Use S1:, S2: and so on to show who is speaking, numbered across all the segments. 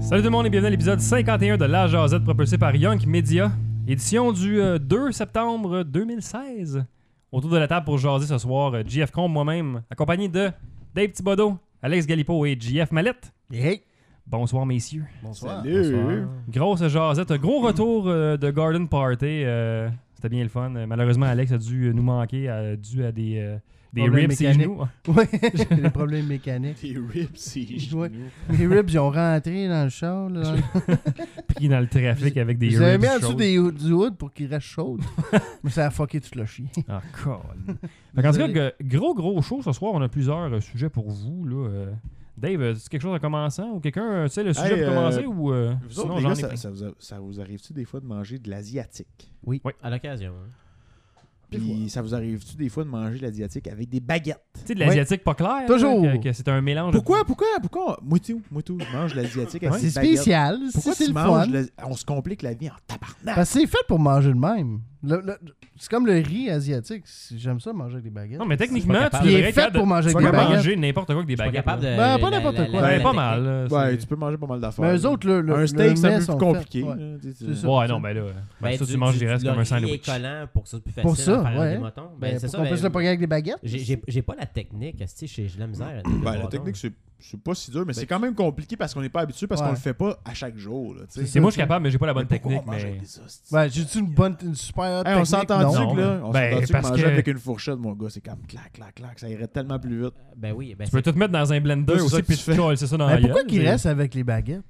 S1: Salut tout le monde et bienvenue à l'épisode 51 de La Jazette propulsé par Young Media, édition du euh, 2 septembre 2016. Autour de la table pour jaser ce soir, euh, JF Combe, moi-même, accompagné de Dave Thibodeau, Alex Galipo et JF Mallette.
S2: Hey!
S1: Bonsoir messieurs.
S3: Bonsoir.
S2: Salut.
S1: Grosse jasette, gros retour euh, de Garden Party. euh, C'était bien le fun. Euh, Malheureusement, Alex a dû euh, nous manquer, euh, dû à des, euh, des
S2: Problème
S1: ribs et
S2: mécanique.
S1: genoux.
S2: Ouais, les problèmes mécaniques.
S3: Des ribs, c'est
S2: Ouais. Les ribs, ils ont rentré dans le char. Là, dans le-
S1: Pris dans le trafic avec des
S2: Ils avaient
S1: ribs
S2: mis en dessous
S1: chaudes.
S2: des, du hood pour qu'ils restent chauds. Mais ça a fucké tout le chien.
S1: Ah, colline. Fait qu'en tout cas,
S2: Désolé.
S1: g- gros, gros show ce soir. On a plusieurs euh, sujets pour vous. Là. euh. Dave, euh, c'est quelque chose en commençant ou quelqu'un, euh, tu sais, le sujet
S3: Hey,
S1: pour commencer
S3: euh,
S1: ou. euh,
S3: Vous
S1: sinon,
S3: autres, les
S1: j'en
S3: gars,
S1: ai
S3: ça,
S1: pris.
S3: ça vous a- ça vous arrive-tu des fois de manger de l'asiatique?
S4: À l'occasion. hein.
S2: Des
S3: Puis ça vous arrive-tu des fois de manger de l'asiatique avec des baguettes?
S1: Tu sais, de l'asiatique pas clair. là,
S2: Toujours.
S1: que- que C'est un mélange. de-
S3: Pourquoi, pourquoi, pourquoi? Moi tout, moi tout, je mange de l'asiatique avec
S2: C'est
S3: des baguettes.
S2: spécial.
S3: Pourquoi
S2: si c'est
S3: tu
S2: le
S3: manges?
S2: fun.
S3: de l'as- On se complique la vie en tabarnak.
S2: Parce que c'est fait pour manger de même. Le- le- C'est comme le riz asiatique. C'est- J'aime ça manger avec des baguettes.
S1: Non, mais techniquement, tu
S4: capable.
S2: Il
S1: devrais
S2: est
S1: être
S2: fait
S1: capable de-
S2: pour manger
S1: tu
S2: avec des
S1: peux
S2: baguettes.
S1: manger n'importe quoi avec des
S4: Je suis pas
S1: baguettes.
S4: capable de.
S1: là.
S2: Ben, pas
S4: la- la-
S2: n'importe
S4: la-
S2: quoi.
S4: la-
S1: Ben,
S4: la
S1: pas
S4: technique.
S1: mal. là,
S3: Ouais,
S1: c'est-
S3: tu peux manger pas mal d'affaires.
S2: Mais eux autres, le, le-
S3: un
S2: le
S3: steak, c'est
S2: mets
S3: un peu
S2: sont
S3: plus
S2: faits,
S3: compliqué.
S2: ouais.
S3: là, tu sais,
S2: C'est
S3: c'est-
S2: ça.
S1: Ouais, non, ben là. euh, ben,
S4: Ben,
S1: ça,
S4: du-
S1: tu manges
S4: du-
S1: des restes
S4: du
S1: comme un
S4: laurier est
S1: sandwich.
S4: collant pour que ça soit plus facile
S2: Pour ça,
S4: à faire
S2: ouais.
S4: des motons. Ben,
S2: Ben,
S4: c'est
S2: pour
S4: ça.
S2: qu'on
S4: ben,
S2: puisse le pogner avec des baguettes.
S4: j'ai- J'ai j'ai pas la technique, asti, j'ai j'ai la misère.
S3: Ben, la technique, c'est c'est pas si dur, mais c'est quand même compliqué parce qu'on n'est pas habitué, parce
S2: Ouais.
S3: qu'on le fait pas à chaque jour. là, tu sais.
S1: C'est moi, je suis capable, mais j'ai pas la bonne
S3: Mais pourquoi
S1: technique.
S3: on mange avec
S1: Mais.
S3: des hosties?
S2: Ouais, J'ai-tu une bonne, une super haute
S3: Hey,
S2: technique?
S3: on
S1: non.
S3: s'entend-tu que là? On
S1: Ben,
S3: s'entend-tu que
S1: parce
S3: manger
S1: que-
S3: avec une fourchette, mon gars, c'est comme clac, clac, clac, ça irait tellement plus vite.
S4: Ben oui, ben
S1: Tu peux
S4: c'est
S1: tout mettre dans un blender
S3: C'est ça
S1: aussi,
S3: que
S1: puis
S3: tu
S1: tu
S3: fais.
S1: colles ça
S4: Ah,
S1: dans la
S2: Mais pourquoi
S1: gueule,
S2: qu'ils
S1: mais-
S2: restent avec les baguettes?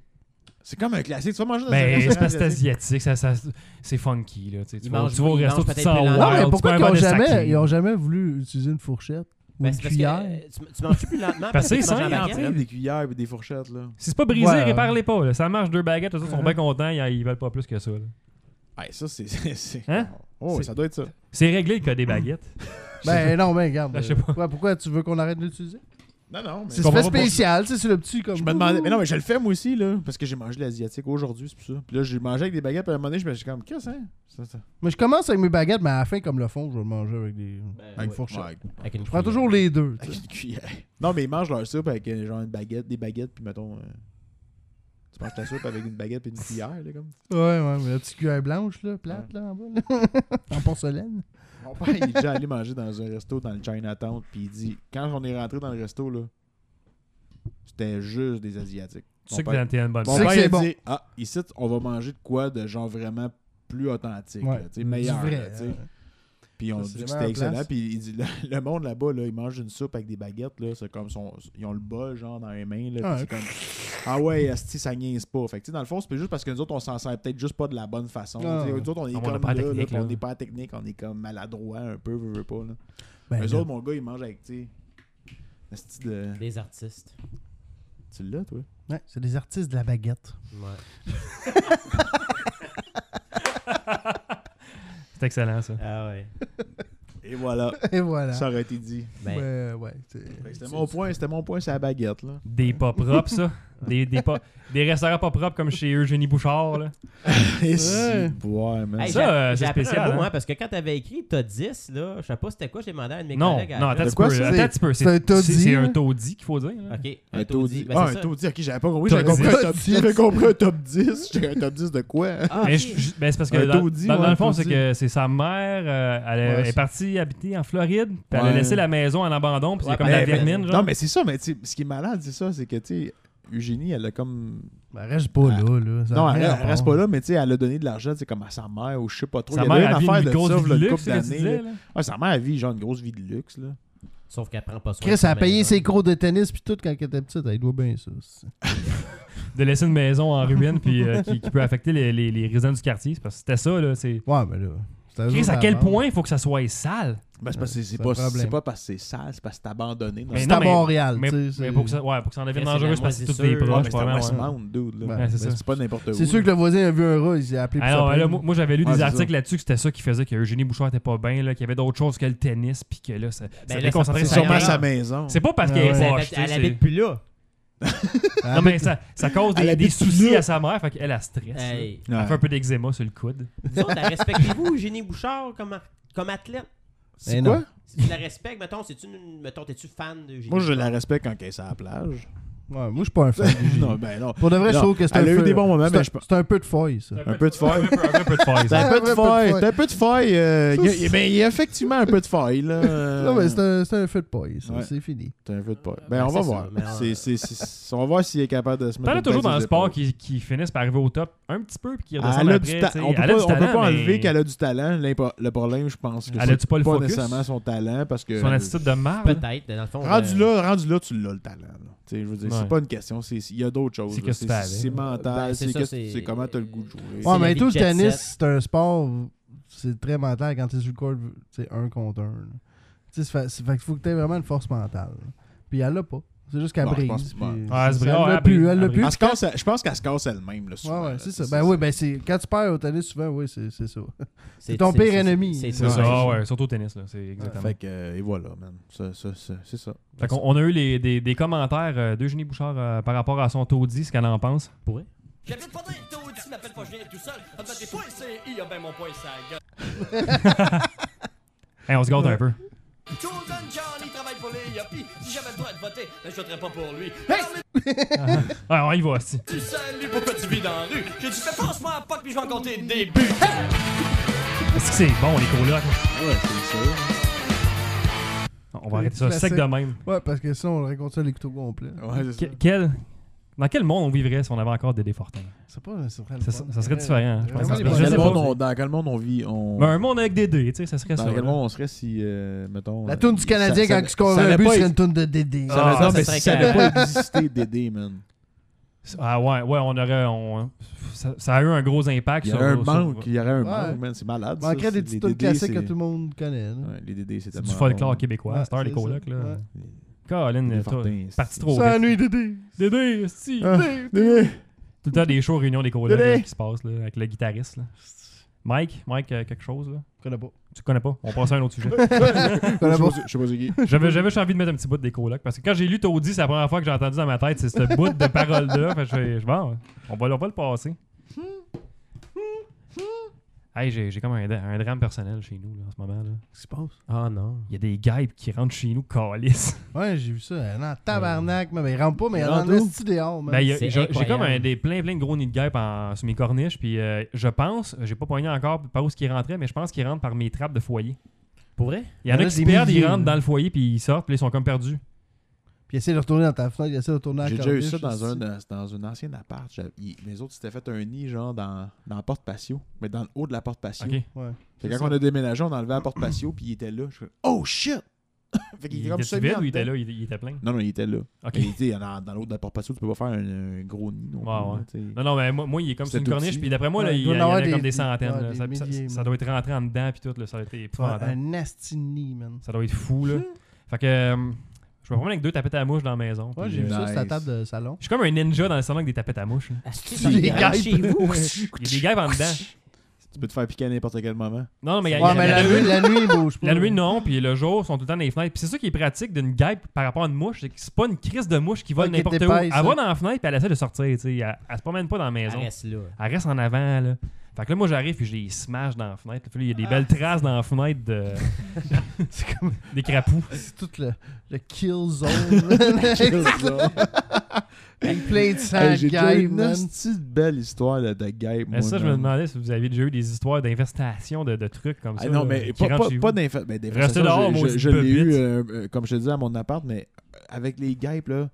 S3: C'est comme un classique, tu vas manger dans un
S1: Ben,
S3: restaurant
S1: c'est parce que c'est
S3: asiatique.
S1: asiatique, ça, ça- c'est funky. Là, tu sais, tu
S4: Ils
S1: vas,
S4: mangent-
S1: tu vas au
S4: ils
S1: resto,
S4: mangent
S1: tu te
S4: peut-être
S1: sens
S4: plus
S1: wild,
S4: lent.
S2: Non, mais
S1: tu
S2: pourquoi
S1: prends
S2: qu'ils
S1: un
S2: ont
S1: bon
S2: jamais,
S1: essai.
S2: ils ont jamais voulu utiliser une fourchette ou
S4: ben,
S2: une
S4: c'est parce que
S2: cuillère?
S4: euh, tu, tu manges plus lentement.
S1: Parce que
S4: que
S1: c'est
S4: tu manges en
S1: simple,
S3: Ah,
S1: tu
S4: baguette,
S1: sais.
S4: là.
S3: des cuillères et des fourchettes, là.
S1: Si c'est pas brisé,
S2: Ouais. hein.
S1: répare-les pas. là. Ça marche deux baguettes, les autres sont
S2: Mhm.
S1: bien contents, ils, ils veulent pas plus que ça. là.
S3: Ouais, ça, c'est. c'est- c'est-
S1: Hein?
S3: Oh,
S1: C'est-
S3: ça doit être ça.
S1: C'est réglé le cas
S2: Mmh.
S1: des baguettes.
S2: Ben non, mais regarde.
S1: Je sais
S2: euh,
S1: pas.
S2: Pourquoi, pourquoi tu veux qu'on arrête de l'utiliser?
S3: Non, non, mais.
S2: C'est
S1: comprends
S2: fait
S1: pas pourquoi.
S2: spécial, tu sais, c'est le petit comme.
S3: Je me demandais. Mais non, mais je le fais moi aussi, là. Parce que j'ai mangé de l'asiatique aujourd'hui, c'est pour ça. Puis là, j'ai mangé avec des baguettes, puis à un moment donné, je me suis comme, qu'est-ce, hein? Ça, ça.
S2: Mais je commence avec mes baguettes, mais à la fin, comme le fond, je vais le manger avec des.
S4: Ben,
S2: Avec
S4: ouais.
S2: fourchette.
S3: Ouais,
S4: Avec une
S2: Je prends
S4: cuillère.
S2: toujours les deux. tu sais.
S3: avec une cuillère. Non, mais ils mangent leur soupe avec euh, genre une baguette, des baguettes, puis mettons. euh, Tu manges ta soupe avec une baguette et une cuillère, là, comme.
S2: Ouais, ouais, mais la petite cuillère blanche, là, plate, là, en bas, là. en porcelaine.
S3: Mon père, il est déjà allé manger dans un resto dans le Chinatown, puis il dit quand on est rentré dans le resto, là, c'était juste des Asiatiques.
S1: Tu
S3: Mon
S1: sais que
S3: père,
S1: t'es- t'es une bonne
S3: mon
S2: C'est
S1: place.
S2: que
S3: père,
S2: c'est
S3: il a
S2: bon.
S3: dit Ah, ici, on va manger de quoi de genre vraiment plus authentique,
S2: Ouais,
S3: là, tu sais,
S2: du
S3: meilleur.
S2: vrai, euh,
S3: là, tu sais.
S2: ouais.
S3: Puis on
S2: Ça, c'est
S3: dit que
S2: la
S3: c'était
S2: meilleure
S3: excellent,
S2: place.
S3: puis il dit le, le monde là-bas, là, il mange une soupe avec des baguettes, là, c'est comme son, ils ont le bol genre dans les mains, là, puis
S2: Ouais.
S3: c'est comme Ah ouais, asti, ça niaise pas. Fait que, tu sais, dans le fond, c'est juste parce que nous autres, on s'en sert peut-être juste pas de la bonne façon.
S2: Ah.
S3: Tu sais, Nous autres, on est
S1: On a
S3: comme
S1: pas la
S3: là, là,
S1: technique,
S3: puis on
S1: là.
S3: n'est pas à la technique, on est comme maladroit un peu, veux, veux pas, là.
S2: Ben,
S3: Eux
S2: là,
S3: autres, mon gars, ils mangent avec, tu sais. un style de.
S4: Des artistes.
S3: Tu l'as, toi
S2: ouais, c'est des artistes de la baguette.
S4: Ouais.
S1: C'est excellent ça.
S4: Ah ouais.
S3: Et voilà,
S2: Et voilà.
S3: ça aurait été dit.
S4: Ben,
S2: Ouais, ouais, c'est-
S3: Fait que C'était mon point, c'était mon point, c'est la baguette, là.
S1: Des pas propres ça. Des, des, pas- des restaurants pas propres comme chez Eugénie Bouchard. Là.
S3: Et si, boire, man.
S4: Hey,
S1: Ça,
S4: j'ai-
S1: euh,
S4: j'ai
S1: c'est
S4: appris un
S1: spécial,
S4: mot,
S1: hein.
S4: hein, parce que quand t'avais écrit t'as 10, là, je sais pas c'était quoi, j'ai demandé à un de mes
S1: Non,
S4: collègues.
S1: non, attends, un
S3: De
S1: petit
S3: quoi,
S1: peu,
S3: ça?
S1: attends un petit peu.
S2: C'est
S1: C'est-
S2: un taudis, hein?
S1: C'est c'est un
S2: là.
S1: taudis qu'il faut dire. là.
S4: Ok,
S3: Un
S4: un
S3: taudis.
S4: taudis.
S3: ah,
S4: Ben,
S3: un
S4: c'est ça.
S3: taudis, ok, j'avais pas compris. J'avais
S1: Top
S3: compris un top
S2: 10.
S3: 10. J'avais compris un top 10. J'avais un top 10 de quoi hein?
S4: Ah,
S1: Mais
S4: ok.
S1: je- je- ben, c'est parce que
S3: Un
S1: dans,
S3: taudis,
S1: dans- dans
S3: ouais,
S1: le
S3: un
S1: fond, c'est
S3: taudis.
S1: que c'est sa mère, euh, elle, est-
S3: Ouais,
S1: elle est
S3: c'est-
S1: partie habiter en Floride, puis elle a
S3: Ouais.
S1: laissé la maison en abandon, puis
S4: Ouais,
S1: c'est comme
S4: ben,
S1: la
S4: ben,
S1: vermine. genre.
S3: Non, mais c'est ça, mais tu sais, ce qui est malade, c'est ça, c'est que, tu sais, Eugénie, elle a comme.
S2: Ben, reste pas là, là. ça
S3: Ah. Non,
S2: a
S3: elle,
S2: rien à
S3: elle reste
S2: voir.
S3: pas là, mais tu sais, elle a donné de l'argent, tu sais, comme à sa mère ou je sais pas trop.
S1: Sa
S3: Il y avait
S1: mère a
S3: une
S1: vu
S3: affaire
S1: une
S3: de
S1: grosse
S3: ça,
S1: vie de
S3: là, une
S1: luxe,
S3: couple
S1: c'est ce que tu
S3: d'années.
S1: disais,
S3: là.
S1: là.
S3: Ah, sa mère, elle vit genre une grosse vie de luxe, là.
S4: Sauf qu'elle prend pas soin. de
S2: Chris
S4: sa
S2: a
S3: Ben,
S2: payé
S4: maison.
S2: ses cours de tennis puis tout quand elle était petite. Elle doit bien ça. c'est-
S1: de laisser une maison en ruine puis euh, qui, qui peut affecter les, les, les résidents du quartier. C'est parce que c'était ça, là. C'est...
S2: Ouais, mais là. c'est eux
S1: Chris,
S2: autres
S1: à quel
S2: la vente.
S1: point il faut que ça soit sale?
S3: Ben, c'est parce que c'est
S2: c'est un
S3: pas,
S2: problème.
S3: c'est pas parce que c'est sale, c'est parce que c'est abandonné. Dans
S1: Mais
S2: C'est
S1: non,
S2: à
S3: Ah,
S2: Montréal,
S1: Mais,
S2: tu sais.
S1: mais
S2: c'est-
S1: pour, que ça, ouais, pour que ça en devienne
S4: Chris,
S1: dangereux,
S4: c'est
S1: c'est parce que c'est
S4: la
S1: toutes des
S4: moisissure.
S3: Ouais, Ah, mais
S1: proches.
S3: c'est
S1: probablement,
S3: un
S1: ouais.
S3: Westmount,
S2: Ouais,
S3: dude. Là.
S1: Ouais, c'est ça.
S3: Ben, c'est pas n'importe où.
S2: C'est sûr que le voisin a vu un rat, il s'est appelé
S1: Ah
S2: pour
S1: non,
S2: ça.
S1: là, moi, moi, j'avais lu
S3: Ouais,
S1: des
S3: c'est
S1: articles
S3: ça.
S1: là-dessus que c'était ça qui faisait que Eugénie Bouchard était pas bien, là, qu'il y avait d'autres choses que le tennis, puis que là, ça,
S3: Ben
S1: ça
S4: là, ça
S1: déconcentrait
S4: passe
S3: C'est
S1: sa
S3: sûrement
S4: ailleurs.
S3: sa
S1: carrière.
S3: maison.
S1: C'est pas parce qu'elle
S2: Ouais,
S1: est
S2: ouais.
S1: poche, tu Oh, sais,
S4: Elle
S1: c'est-
S4: habite plus là.
S1: Non, mais ça, ça cause
S3: Elle
S1: des,
S3: habite
S1: des soucis
S3: plus là.
S1: à sa mère, fait qu'elle, elle stresse. là.
S4: Hey.
S3: Ouais.
S1: Elle fait un peu d'eczéma sur le coude.
S4: Vous autres, la respectez-vous, Eugénie Bouchard, comme, ar- comme athlète?
S3: C'est
S2: Eh
S3: quoi?
S2: non.
S4: Si tu la respectes, mettons, c'est-tu une- mettons, t'es-tu fan de Eugénie
S3: Moi, je la
S4: Bouchard?
S3: respecte quand elle est à la plage.
S2: Ouais, moi, je suis pas un fan du J.
S3: non, ben non.
S2: Pour de vrai, je
S3: Non,
S2: trouve que c'est un
S3: elle a eu
S2: peu-
S3: des bons moments,
S2: c'est
S3: mais
S2: un-
S3: je Euh, pense-
S2: C'est un peu de foil, ça.
S3: Un peu de
S1: Un
S3: foil.
S1: peu, un peu de foil.
S3: T'as
S1: ça.
S3: un peu de
S2: Ben, Un peu de
S3: faille.
S2: faille.
S3: T'as un peu de faille. euh,
S2: Ça,
S3: il y a-
S2: c'est-
S3: mais il y a effectivement un peu de faille. Là.
S2: Non, mais c'est un, c'est un feu de paille, ça.
S3: Ouais.
S2: C'est fini.
S3: T'as un peu de
S1: Ah,
S3: faille.
S4: Ben,
S3: Ben, on va
S4: c'est
S3: voir.
S4: ça, mais, euh,
S3: C'est- c'est- c'est- On va voir s'il est capable de se mettre.
S1: T'en as
S3: une
S1: toujours
S3: balle sur
S1: dans
S3: les
S1: le sport
S3: épaules.
S1: qui, qui finissent par arriver au top un petit peu puis qui
S3: Elle
S1: redescendent
S3: a
S1: après.
S3: du ta-
S1: t'sais.
S3: On peut
S1: Elle a
S3: pas,
S1: du
S3: on peut
S1: talent,
S3: pas
S1: mais
S3: enlever qu'elle a du talent. L'impo- Le problème, je pense que
S1: Elle a-tu
S3: c'est
S1: pas le focus?
S3: nécessairement son talent parce que.
S1: Son attitude de marde.
S4: Peut-être, dans le fond.
S3: Rendu
S4: euh,
S3: là, rendu là, tu l'as le talent. là. Tu sais, je veux dire,
S1: Ouais.
S3: c'est pas une question. c'est- c'est- Il y a d'autres choses.
S1: C'est
S3: là.
S1: qu'est-ce que tu fais avec.
S3: C'est mental.
S4: Ben, c'est
S3: C'est
S4: ça,
S3: qu'est-ce-
S4: c'est-
S3: c'est comment t'as le goût de jouer.
S4: C'est
S2: Ouais,
S4: la
S2: mais
S4: vie
S2: tout le
S4: de jet
S2: tennis,
S4: set.
S2: c'est un sport, c'est très mental quand t'es sur le court, c'est un contre un. là. Tu sais, c'est fait, c'est- fait qu'il faut que t'aies vraiment une force mentale. là. Puis elle l'a pas. C'est juste qu'elle
S3: Bon, je
S2: brise.
S3: pense-
S2: puis
S3: ouais.
S1: Ah, elle se
S2: ça,
S1: brise, elle
S2: elle l'a
S1: a brisé,
S2: plus, elle
S1: elle
S2: l'a
S1: a
S2: plus.
S3: Elle se casse, elle- je pense qu'elle se casse elle-même. là, souvent,
S2: Ouais, ouais,
S3: là.
S2: c'est ça. Ben oui, ben c'est quand tu perds au tennis, souvent, oui, c'est c'est ça.
S4: c'est
S2: ton
S4: c'est-
S2: pire
S4: c'est-
S2: ennemi.
S4: C'est
S1: C'est
S4: ça.
S1: ça, ah ouais, surtout au tennis, là, c'est exactement.
S3: Fait que, euh, et voilà, man. Ça, ça, ça, c'est ça.
S1: Fait qu'on- on a eu les- des, des commentaires euh, d'Eugénie Bouchard euh, par rapport à son taudis, ce qu'elle en pense.
S4: Pour vrai?
S5: J'habite pas dire tout, tu m'appelles pas, je viens tout seul. On me donne des points, c'est I, ah ben mon point, ça gueule.
S1: Hey, on se gâte un peu.
S5: Jordan Johnny travaille pour les yuppies. Si j'avais le droit de voter, ben, je voterais pas pour lui. Alors, mais
S1: Ouais, on y va aussi.
S5: tu salues, pourquoi tu vis dans la rue? J'ai dit, fais passe-moi un pote, puis je vais en compter des buts.
S1: Est-ce que c'est bon, les colocs?
S3: Ouais, c'est ça.
S1: On va arrêter ça sec
S2: Classique.
S1: de même.
S2: Ouais, parce que sinon, on raconte ça l'écoute au complet.
S3: Ouais, c'est ça.
S1: Que- quel- Dans quel monde on vivrait si on avait encore Dédé Fortin?
S2: C'est pas, c'est vraiment
S1: Ça- ça
S2: le fun.
S1: serait
S2: Ouais.
S1: différent, hein, je pense.
S2: Vraiment,
S1: Ça serait-
S2: les
S3: Dans
S1: je
S2: bonnes
S1: sais
S3: quel
S1: pas.
S3: monde
S2: choses.
S3: on- Dans quel monde on vit on...
S1: Mais Ben, un monde avec Dédé, tu sais, ça serait ça.
S3: Dans quel
S1: là.
S3: monde on serait si, euh, mettons.
S2: La
S3: euh,
S2: toune du Canadien,
S3: ça- ça-
S2: quand il score
S3: ça
S2: un
S3: n'avait
S2: but,
S3: pas
S2: serait
S3: ex-
S2: une toune de Dédé.
S1: Ah,
S3: ça- non,
S4: ça
S3: mais
S4: serait
S3: ça n'avait
S4: carré.
S3: pas existé, Dédé, man.
S1: Ah ouais, ouais, on aurait. on- ça, ça a eu un gros impact
S3: Il y
S1: sur.
S3: aurait
S1: sur-
S3: un manque, il y aurait un
S2: Ouais.
S3: manque, man. C'est malade. ça.
S2: Manquerait
S3: C'est-
S2: des
S3: les
S2: petites tounes
S3: Dédés,
S2: classiques que
S3: c'est-
S2: tout le monde connaît. là.
S3: Ouais, les Dédés, c'est
S1: C'est du
S3: tellement
S1: folklore
S3: bon.
S1: québécois,
S2: Ouais,
S1: c'est un les
S2: c'est
S1: colocs,
S2: ça.
S1: là.
S2: Ouais.
S1: Colin,
S3: Dédé
S1: toi,
S3: Fortin, c'est-
S1: parti trop
S2: Ça
S1: vite.
S2: nuit, Dédé.
S1: Dédé, si.
S3: Ah, Dédé.
S1: Tout le temps des shows réunions des colocs
S3: Dédé.
S1: là, qui se passent là, avec le guitariste. là. Mike, Mike, euh, quelque chose là.
S2: Je connais pas.
S1: Tu connais pas On passe à un autre sujet.
S3: Je sais pas si- je sais pas c'est qui.
S1: J'avais j'avais juste envie de mettre un petit bout des colocs parce que quand j'ai lu Taudis, c'est la première fois que j'ai entendu dans ma tête c'est ce bout de parole là. Fait que je fais, je- bon, on va, on va le passer. Hey, j'ai j'ai comme un, dra- un drame personnel chez nous là, en ce moment là.
S2: Qu'est-ce qui se passe?
S4: Ah non.
S1: Il y a des guys qui rentrent chez nous calice.
S2: Ouais, j'ai vu ça. Elle est en tabarnak, mais elle rentre pas, mais elle en
S3: Rentre où?
S2: est dehors, man.
S1: Ben, il y a-
S4: C'est
S1: j'ai j'ai
S4: incroyable.
S1: comme un, des plein plein de gros nids de guêpes en- sur mes corniches puis euh, je pense, j'ai pas poigné encore par où ce qui rentrait mais je pense qu'ils rentrent par mes trappes de foyer.
S4: Pour vrai?
S1: Il y en a
S2: Il y en a
S1: qui se
S2: des
S1: perdent, ils
S2: milliers,
S1: rentrent
S2: là.
S1: dans le foyer puis ils sortent puis là, ils sont comme perdus.
S2: Puis essaie de retourner dans ta fenêtre, essaie de retourner à
S3: J'ai
S2: la
S3: déjà eu ça
S2: corniche,
S3: dans un,
S2: ici.
S3: dans, dans un ancien appart. J'avais- il- les autres s'étaient fait un nid, genre, dans, dans la porte patio. Mais dans le haut de la porte patio.
S1: Ok.
S2: Ouais.
S3: Fait
S2: C'est
S3: que quand
S2: ça.
S3: on a déménagé, on a enlevé la porte patio, puis il était là. Je suis comme, oh shit! fait qu'il
S1: Il
S3: était comme
S1: était
S3: semi
S1: vide ou il était
S3: en dedans.
S1: là, il, il était plein.
S3: Non, non, il était là.
S1: Ok.
S3: Mais, tu sais, dans, dans l'autre de la porte patio, tu peux pas faire un, un gros nid. Non,
S1: Ouais,
S3: plus, là,
S1: ouais.
S3: tu sais.
S1: Non, non, mais moi, moi, il est comme sur
S3: C'est
S1: une
S3: tout
S1: corniche,
S3: petit.
S1: puis d'après moi, là,
S2: Ouais,
S1: il,
S2: il doit
S1: il
S2: en
S1: y en
S2: avoir
S1: a comme
S2: des-
S1: des centaines.
S2: ouais,
S1: là.
S2: des
S1: ça, ça-
S2: milliers,
S1: ça
S2: même.
S1: doit être rentré en dedans, puis tout, là, ça doit être
S2: Ouais,
S1: épouvantable.
S2: Un astini, man.
S1: Ça doit être fou, là. Fait que euh, je me promène avec deux tapettes à mouche dans la maison.
S2: Ouais,
S1: puis,
S2: j'ai
S1: euh,
S2: vu ça sur ta
S3: nice.
S2: table de salon.
S1: Je suis comme un ninja dans le salon avec des tapettes à mouche. là.
S4: Est-ce
S2: Les
S4: que Ah, ça
S2: guêpes.
S4: chez vous?
S1: Il y a des gars en dedans.
S3: Tu peux te faire piquer à n'importe quel moment.
S1: Non, non, mais il y a-
S2: Ouais,
S1: il y a-
S2: mais la nuit, la nuit, il bouge pas.
S1: la nuit, non, puis le jour, ils sont tout le temps dans les fenêtres. Puis c'est ça qui est pratique d'une guêpe par rapport à une mouche, c'est que c'est pas une crise de mouche qui vole
S2: Ouais, qui
S1: n'importe où.
S2: t'épaisse,
S1: Elle
S2: hein.
S1: va dans la fenêtre, puis elle essaie de sortir, tu sais. Elle, elle se promène pas dans la
S4: Elle
S1: maison.
S4: reste là.
S1: Elle reste en avant, là. Fait que là, moi, j'arrive, puis je les smash dans la fenêtre. Puis là, il y a des
S3: Ah,
S1: belles traces dans la fenêtre de...
S2: C'est comme
S1: des crapauds.
S2: c'est tout le, le kill zone. man. Avec plein de sang,
S3: Hey, J'ai déjà eu
S2: guys,
S3: une
S2: man.
S3: hostie de belle histoire là, de guêpe.
S1: Mais
S3: moi,
S1: ça, je me
S3: man.
S1: demandais si vous aviez déjà eu des histoires d'infestation de, de trucs comme ça.
S3: Ah non,
S1: là, qui
S3: mais pas,
S1: rentrent
S3: pas,
S1: chez vous.
S3: pas d'infa- ben,
S1: Restez
S3: d'infestation.
S1: dehors,
S3: je-
S1: maudite
S3: je- Je l'ai eu,
S1: pupite.
S3: euh, euh, comme je te dis, à mon appart, mais avec les guêpes, là,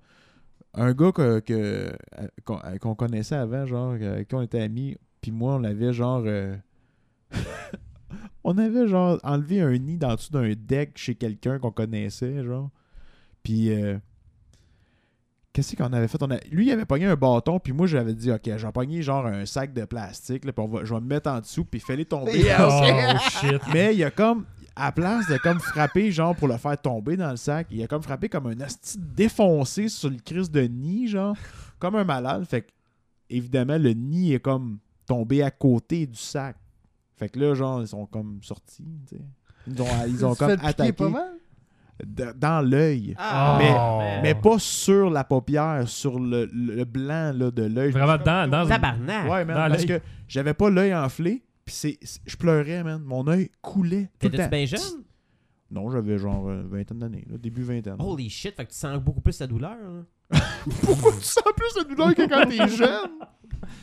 S3: un gars que- que- euh, qu'on euh, qu'on connaissait avant, genre, euh, avec qui on était amis, puis moi, on l'avait genre. euh, on avait genre enlevé un nid dans dessous d'un deck chez quelqu'un qu'on connaissait, genre. Puis. euh, Qu'est-ce qu'on avait fait? On a... Lui, il avait pogné un bâton, puis moi, j'avais dit, OK, je vais pogner genre un sac de plastique, là, puis on va- je vais me mettre en dessous, puis fais-les tomber.
S1: Oh shit.
S3: Mais il a comme, à place de comme frapper, genre pour le faire tomber dans le sac, il a comme frappé comme un asti défoncé sur le crise de nid, genre, comme un malade. Fait que, évidemment, le nid est comme tombé à côté du sac. Fait que là, genre, ils sont comme sortis, tu sais. Ils ont, ils ont
S2: Tu te fais
S3: comme
S2: piquer
S3: attaqué
S2: pas mal. Ah.
S3: d- dans l'œil.
S5: Ah,
S1: Oh.
S4: Ah,
S3: Mais- Mais pas sur la paupière, sur le, le blanc là, de l'œil.
S1: Vraiment, dans, dans,
S4: Tabarnak.
S3: Ouais, man,
S1: Dans
S3: parce
S1: l'œil.
S3: que j'avais pas l'œil enflé, puis c'est, c'est- je pleurais, man. Mon œil coulait tout le
S4: T'étais-tu
S3: temps.
S4: bien jeune?
S3: Non, j'avais genre euh, vingtaine d'années, là, début vingtaine.
S4: Holy shit, fait que tu sens beaucoup plus ta douleur. hein.
S3: Pourquoi tu sens plus de douleur que quand t'es jeune?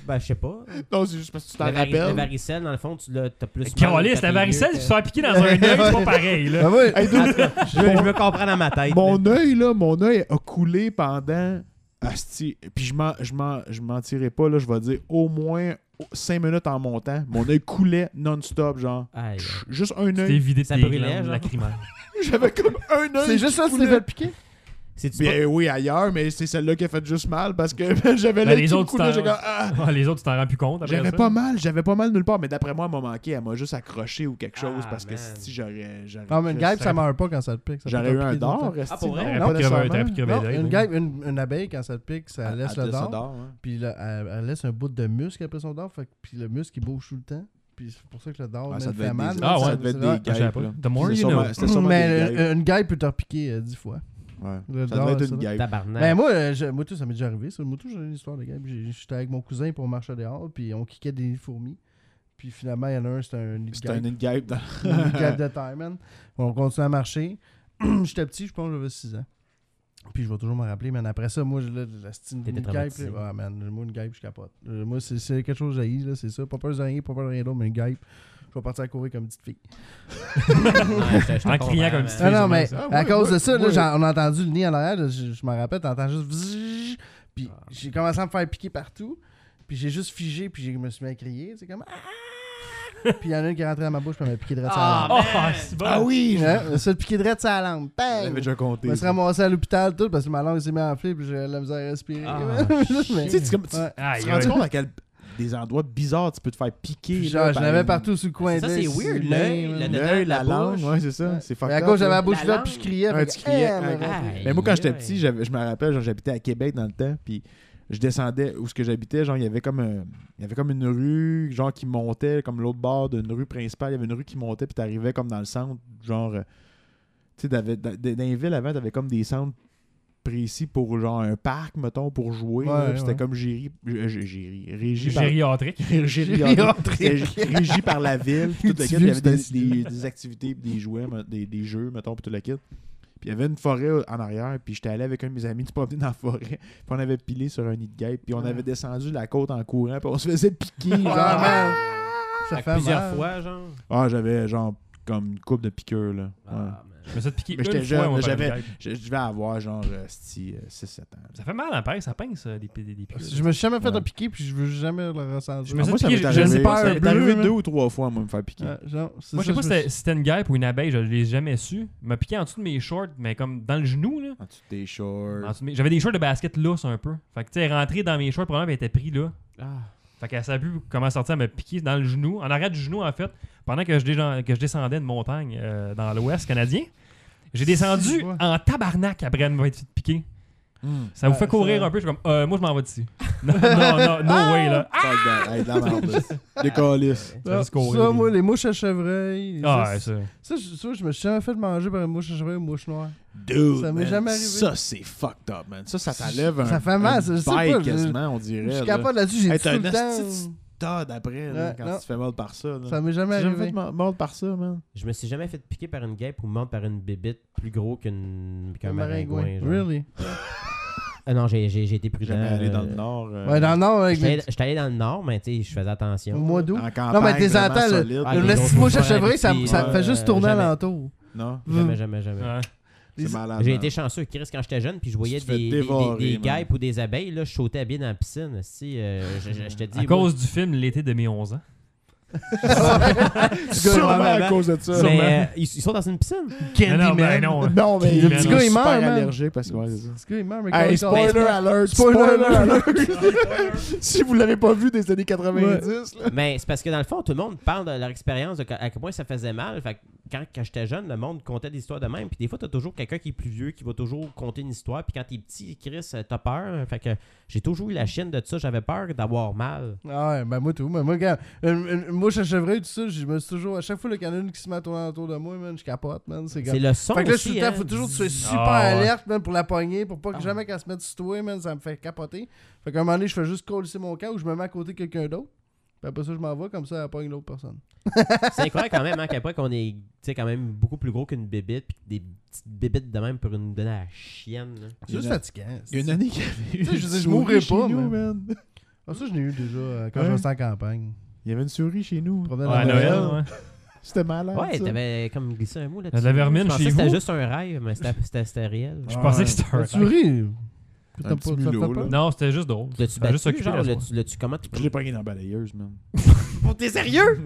S4: Ben, je sais pas.
S3: Non, c'est juste parce que tu t'en
S4: La vari- la
S3: rappelles.
S4: varicelle, dans le fond, tu l'as t'as plus. mal
S1: Carolis,
S4: quand t'es
S1: la varicelle,
S4: vieux
S1: tu
S4: que-
S1: te
S3: euh.
S1: fais piquer dans un œil, c'est pas pareil, là.
S2: Ah ouais,
S3: Hey, dude,
S4: En tout cas, je, je me comprends dans ma tête.
S3: mon œil, là, mon œil a coulé pendant. Asti, puis je m'en, je, m'en, je m'en tirais pas, là, je vais dire au moins 5 minutes en montant. Mon œil coulait non-stop, genre.
S4: là. Aïe.
S3: Juste un
S1: Tu t'es
S3: œil.
S1: vidé de
S4: Ça
S1: tes
S4: brûlait,
S1: glandes
S4: genre.
S1: lacrymales.
S3: J'avais comme un œil.
S2: c'est juste
S3: qui
S2: ça que tu t'es
S3: coulait.
S2: fait piquer?
S4: C'est-tu pas-
S3: Bien oui, ailleurs, mais c'est celle-là qui a fait juste mal parce que j'avais
S1: Ben,
S3: l'œil
S1: les
S3: qui
S1: autres, tu
S3: coulait.
S1: t'en-
S3: J'ai comme, ah!
S1: Ah, les autres, tu t'en rends plus compte après
S3: J'avais
S1: ça.
S3: pas mal, j'avais pas mal nulle part, mais d'après moi, elle m'a manqué, elle m'a juste accroché ou quelque chose
S4: Ah,
S3: parce que
S4: man.
S3: si j'aurais. j'aurais-
S2: Non, mais une guêpe,
S3: j'aurais-
S2: ça meurt pas quand ça te pique. ça peut
S3: J'aurais
S2: te
S3: eu un
S2: piquer
S3: dard,
S2: longtemps.
S3: resti,
S4: pour
S1: T'aurais
S3: non?
S4: vrai?
S2: Non,
S1: pu crever-
S2: nécessairement.
S1: t'aurais pu crever
S2: Non,
S1: d'œil,
S2: Une
S1: oui.
S2: guêpe, une une abeille, quand ça te pique, ça
S3: Elle-
S2: laisse
S3: elle
S2: le
S3: laisse
S2: dard.
S3: dard, hein.
S2: Puis là, elle, elle laisse un bout de muscle après son dard, fait, que- puis le muscle il bouge tout le temps. Puis c'est pour ça que le dard
S3: Ah,
S2: man,
S3: ça devait
S2: fait
S3: être
S2: mal.
S3: des-
S2: là,
S1: Ah ouais,
S2: ça-
S1: ça
S3: devait
S2: c'est-
S3: être des-
S1: Je savais pas.
S3: Guêpe, là.
S1: The more
S3: C'est
S1: you know.
S3: sûrement- C'était sûrement
S2: Mais
S3: des
S2: une- une guêpe peut te repiquer euh, dix fois.
S3: Ouais.
S2: Le
S3: Ça
S2: dard,
S3: devait être
S2: ça
S3: une
S2: doit-
S3: guêpe.
S4: Tabarnak.
S2: Ben moi, euh, je- moi tout, ça m'est déjà arrivé. Sur le moto, j'ai une histoire de guêpe. J'ai- J'étais avec mon cousin pour marcher dehors, puis on kickait des nids de fourmis. Puis finalement, il y en a un, c'était un nid de
S3: C'était un-
S2: guêpe.
S3: une guêpe dans-
S2: Un nid de guêpe de taille, man. On continuait à marcher. J'étais petit, je pense que j'avais 6 ans. Puis je vais toujours me rappeler, mais après ça, moi, je- là, la style
S4: T'étais
S2: une guêpe.
S4: traumatisé.
S2: là, Ah, man, moi, une guêpe, je capote. Euh, Moi, c'est- c'est quelque chose que j'haïs, là, c'est ça. Pas peur de rien, pas peur de rien d'autre, mais une guêpe. Je vais partir à courir comme une petite fille.
S4: Ouais, je- je te
S1: En
S4: comprends,
S1: criant comme
S4: man.
S1: si-
S2: Ah non,
S1: Excusez-moi,
S2: Ah mais
S1: ça.
S2: à
S3: Ah, moi,
S2: cause
S3: moi,
S2: de ça, là,
S3: moi-
S2: j'en- on a entendu le nid en arrière. là, Je, je m'en rappelle, t'entends juste. vzzzz, Puis j'ai commencé à me faire piquer partout. Puis j'ai juste figé, puis j'ai- je me suis mis à crier. C'est comme. Ah! puis il y en a une qui est rentrée dans ma bouche, puis elle m'a piqué de sa
S4: Ah,
S2: langue.
S1: Oh, c'est bon.
S3: Ah oui! je-
S2: Hein? Ça piqué de sa langue.
S3: Je
S2: Bang!
S3: l'avais déjà compté.
S2: Je me suis ramassé à l'hôpital tout parce que ma langue s'est mise à enfler, puis j'ai eu la misère à respirer.
S4: Ah,
S3: Tu sais, tu comme- tu-
S2: Ouais.
S1: Ah, Aïe,
S3: tu te rends
S1: aïe.
S3: compte à quel des endroits bizarres tu peux te faire piquer.
S2: Puis
S3: là, ben,
S2: Genre, je
S3: par
S2: l'avais
S3: une-
S2: partout sous le coin
S4: Ça,
S2: de l'œil,
S4: c'est
S2: sous
S4: weird,
S2: le
S4: l'œil,
S2: nez,
S4: le
S2: man.
S4: dedans,
S3: L'œil, la,
S4: la
S3: langue,
S4: bouche.
S3: ouais, c'est ça.
S2: Ouais.
S3: C'est
S2: Mais
S3: fucked
S2: à
S3: up,
S2: cause, j'avais
S3: là.
S2: la bouche
S4: La
S2: là, puis je
S4: langue.
S2: criais.
S3: Ouais,
S2: fait
S3: tu
S2: que,
S3: criais,
S2: eh,
S3: ouais.
S2: man.
S4: Aïe.
S3: Mais Ben, moi, quand j'étais
S4: Ouais.
S3: petit, j'avais- je me rappelle, genre, j'habitais à Québec dans le temps, puis je descendais où ce que j'habitais, genre, il y avait comme un- il y avait comme une rue, genre, qui montait, comme l'autre bord d'une rue principale, il y avait une rue qui montait, puis t'arrivais comme dans le centre, genre, euh, tu sais, t'avais- dans dans les villes avant, t'avais comme des centres précis pour, genre, un parc, mettons, pour jouer, là,
S2: Ouais,
S3: puis c'était
S2: ouais.
S3: comme géri, euh, gé- géri, régi par-
S1: Gériatrique.
S3: Gériatrique. C'était régi par la ville. puis Tout le kit, il y avait des,
S2: Petit vieux,
S3: des- des activités, puis des jouets, mais- des, des jeux, mettons, puis tout le kit. Puis il y avait une forêt en arrière, puis j'étais allé avec un de mes amis se promener dans la forêt. Puis on avait pilé sur un nid de guêpe, puis on
S1: Ah.
S3: avait descendu la côte en courant, puis on se faisait piquer. genre.
S2: Ah, man. Ça
S4: Fait que
S2: fait
S4: plusieurs
S2: mal.
S4: fois, genre.
S3: Ah, j'avais genre comme une coupe de piqûres, là. Ouais.
S4: Ah, man.
S1: Je me suis fait piquer
S3: Mais j'étais
S1: une
S3: jeune,
S1: fois, moi,
S3: là,
S1: par une
S3: j'avais-
S1: guêpe.
S3: Je je devais avoir genre euh, 6-7 ans.
S1: Ça fait mal, hein, pareil, ça pince, ça, des pi- des- des piqûres.
S2: Ah, Je me suis jamais fait
S3: Ouais.
S2: piquer puis je veux jamais le ressentir.
S1: Je me
S3: Ah,
S1: suis
S3: moi, ça
S1: piqué,
S3: m'est
S1: j'ai-
S3: arrivé,
S1: j'ai
S2: une peur
S3: ça m'est
S2: bleue,
S3: arrivé
S2: là.
S3: deux ou trois fois, moi, me faire piquer.
S2: Ouais, genre, c'est
S1: Moi, je sais pas
S2: ça,
S1: si
S2: me
S1: c'était- si c'était une guêpe ou une abeille, je l'ai jamais su. Il m'a piqué en dessous de mes shorts, mais comme dans le genou, là.
S3: En dessous de tes shorts.
S1: En dessous de mes- J'avais des shorts de basket lousses un peu. Fait que, tu sais, elle est rentrée dans mes shorts, probablement, puis elle était pris là.
S4: Ah.
S1: Fait qu'elle savait plus comment sortir, elle m'a piqué dans le genou, en arrière du genou, en fait, pendant que je, dégen- que je descendais de montagne euh, dans l'ouest canadien. J'ai
S2: Six
S1: descendu
S2: fois.
S1: en tabarnak après elle m'avoir été piquée.
S3: Hmm.
S1: Ça vous
S2: Ah,
S1: fait courir
S2: ça- Ah!
S1: un peu, je suis comme, euh, moi, je m'en vais d'ici. non, non, non, no way, là.
S3: Fuck that. Hey, de la merde. Des calices.
S1: Ça
S2: Ah,
S1: fait se courir,
S2: ça,
S1: les-
S2: moi, les mouches à chevreuil.
S1: Ah,
S2: ça,
S1: ouais, ça.
S2: ça, je, ça, je me suis jamais fait manger par une mouche à chevreuil ou une mouche noire.
S3: Dude,
S2: Ça m'est
S3: man,
S2: jamais arrivé.
S3: Ça, c'est fucked up, man. Ça, ça t'enlève un.
S2: Ça fait mal,
S3: un
S2: ça, je sais
S3: bail
S2: pas, je-
S3: quasiment, on
S2: Je
S3: dirait.
S2: suis
S3: là.
S2: capable là-dessus, j'ai
S3: Hey,
S2: tout
S3: t'as
S2: le
S3: un asti
S2: temps.
S3: T'as d'après, là,
S2: Ouais,
S3: quand
S2: non.
S3: tu te fais mal par ça. Là.
S2: Ça m'est jamais
S3: T'as jamais
S2: arrivé.
S3: fait ma- mal par ça, man.
S4: Je me suis jamais fait piquer par une guêpe ou mordre par une bébite plus gros qu'une- qu'un
S2: Un
S4: maringouin. genre.
S2: Really?
S4: Ah non, j'ai j'ai- j'ai été prudent.
S3: Jamais aller dans le
S4: euh,
S3: nord. euh,
S2: Ouais, dans le nord, avec
S4: J'étais
S2: les...
S4: allé- j'étais allé dans le nord, mais tu sais, je faisais
S2: au
S4: attention.
S2: mois d'août.
S3: En campagne.
S2: Non, mais t'es
S3: vraiment
S2: entends, le-
S3: solide.
S4: Ah,
S2: Le
S4: les
S2: petit
S4: autres
S2: mouche à
S4: vont faire
S2: chevreuil, ça,
S4: habituer,
S2: ça fait
S4: euh,
S2: juste tourner
S4: jamais.
S2: alentour.
S3: Non,
S4: Jamais, jamais, jamais.
S1: Ouais.
S3: c'est
S2: Les-
S3: malade. hein.
S4: J'ai
S3: man.
S4: été chanceux, Chris, quand j'étais jeune, puis je voyais
S3: Tu te fais
S4: des, des,
S3: dévorer,
S4: des- des
S3: man.
S4: guêpes ou des abeilles, là, je sautais à pied dans la piscine. Si, euh, je, je- je te dis.
S1: À
S4: moi,
S1: cause du film L'été de mes 11 ans.
S3: Sûrement
S2: Sûrement,
S3: à
S2: man.
S3: cause de ça.
S4: mais
S1: sûrement.
S4: euh, ils, ils sont dans une piscine.
S1: Non, non, ben non. hein.
S3: Non, mais
S1: Le petit
S2: gars, il meurt,
S3: super
S2: man.
S3: allergique parce que. ouais, c'est ça.
S2: Parce que, il meurt, Hmm. mais quand
S3: Hey,
S2: il sort-
S3: spoiler alert!
S2: Spoiler
S3: Spoiler alert! si vous l'avez pas vu des années 90, là.
S4: mais c'est parce que dans le fond, tout le monde parle de leur expérience, de qu- à quel point ça faisait mal. Fait que quand, quand j'étais jeune, le monde contait des histoires de même. Puis des fois, t'as toujours quelqu'un qui est plus vieux qui va toujours conter une histoire. Puis quand t'es petit, Chris, euh, t'as peur. Fait que j'ai toujours eu la chienne de ça. J'avais peur d'avoir mal.
S2: Ah ouais, ben moi tout. Ben moi, regarde, une, une mouche à chevreuil, tout ça, je me suis toujours. À chaque fois, le canon qui se met à tourner autour de moi, man, je capote, man. C'est comme.
S4: C'est le son.
S2: Fait que là,
S4: aussi,
S2: tout le temps,
S4: hein. Ah.
S2: faut toujours que tu sois super
S1: Ah, ouais.
S2: alerte, man, pour la pogner, pour pas que jamais qu'elle se mette sur toi, man, ça me fait capoter. Fait qu'à un moment donné, je fais juste coller mon cas ou je me mets à côté de quelqu'un d'autre. Puis après ça, je m'en vais comme ça, elle pogne l'autre personne.
S4: C'est incroyable quand même, hein, qu'après qu'on est tu sais, quand même beaucoup plus gros qu'une bébite, puis des petites bébites de même pour nous donner à la chienne. hein. là.
S2: C'est juste
S3: Il y en a-
S2: fatigant.
S3: Il y a une année qu'il y avait
S2: sais,
S3: une
S2: je veux dire, je
S3: souris
S2: mourrais
S3: chez
S2: pas,
S3: nous,
S2: mais-
S3: man.
S2: Ah, ça, je l'ai eu déjà euh, quand je
S3: Ouais.
S2: restais en campagne.
S3: Il y avait une souris chez nous.
S2: Je provenais
S1: Ah, à
S2: de
S1: Noël, ouais.
S3: C'était malade.
S4: Ouais,
S3: Ah, ça.
S4: t'avais comme glissé un mot là-dessus.
S1: Il y a de la vermine
S4: Je pensais
S1: chez
S4: que c'était
S1: vous?
S4: juste un rêve, mais c'était- c'était c'était réel.
S1: Je pensais que c'était un
S2: La souris.
S3: Un
S2: T'as pas-
S3: petit
S2: ça te fait
S3: mulot,
S2: peur?
S3: là.
S1: Non, c'était juste drôle.
S4: L'as-tu
S1: T'as
S4: battu,
S1: juste occupé
S4: genre,
S1: la
S4: l'as-tu- l'as-tu comment tu
S3: Je l'ai pogné dans la balayeuse, man.
S4: Oh, T'es sérieux?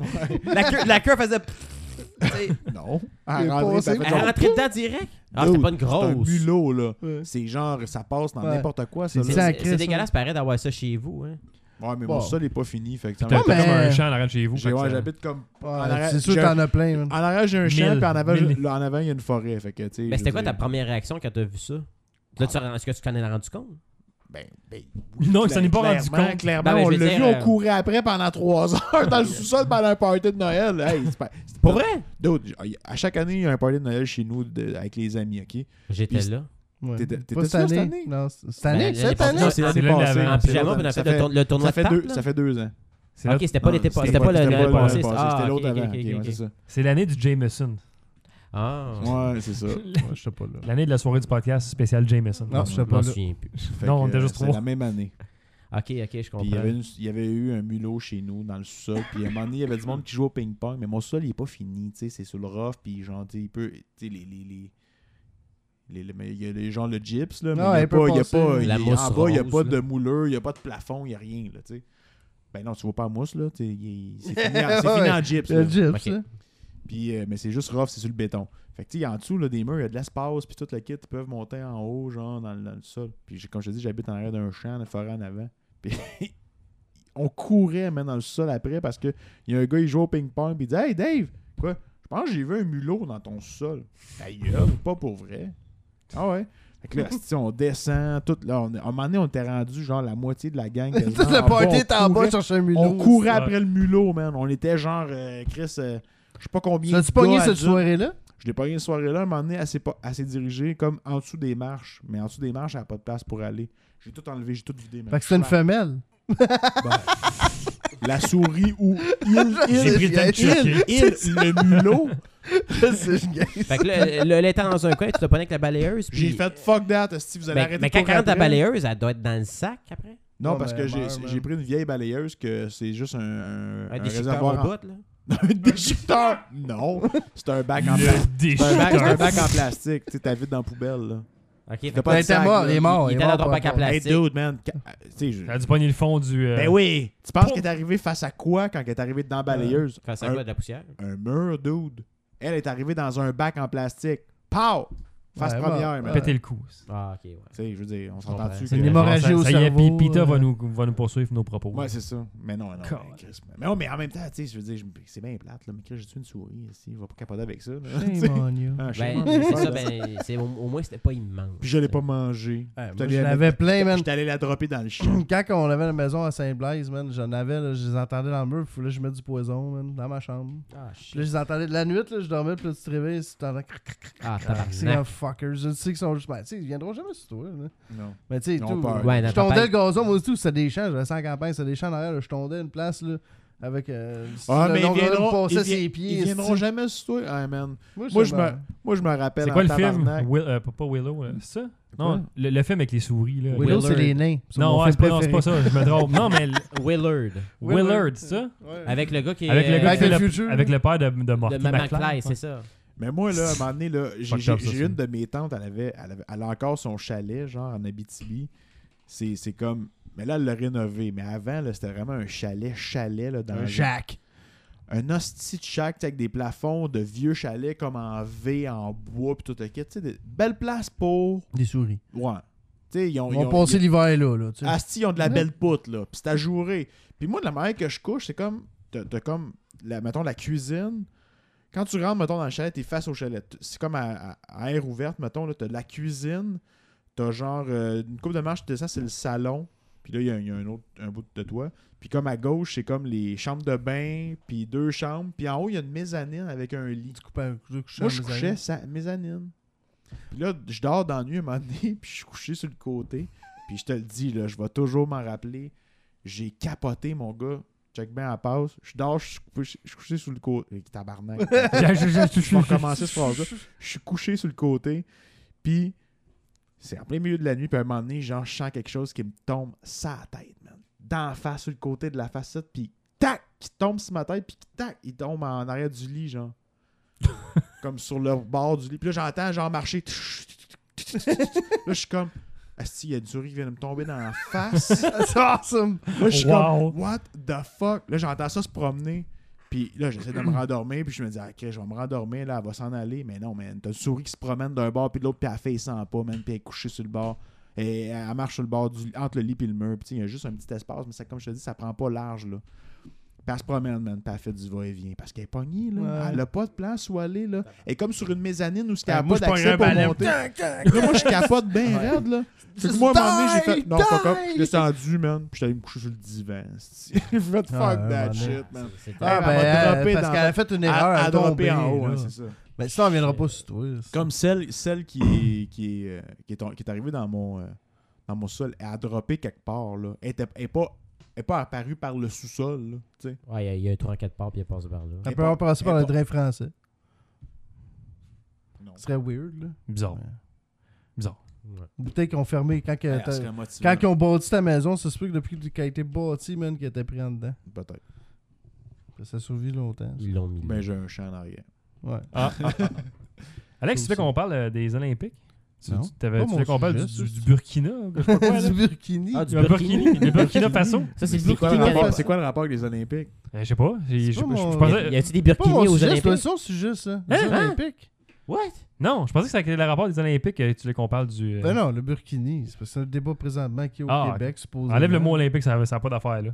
S4: la, queue, la queue faisait. t'sais,
S3: Non.
S2: Il est
S3: Elle
S2: passé-
S3: rentrait
S4: Elle rentrait dedans direct? Ah, c'était pas une grosse.
S3: C'est un mulot, là.
S2: Ouais.
S3: C'est genre, ça passe dans
S2: Ouais.
S3: n'importe quoi, ça.
S2: C'est
S4: C'est-
S3: là.
S2: ça.
S4: C'est c'est dégueulasse, pareil, d'avoir ça chez vous. Hein.
S3: Ouais, mais
S2: Bon.
S3: mon sol n'est pas fini. Fait que ça
S1: T'as
S2: Ouais,
S3: m'a-
S1: t'as comme
S2: mais-
S1: un champ en arrière de chez vous.
S3: J'ai-
S1: fait que
S3: ouais,
S1: ça-
S3: j'habite comme.
S2: Ah,
S3: En arri-
S2: c'est sûr que
S3: j'ai-
S2: t'en as plein, man.
S3: En arrière, j'ai un champ,
S1: Mille.
S3: puis en avant,
S1: Mille.
S3: je- là, en avant, il y a une forêt. Fait que, tu sais.
S4: Mais
S3: je
S4: c'était
S3: veux
S4: quoi
S3: dire- Ah.
S4: ta première réaction quand t'as vu ça? Là, tu- est-ce que tu t'en es rendu compte?
S3: Ben, ben,
S1: Non, il s'en est pas
S3: clairement,
S1: rendu compte.
S3: Clairement,
S4: Ben, ben,
S3: on
S4: je veux
S3: l'a
S4: dire,
S3: vu,
S4: euh,
S3: on courait après pendant trois heures dans le sous-sol pendant un party de Noël. Hey, c'est pas, c'est
S4: Pour
S3: pas-
S4: vrai?
S3: Dude, j- à chaque année, il y a un party de Noël chez nous de- avec les amis,
S4: Ben,
S3: OK?
S4: J'étais
S3: Puis-
S4: là.
S2: Ouais.
S3: t'étais-
S2: Pas
S3: t'étais-tu là cette année?
S2: Non, c- cette
S4: Ben,
S2: année, cette
S4: l'année
S2: année.
S4: passée,
S1: c'est l'année
S3: passée.
S1: d'avant.
S4: En
S1: Ah, c'est
S4: pyjama, puis on a
S3: Ça
S4: fait le tour- le tournoi
S3: ça
S4: de
S3: fait
S4: tarte.
S3: deux-
S4: là.
S3: Ça fait deux ans.
S1: C'est
S4: Ok,
S1: la-
S4: c'était pas l'été
S3: Ah, C'était
S4: passé. C'était pas
S3: c'était
S4: l'année
S3: l'année
S4: passée.
S3: passée,
S4: Ah,
S3: C'était
S4: ok,
S3: l'autre avant.
S4: ok,
S3: OK,
S4: ok,
S3: ouais,
S4: ok.
S3: c'est ça.
S1: C'est l'année du Jameson.
S4: Ah,
S3: Ouais, c'est
S2: Ouais,
S3: ça.
S2: je sais pas là.
S1: L'année de la soirée du podcast spécial Jameson.
S2: Non, je sais
S4: je
S2: pas
S4: m'en
S2: là.
S4: souviens plus.
S3: Fait
S1: Non, on
S3: que,
S1: était juste
S3: c'est
S1: trois.
S3: la même année.
S4: Ok, ok, je
S3: Puis il y,
S4: comprends.
S3: avait une- il y avait eu un mulot chez nous dans le sol. Puis à un moment donné, il y avait du monde qui jouait au ping-pong. Mais mon sol, il est pas fini. tu sais, C'est sur le rough. Puis genre, tu sais, il peut. Tu sais, les. les, les les- les- mais il y a les gens le gyps là mais
S2: Ah,
S3: il y
S2: elle
S3: a
S2: peut
S3: pas il y a
S2: passer,
S3: pas
S2: là.
S3: il
S4: La
S3: y a-
S4: mousse
S3: en bas il y a
S4: rose,
S3: pas
S4: là.
S3: de mouleur il y a pas de plafond il y a rien là tu sais ben non tu vois pas la mousse là tu sais, il- c'est fini, en- c'est fini en gyps là.
S2: Le gyps,
S4: Ok.
S2: ça.
S3: Puis, euh, mais c'est juste rough, c'est sur le béton. Fait que, tu sais, en dessous là, des murs, il y a de l'espace, puis tout le kit, ils peuvent monter en haut, genre, dans, le- dans le sol. Puis, j'ai- comme je te dis, j'habite en arrière d'un champ, de forêt en avant. Puis, on courait, même dans le sol après, parce que il y a un gars, il joue au ping-pong, puis il dit Hey, Dave, quoi Je pense que j'ai vu un mulot dans ton sol. Ta gueule, pas pour vrai. Ah ouais. Fait que là, asti, on descend, tout. Là, on, à un moment donné, on était rendu, genre, la moitié de la gang.
S2: Tout
S3: quasiment
S2: le
S3: en bas, on
S2: party est en bas
S3: Ah, courait.
S2: chercher un mulot.
S3: On courait
S1: Ouais.
S3: après le mulot, man. On était genre, euh, Chris, euh, je sais pas combien.
S2: L'as-tu
S3: de gars
S2: pogné cette
S3: adultes.
S2: soirée-là?
S3: Je l'ai pogné une soirée là, un moment donné, elle s'est pas- elle s'est dirigée comme en dessous des marches. Mais en dessous des marches, elle n'a pas de place pour aller. J'ai tout enlevé, j'ai tout vidé. man.
S2: Fait que c'était une femelle.
S3: La souris ou il, il,
S1: J'ai pris le temps de
S3: il,
S1: checker.
S3: il, le mulot.
S2: C'est une gaze.
S4: Fait que là, le- le était dans un coin, tu t'as pas avec la balayeuse.
S3: J'ai
S4: puis-
S3: fait fuck that, si vous allez
S4: Mais,
S3: arrêter
S4: mais
S3: de
S4: quand
S3: courir
S4: quand ta
S3: après.
S4: balayeuse, elle doit être dans le sac après?
S3: Non,
S2: Ouais,
S3: parce
S2: mais
S3: que j'ai
S2: merde, man.
S3: j'ai pris une vieille balayeuse que c'est juste un, un,
S4: Un
S3: un
S4: déchiqueteur au
S3: réservoir. en-
S4: bout, là?
S3: un déchiqueteur. Non, c'est un bac en plastique.
S1: Le
S3: C'est un bac- c'est un
S1: déchireur.
S3: bac en plastique. Tu sais, t'as vide dans la poubelle. Là.
S4: Ok, fait
S3: T'as
S4: que-
S3: pas
S2: Ben, Il
S3: de
S2: était
S3: sac,
S2: mort,
S3: là.
S2: il est mort.
S4: il était dans ton
S2: mort,
S4: bac à
S2: pas-
S3: Hey
S4: plastique.
S3: dude, man. ca- euh, tu sais, je-
S1: Elle a dû pogner le fond du. euh,
S3: Ben oui! Tu penses
S1: Poum.
S3: qu'elle est arrivée face à quoi quand elle est arrivée dans la balayeuse?
S4: Face à
S3: un,
S4: quoi, de la poussière?
S3: un mur, dude. Elle est arrivée dans un bac en plastique. Pow! Face
S2: Ouais,
S3: première,
S2: bon.
S3: man.
S1: Péter le cou.
S4: Ah, ok, ouais.
S3: Tu sais, je veux dire, on
S4: comprends.
S3: s'entend dessus.
S4: C'est
S2: Une
S4: Ouais,
S2: hémorragie au
S1: ça y est,
S2: cerveau.
S1: puis Pita va
S2: euh,
S1: nous, va nous poursuivre nos propos.
S3: Ouais, c'est ça. Mais non, non.
S1: Colin.
S3: Mais, Chris, mais- mais non, mais en même temps, tu sais, je veux dire, je- c'est bien plate, là. Mais Chris, j'ai tué une souris ici. Je vais pas capoter avec ça. là. Tu sais.
S2: Shame on you.
S3: Ah, je sais
S4: Ben,
S3: pas, mais
S4: c'est
S3: ça,
S4: ça,
S3: là.
S4: ben, c'est- au, au moins, c'était pas immense.
S3: Puis je l'ai pas mangé.
S2: Ouais, moi,
S3: Je
S2: Je
S3: l'ai-
S2: l'avais plein, man.
S3: J'étais allé la dropper dans le chien.
S2: Quand on avait la maison à Saint-Blaise, man, j'en avais, là, je les entendais dans le mur, il fallait que je mette du poison, man, dans ma chambre.
S4: Ah,
S2: Puis là,
S4: shit.
S2: je les entendais de la nuit, là, je dormais, puis là, tu te réveilles, tu t'entends cric, cric, cric,
S4: Ah,
S2: cric, c'est comme
S4: tabarnak.
S2: fuckers. Je sais qu'ils sont juste. Ben, tu sais, ils viendront jamais sur toi, là.
S3: Non.
S2: Mais tu sais,
S3: Ils ont
S2: tout.
S3: peur.
S4: Ouais,
S2: Je
S4: dans ta
S2: tondais le
S4: tête.
S2: gazon, moi aussi, tout, c'était des champs, j'avais ça en campagne, c'était des champs en arrière, là, je tondais une place, là, avec. Euh,
S3: Ah,
S2: le
S3: mais ils
S2: long gars, là, me
S3: viendront,
S2: passait
S3: ils vi-
S2: ses pieds.
S3: ils viendront
S2: esti.
S3: jamais sur toi. Ah, man.
S2: Moi,
S3: Moi,
S2: sais
S3: je
S2: pas.
S3: me, moi, je me rappelle.
S1: C'est quoi
S3: en
S1: le film
S3: tabarnak.
S1: Will- euh, Pas pas Willow, là. C'est ça
S3: Quoi?
S1: Non, le le film avec les souris. là.
S2: Willow, c'est
S4: Willard.
S2: les nains.
S1: Non,
S2: mon
S1: ouais,
S2: film
S1: c'est pas non, c'est
S2: préféré.
S1: pas ça, je me trompe. Non, mais le-
S4: Willard.
S2: Willard.
S1: Willard, c'est ça
S2: Ouais.
S4: Avec le gars qui est.
S1: Avec le
S4: euh,
S1: gars qui
S2: Back
S1: fait
S2: to the
S1: le-
S2: Future.
S1: avec le père de, de
S4: de
S1: Marty
S4: Ma- McFly,
S1: McFly.
S4: c'est ça.
S3: Mais moi, là, à un moment donné, là, j'ai,
S1: Fucked up,
S3: j'ai-
S1: ça,
S3: j'ai
S1: ça.
S3: une de mes tantes, elle, avait, elle, avait- elle a encore son chalet, genre, en Abitibi. C'est, c'est comme. Mais là, elle l'a rénové. Mais avant, là, c'était vraiment un chalet, chalet, là, dans
S2: Un
S3: le-
S2: Jacques.
S3: Un hostie de shack, tu sais, avec des plafonds de vieux chalets comme en V, en bois, puis tout le kit. Tu sais, des- belle place pour.
S2: Des souris.
S3: Ouais. Tu sais, ils
S2: Ils
S3: ont. ils
S2: vont
S3: ont- Ah.
S2: passer
S3: ils-
S2: l'hiver là, là, tu sais.
S3: Asti, ils ont de la
S2: Ouais.
S3: belle poutre, là. Puis c'est à jouer. Puis moi, de la manière que je couche, c'est comme. T'as t'as comme. La, mettons, la cuisine. Quand tu rentres, mettons, dans le chalet, t'es face au chalet. T- C'est comme à, à- à air ouverte, mettons, là. T'as de la cuisine. T'as genre. euh, une coupe de marche, tu descends, c'est le salon. Puis là, il y a, il y a un autre un bout de toit. Puis comme à gauche, c'est comme les chambres de bain, puis deux chambres. Puis en haut, il y a une mezzanine avec un lit.
S2: Tu coupes un- tu couches
S3: Moi,
S2: un
S3: je
S2: mes
S3: couchais
S2: amis.
S3: sa mezzanine. Puis là, je dors dans la nuit un moment donné, puis je suis couché sur le côté. Puis je te le dis, là, je vais toujours m'en rappeler. J'ai capoté, mon gars. check bien la passe. Je dors, je suis couché- je suis couché sur le côté. Eh, Tabarnak.
S1: J'ai- j'ai- j'ai- j'ai-
S3: Je vais recommencer cette phrase-là. Je suis couché sur le côté, puis c'est en plein milieu de la nuit, puis à un moment donné, genre, je sens quelque chose qui me tombe sa tête, man. D'en face, sur le côté de la facette, puis tac, qui tombe sur ma tête, puis tac, il tombe en arrière du lit, genre. comme sur le bord du lit. Puis là, j'entends, genre, marcher. Là, je suis comme, Asti, il y a du riz qui vient de me tomber dans la face.
S2: C'est awesome!
S3: Là, je suis
S1: Wow.
S3: comme, what the fuck? Là, j'entends ça se promener. Puis là, j'essaie de me rendormir. Puis je me dis, ok, je vais me rendormir. Là, elle va s'en aller. Mais non, man. T'as une souris qui se promène d'un bord, puis de l'autre, puis elle fait sans pas, man. Puis elle est couchée sur le bord. Et euh, elle marche sur le bord, du, entre le lit et le mur. Puis tu sais, il y a juste un petit espace. Mais ça, comme je te dis, ça prend pas large, là. Puis elle se promène, man. Puis elle fait du va-et-vient. Parce qu'elle est pognée, là.
S2: Ouais.
S3: Elle a pas de place où aller, là. Elle est comme sur une mezzanine où ce
S1: Ah,
S3: qu'elle a
S1: moi,
S3: pas
S1: je prendrais un
S3: d'accès pour
S1: balai.
S3: monter.
S2: Ah,
S3: Là, moi, je capote bien raide, là. Fait que moi, à un moment donné, j'ai fait non, fuck up. Je suis descendu, man. Puis j'étais allé me coucher sur le divan. J'ai fait fuck
S2: Ah, un moment
S3: that
S2: donné.
S3: shit, man.
S4: C'est- c'est-
S2: Ah,
S3: Elle
S2: ben,
S3: m'a
S2: elle-
S3: droppé
S2: parce
S3: dans-
S2: qu'elle a fait une erreur.
S3: à,
S2: Elle
S3: à
S2: a tombé
S3: dropper en haut,
S2: là.
S3: ouais, c'est ça.
S2: Mais sinon, on viendra pas sur toi. là.
S3: Comme celle, celle qui est, qui est, euh, qui est, en- qui est arrivée dans mon, euh, dans mon sol, elle a droppé quelque part, là. Elle était- elle est pas, elle est pas apparue par le sous-sol, là. Tu sais.
S4: Ouais, il y a- il y, a un trou en quatre parts, puis il passe par là.
S3: Ah.
S2: Elle peut avoir passé par
S3: Et
S2: le
S3: pas-
S2: train français.
S3: Non.
S2: Ce serait weird, là.
S1: Bizarre. Bizarre.
S4: Ouais.
S2: Bouteilles qui ont fermé quand, que
S3: Eh, Elle
S2: euh, t'as-
S3: serait motivée.
S2: quand ils ont bâti ta maison, ça se peut que depuis qu'elle a été bâtie, man, qu'elle était pris en dedans.
S3: Peut-être.
S2: Ça survit longtemps. ça.
S4: Ils l'ont mis. là.
S3: Mais j'ai un chat en arrière.
S2: Ouais.
S1: Ah, ah, ah. Alex, tu
S2: Tout
S1: veux
S2: ça.
S1: qu'on parle euh, des Olympiques? Tu,
S2: Non.
S1: tu- t'avais-
S2: Pas
S1: tu
S2: mon
S1: veux qu'on parle
S2: sujet,
S1: du, du-
S2: ça.
S1: du Burkina? ou Je sais pas quoi, là?
S2: du Burkini.
S4: Ah,
S1: Du Burkini? Du Burkina Faso?
S4: Ça, c'est
S3: C'est
S4: Burkini.
S3: quoi, le rapport-
S4: avec-
S3: c'est quoi le rapport avec les Olympiques?
S1: Euh, Je sais pas. J'ai-
S2: C'est
S1: Je
S2: pas
S1: je- je
S2: mon-
S1: pensais-
S4: Y a-tu des
S2: Pas mon
S4: Burkini aux
S2: sujet, c'est
S4: Olympiques?
S2: son sujet, ça. Les
S1: Hein, hein?
S2: Olympiques.
S4: What?
S1: Non, je pensais que c'était le rapport des Olympiques. euh, Tu veux qu'on parle du. euh,
S2: Ben non, le Burkini. C'est parce que c'est un débat présentement qui est au
S1: Ah,
S2: Québec, supposément.
S1: Enlève le mot olympique, ça n'a pas d'affaire, là.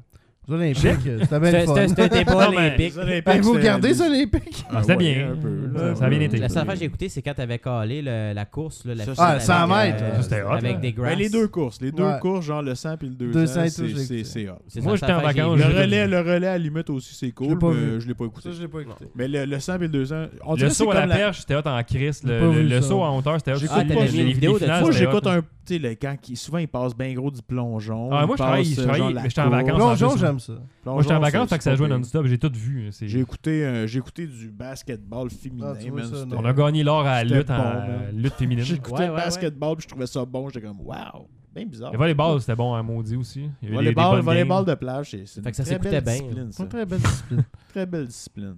S2: Les Olympiques, euh, c'était bien
S4: C'est
S2: le fun.
S4: c'est- c'est un débat
S1: Non, mais-
S4: olympique.
S2: Ben, vous regardez les Olympiques?
S1: Ah, c'était bien. Ça- ça a bien été.
S4: La seule fois que j'ai écouté, c'est quand t'avais calé le- la course, là, la
S3: Ça,
S4: finale
S3: ah,
S4: avec,
S2: 100 mètres,
S1: ça, c'était hot,
S4: Avec
S1: là.
S4: des
S3: Ben,
S4: grasses.
S3: les deux courses, les deux
S2: Ouais.
S3: courses, genre le 100 puis le 200,
S2: 200 et tout, je l'ai
S3: c'est- c'est
S2: écouté.
S3: c'est hot.
S4: C'est
S1: Moi,
S4: ça,
S1: j'étais en
S4: la seule fois
S1: vacances,
S4: que
S3: Le
S1: je-
S4: j'ai vu.
S3: relais, le relais à la limite aussi, c'est
S2: Je
S3: cool,
S2: l'ai pas
S3: mais
S2: vu.
S3: je l'ai pas écouté.
S2: l'ai pas écouté.
S3: Mais le, le 100 et le 200, on
S1: Le
S3: dirait que c'est
S1: saut
S3: comme
S1: à la
S3: la...
S1: perche, c'était hot en crise.
S2: J'ai pas
S1: Le, le-
S2: vu
S1: le
S2: ça.
S1: saut en hauteur, c'était hot.
S3: J'écoute
S1: Les-
S3: pas,
S1: les-
S3: j'ai
S1: les
S4: une vidéo de
S1: finales,
S4: ça.
S3: Moi,
S1: Ah, c'était hot. hein.
S3: j'écoute un... Tu sais, le camp, qui, souvent, il passe bien gros du plongeon.
S1: Ah, moi,
S3: il
S1: je travaille-
S3: passe,
S1: je
S3: euh,
S1: travaille-
S3: genre la
S1: mais j'étais en
S3: course.
S1: vacances.
S2: Non,
S1: en
S2: Jean,
S1: plus,
S2: j'aime ça.
S3: Plongeon,
S1: Moi, j'étais en
S3: c'est-
S1: vacances, fait que
S3: c'est
S1: ça jouait
S3: pas pire.
S1: non-stop. J'ai tout vu. c'est-
S3: J'ai écouté, euh, j'ai écouté du basketball féminin.
S2: Ah, tu vois
S3: man,
S2: ça,
S3: c'était-
S2: non.
S1: On a gagné l'or à la
S3: C'était
S1: lutte, en
S3: bon, man.
S1: lutte féminine.
S3: J'ai écouté
S4: Ouais,
S3: le
S4: ouais, ouais.
S3: basketball, puis je trouvais ça bon. J'étais comme, wow, bien bizarre.
S1: Le volleyball, c'était bon, hein, maudit aussi. Il y avait des- des
S3: Volleyball,
S1: bonnes
S3: volleyball
S1: games.
S3: de plage, c'est c'est une
S4: Fait que ça
S3: très
S4: s'écoutait
S3: belle
S4: bien.
S3: discipline,
S2: C'est
S3: ça.
S2: une très belle discipline.
S3: Très belle discipline.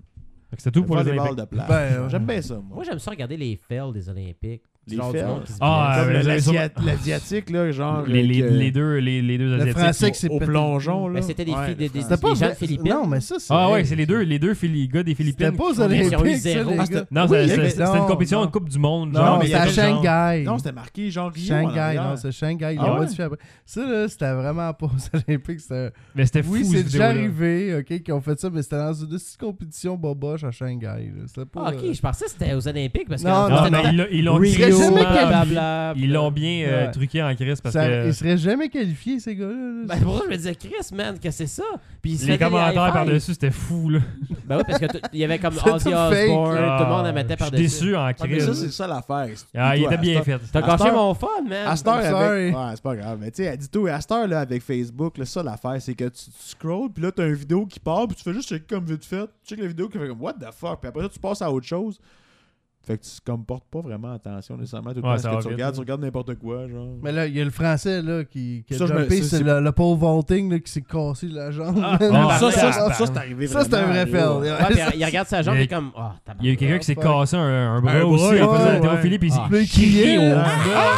S1: Fait que C'était tout
S3: Le
S1: pour les
S3: volleyball
S1: Olympiques.
S3: de plage.
S2: Ben, ouais.
S3: J'aime bien ça, moi.
S4: Moi, j'aime ça regarder les fails des Olympiques.
S3: Les
S4: Genre du
S3: fails.
S4: monde qui se
S1: Ah,
S4: blesse.
S1: ouais,
S3: Comme le-
S1: vous avez sûrement-
S3: l'asiat- l'asiatique, là, genre.
S1: Les-
S3: avec,
S1: Les
S3: euh,
S1: les deux les- les deux
S2: Le
S1: Asiatiques.
S2: français qui s'est
S3: au
S2: pété.
S3: plongeon, là.
S4: Mais c'était des
S3: Ouais,
S4: filles, des, des,
S3: les
S2: C'était
S4: des
S2: pas
S4: gens
S2: vrai-
S4: de Philippines.
S2: Non, mais ça, c'est.
S1: Ah ouais, c'est les deux, les deux filles, les gars des
S2: C'était
S1: Philippines.
S2: pas aux
S1: qui ont-
S4: Ils ont eu
S2: Olympiques, ça,
S4: zéro.
S2: les
S4: Ah,
S2: gars.
S1: Non, c'est-
S3: Oui,
S1: c'est-
S3: mais-
S1: c'était une
S2: non,
S1: compétition
S2: non.
S1: de Coupe du Monde.
S2: Non,
S1: genre,
S2: mais
S1: il y
S2: c'est à
S1: avait genre-
S2: Shanghai.
S3: Non, c'était marqué genre Rio.
S2: Shanghai,
S3: en
S2: non,
S3: arrière.
S2: c'est Shanghai.
S1: Ah
S2: Ah
S1: ouais?
S2: Ça, là, c'était vraiment pas aux Olympiques. c'était-
S1: Mais c'était fou.
S2: Oui, c'est
S1: cette
S2: déjà
S1: vidéo-là.
S2: arrivé, OK, qui ont fait ça, mais c'était dans une petite compétition boboche à Shanghai. là. C'était pas.
S4: Ah, ok, je pensais que c'était aux Olympiques parce que.
S2: euh, Non,
S1: Non,
S2: non,
S1: mais ils l'ont- ils l'ont
S2: Rio,
S1: crissement-
S4: blablabla.
S1: Ils l'ont bien euh,
S2: Ouais.
S1: truqué en crise parce
S2: Ça-
S1: que
S2: Ils seraient jamais qualifiés, ces gars-là. là.
S4: Ben, pour ça, je me disais, Chris, man, que c'est ça? Puis ils se
S1: les
S4: faisaient des high
S1: commentaires
S4: fives.
S1: par-dessus, c'était fou. Là.
S4: Ben oui, parce qu'il y avait comme
S2: C'est
S4: Ozzy
S2: tout fake,
S4: Osbourne,
S1: Ah,
S4: tout le monde en mettait
S1: Je suis
S4: par-dessus.
S1: déçu en
S3: Ah, mais ça,
S1: crise.
S3: c'est ça l'affaire.
S1: Ah, il
S3: Dis-toi,
S1: était bien
S3: à
S1: fait.
S4: T'as
S3: À cette
S4: gâché
S3: heure-
S4: mon fun, man.
S3: À cette heure,
S2: I'm
S3: avec...
S2: sorry.
S3: ouais, c'est pas grave. Mais tu sais, dis-toi, à cette heure, là, avec Facebook, là, ça, l'affaire, c'est que tu, tu scrolls, puis là, t'as une vidéo qui part, puis tu fais juste checker comme vite fait. Tu check la vidéo qui fait comme what the fuck, puis après ça, tu passes à autre chose. Fait que tu comme portes pas vraiment attention nécessairement tout le
S1: Ouais,
S3: temps à ce
S1: ça
S3: que
S1: va
S3: tu
S1: vite,
S3: regardes,
S1: là.
S3: tu regardes n'importe quoi, genre.
S2: Mais là, il y a le français là, qui, qui a
S3: Ça, je me-
S2: jumpé,
S3: c'est-
S2: c'est
S3: c'est-
S2: le, le pauvre vaulting là, qui s'est cassé la jambe.
S1: Ah,
S3: Ah, ça,
S1: tabarnak.
S3: ça, ça, ça, c'est arrivé
S2: Ça, c'est un vrai fail.
S3: là.
S4: Ouais, puis
S2: Ouais,
S4: ah, il regarde sa jambe
S1: Il y a-
S4: et comme. Oh,
S1: Il y a eu quelqu'un
S2: Ah,
S1: qui s'est
S2: fuck.
S1: cassé un, un bras
S3: Un bras,
S1: aussi en
S2: ouais,
S1: faisant Théo
S3: ouais.
S1: Philippe. Il
S4: Ah,
S1: s'est
S2: Puis là, il
S1: crié
S2: criait,
S1: au
S2: là.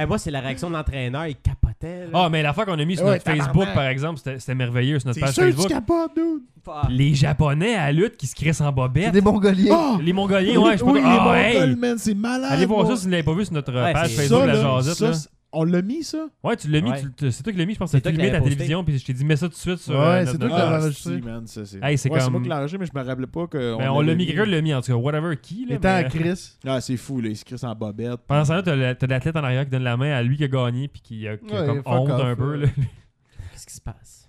S4: Eh, moi, c'est la réaction de l'entraîneur, il capotait. là.
S1: Ah, mais la fois qu'on a mis sur
S3: Ouais,
S1: notre Facebook,
S3: tabarnak.
S1: par exemple, c'était c'était merveilleux sur notre
S3: C'est
S1: page
S3: sûr que tu
S1: Facebook.
S3: capotes, dude.
S4: Ah.
S1: Les Japonais à lutte qui se crissent en
S2: C'est
S1: bobette.
S2: des Mongoliens.
S3: Ah!
S1: Les Mongoliens, ouais, je sais pas.
S3: Oui, les
S1: Ah, hey!
S3: Mongols, man, c'est malade.
S1: Allez voir
S3: moi.
S1: ça si vous ne l'avez pas vu sur notre
S4: Ouais,
S1: page
S4: c'est-
S1: Facebook,
S3: Ça,
S1: la
S3: là,
S1: jasette.
S3: ça,
S1: là.
S3: c'est- On l'a mis, ça?
S1: Ouais, tu l'as mis,
S4: Ouais.
S1: tu- tu- c'est toi qui l'as mis, je pense que
S4: C'est
S1: t'as
S4: toi qui
S1: filmé
S4: l'avais
S1: à la
S4: posté.
S1: télévision, puis je t'ai dit, mets ça tout de suite sur.
S2: Ouais,
S1: euh,
S2: c'est
S1: notre-
S2: toi qui l'avais
S1: Ah,
S2: enregistré.
S3: si, man, ça, c'est...
S1: Hey, c'est
S3: Ouais,
S1: comme-
S3: moi qui l'ai enregistré, mais je me rappelais pas que...
S1: Ben, on l'a
S3: l'avait
S1: mis, quelqu'un l'a mis en tout cas, whatever qui.
S2: Il
S1: Là,
S2: était en
S1: mais-
S2: crise.
S3: Ah, c'est fou, là, il se crisse en bobette.
S1: Pendant ce temps-là, t'as la- t'as l'athlète en arrière qui donne la main à lui qui a gagné puis qui a, qui a
S2: Ouais,
S1: comme
S2: fuck
S1: honte
S2: off,
S1: un peu.
S2: ouais.
S1: Là.
S2: Oh,
S4: Qu'est-ce qui se passe?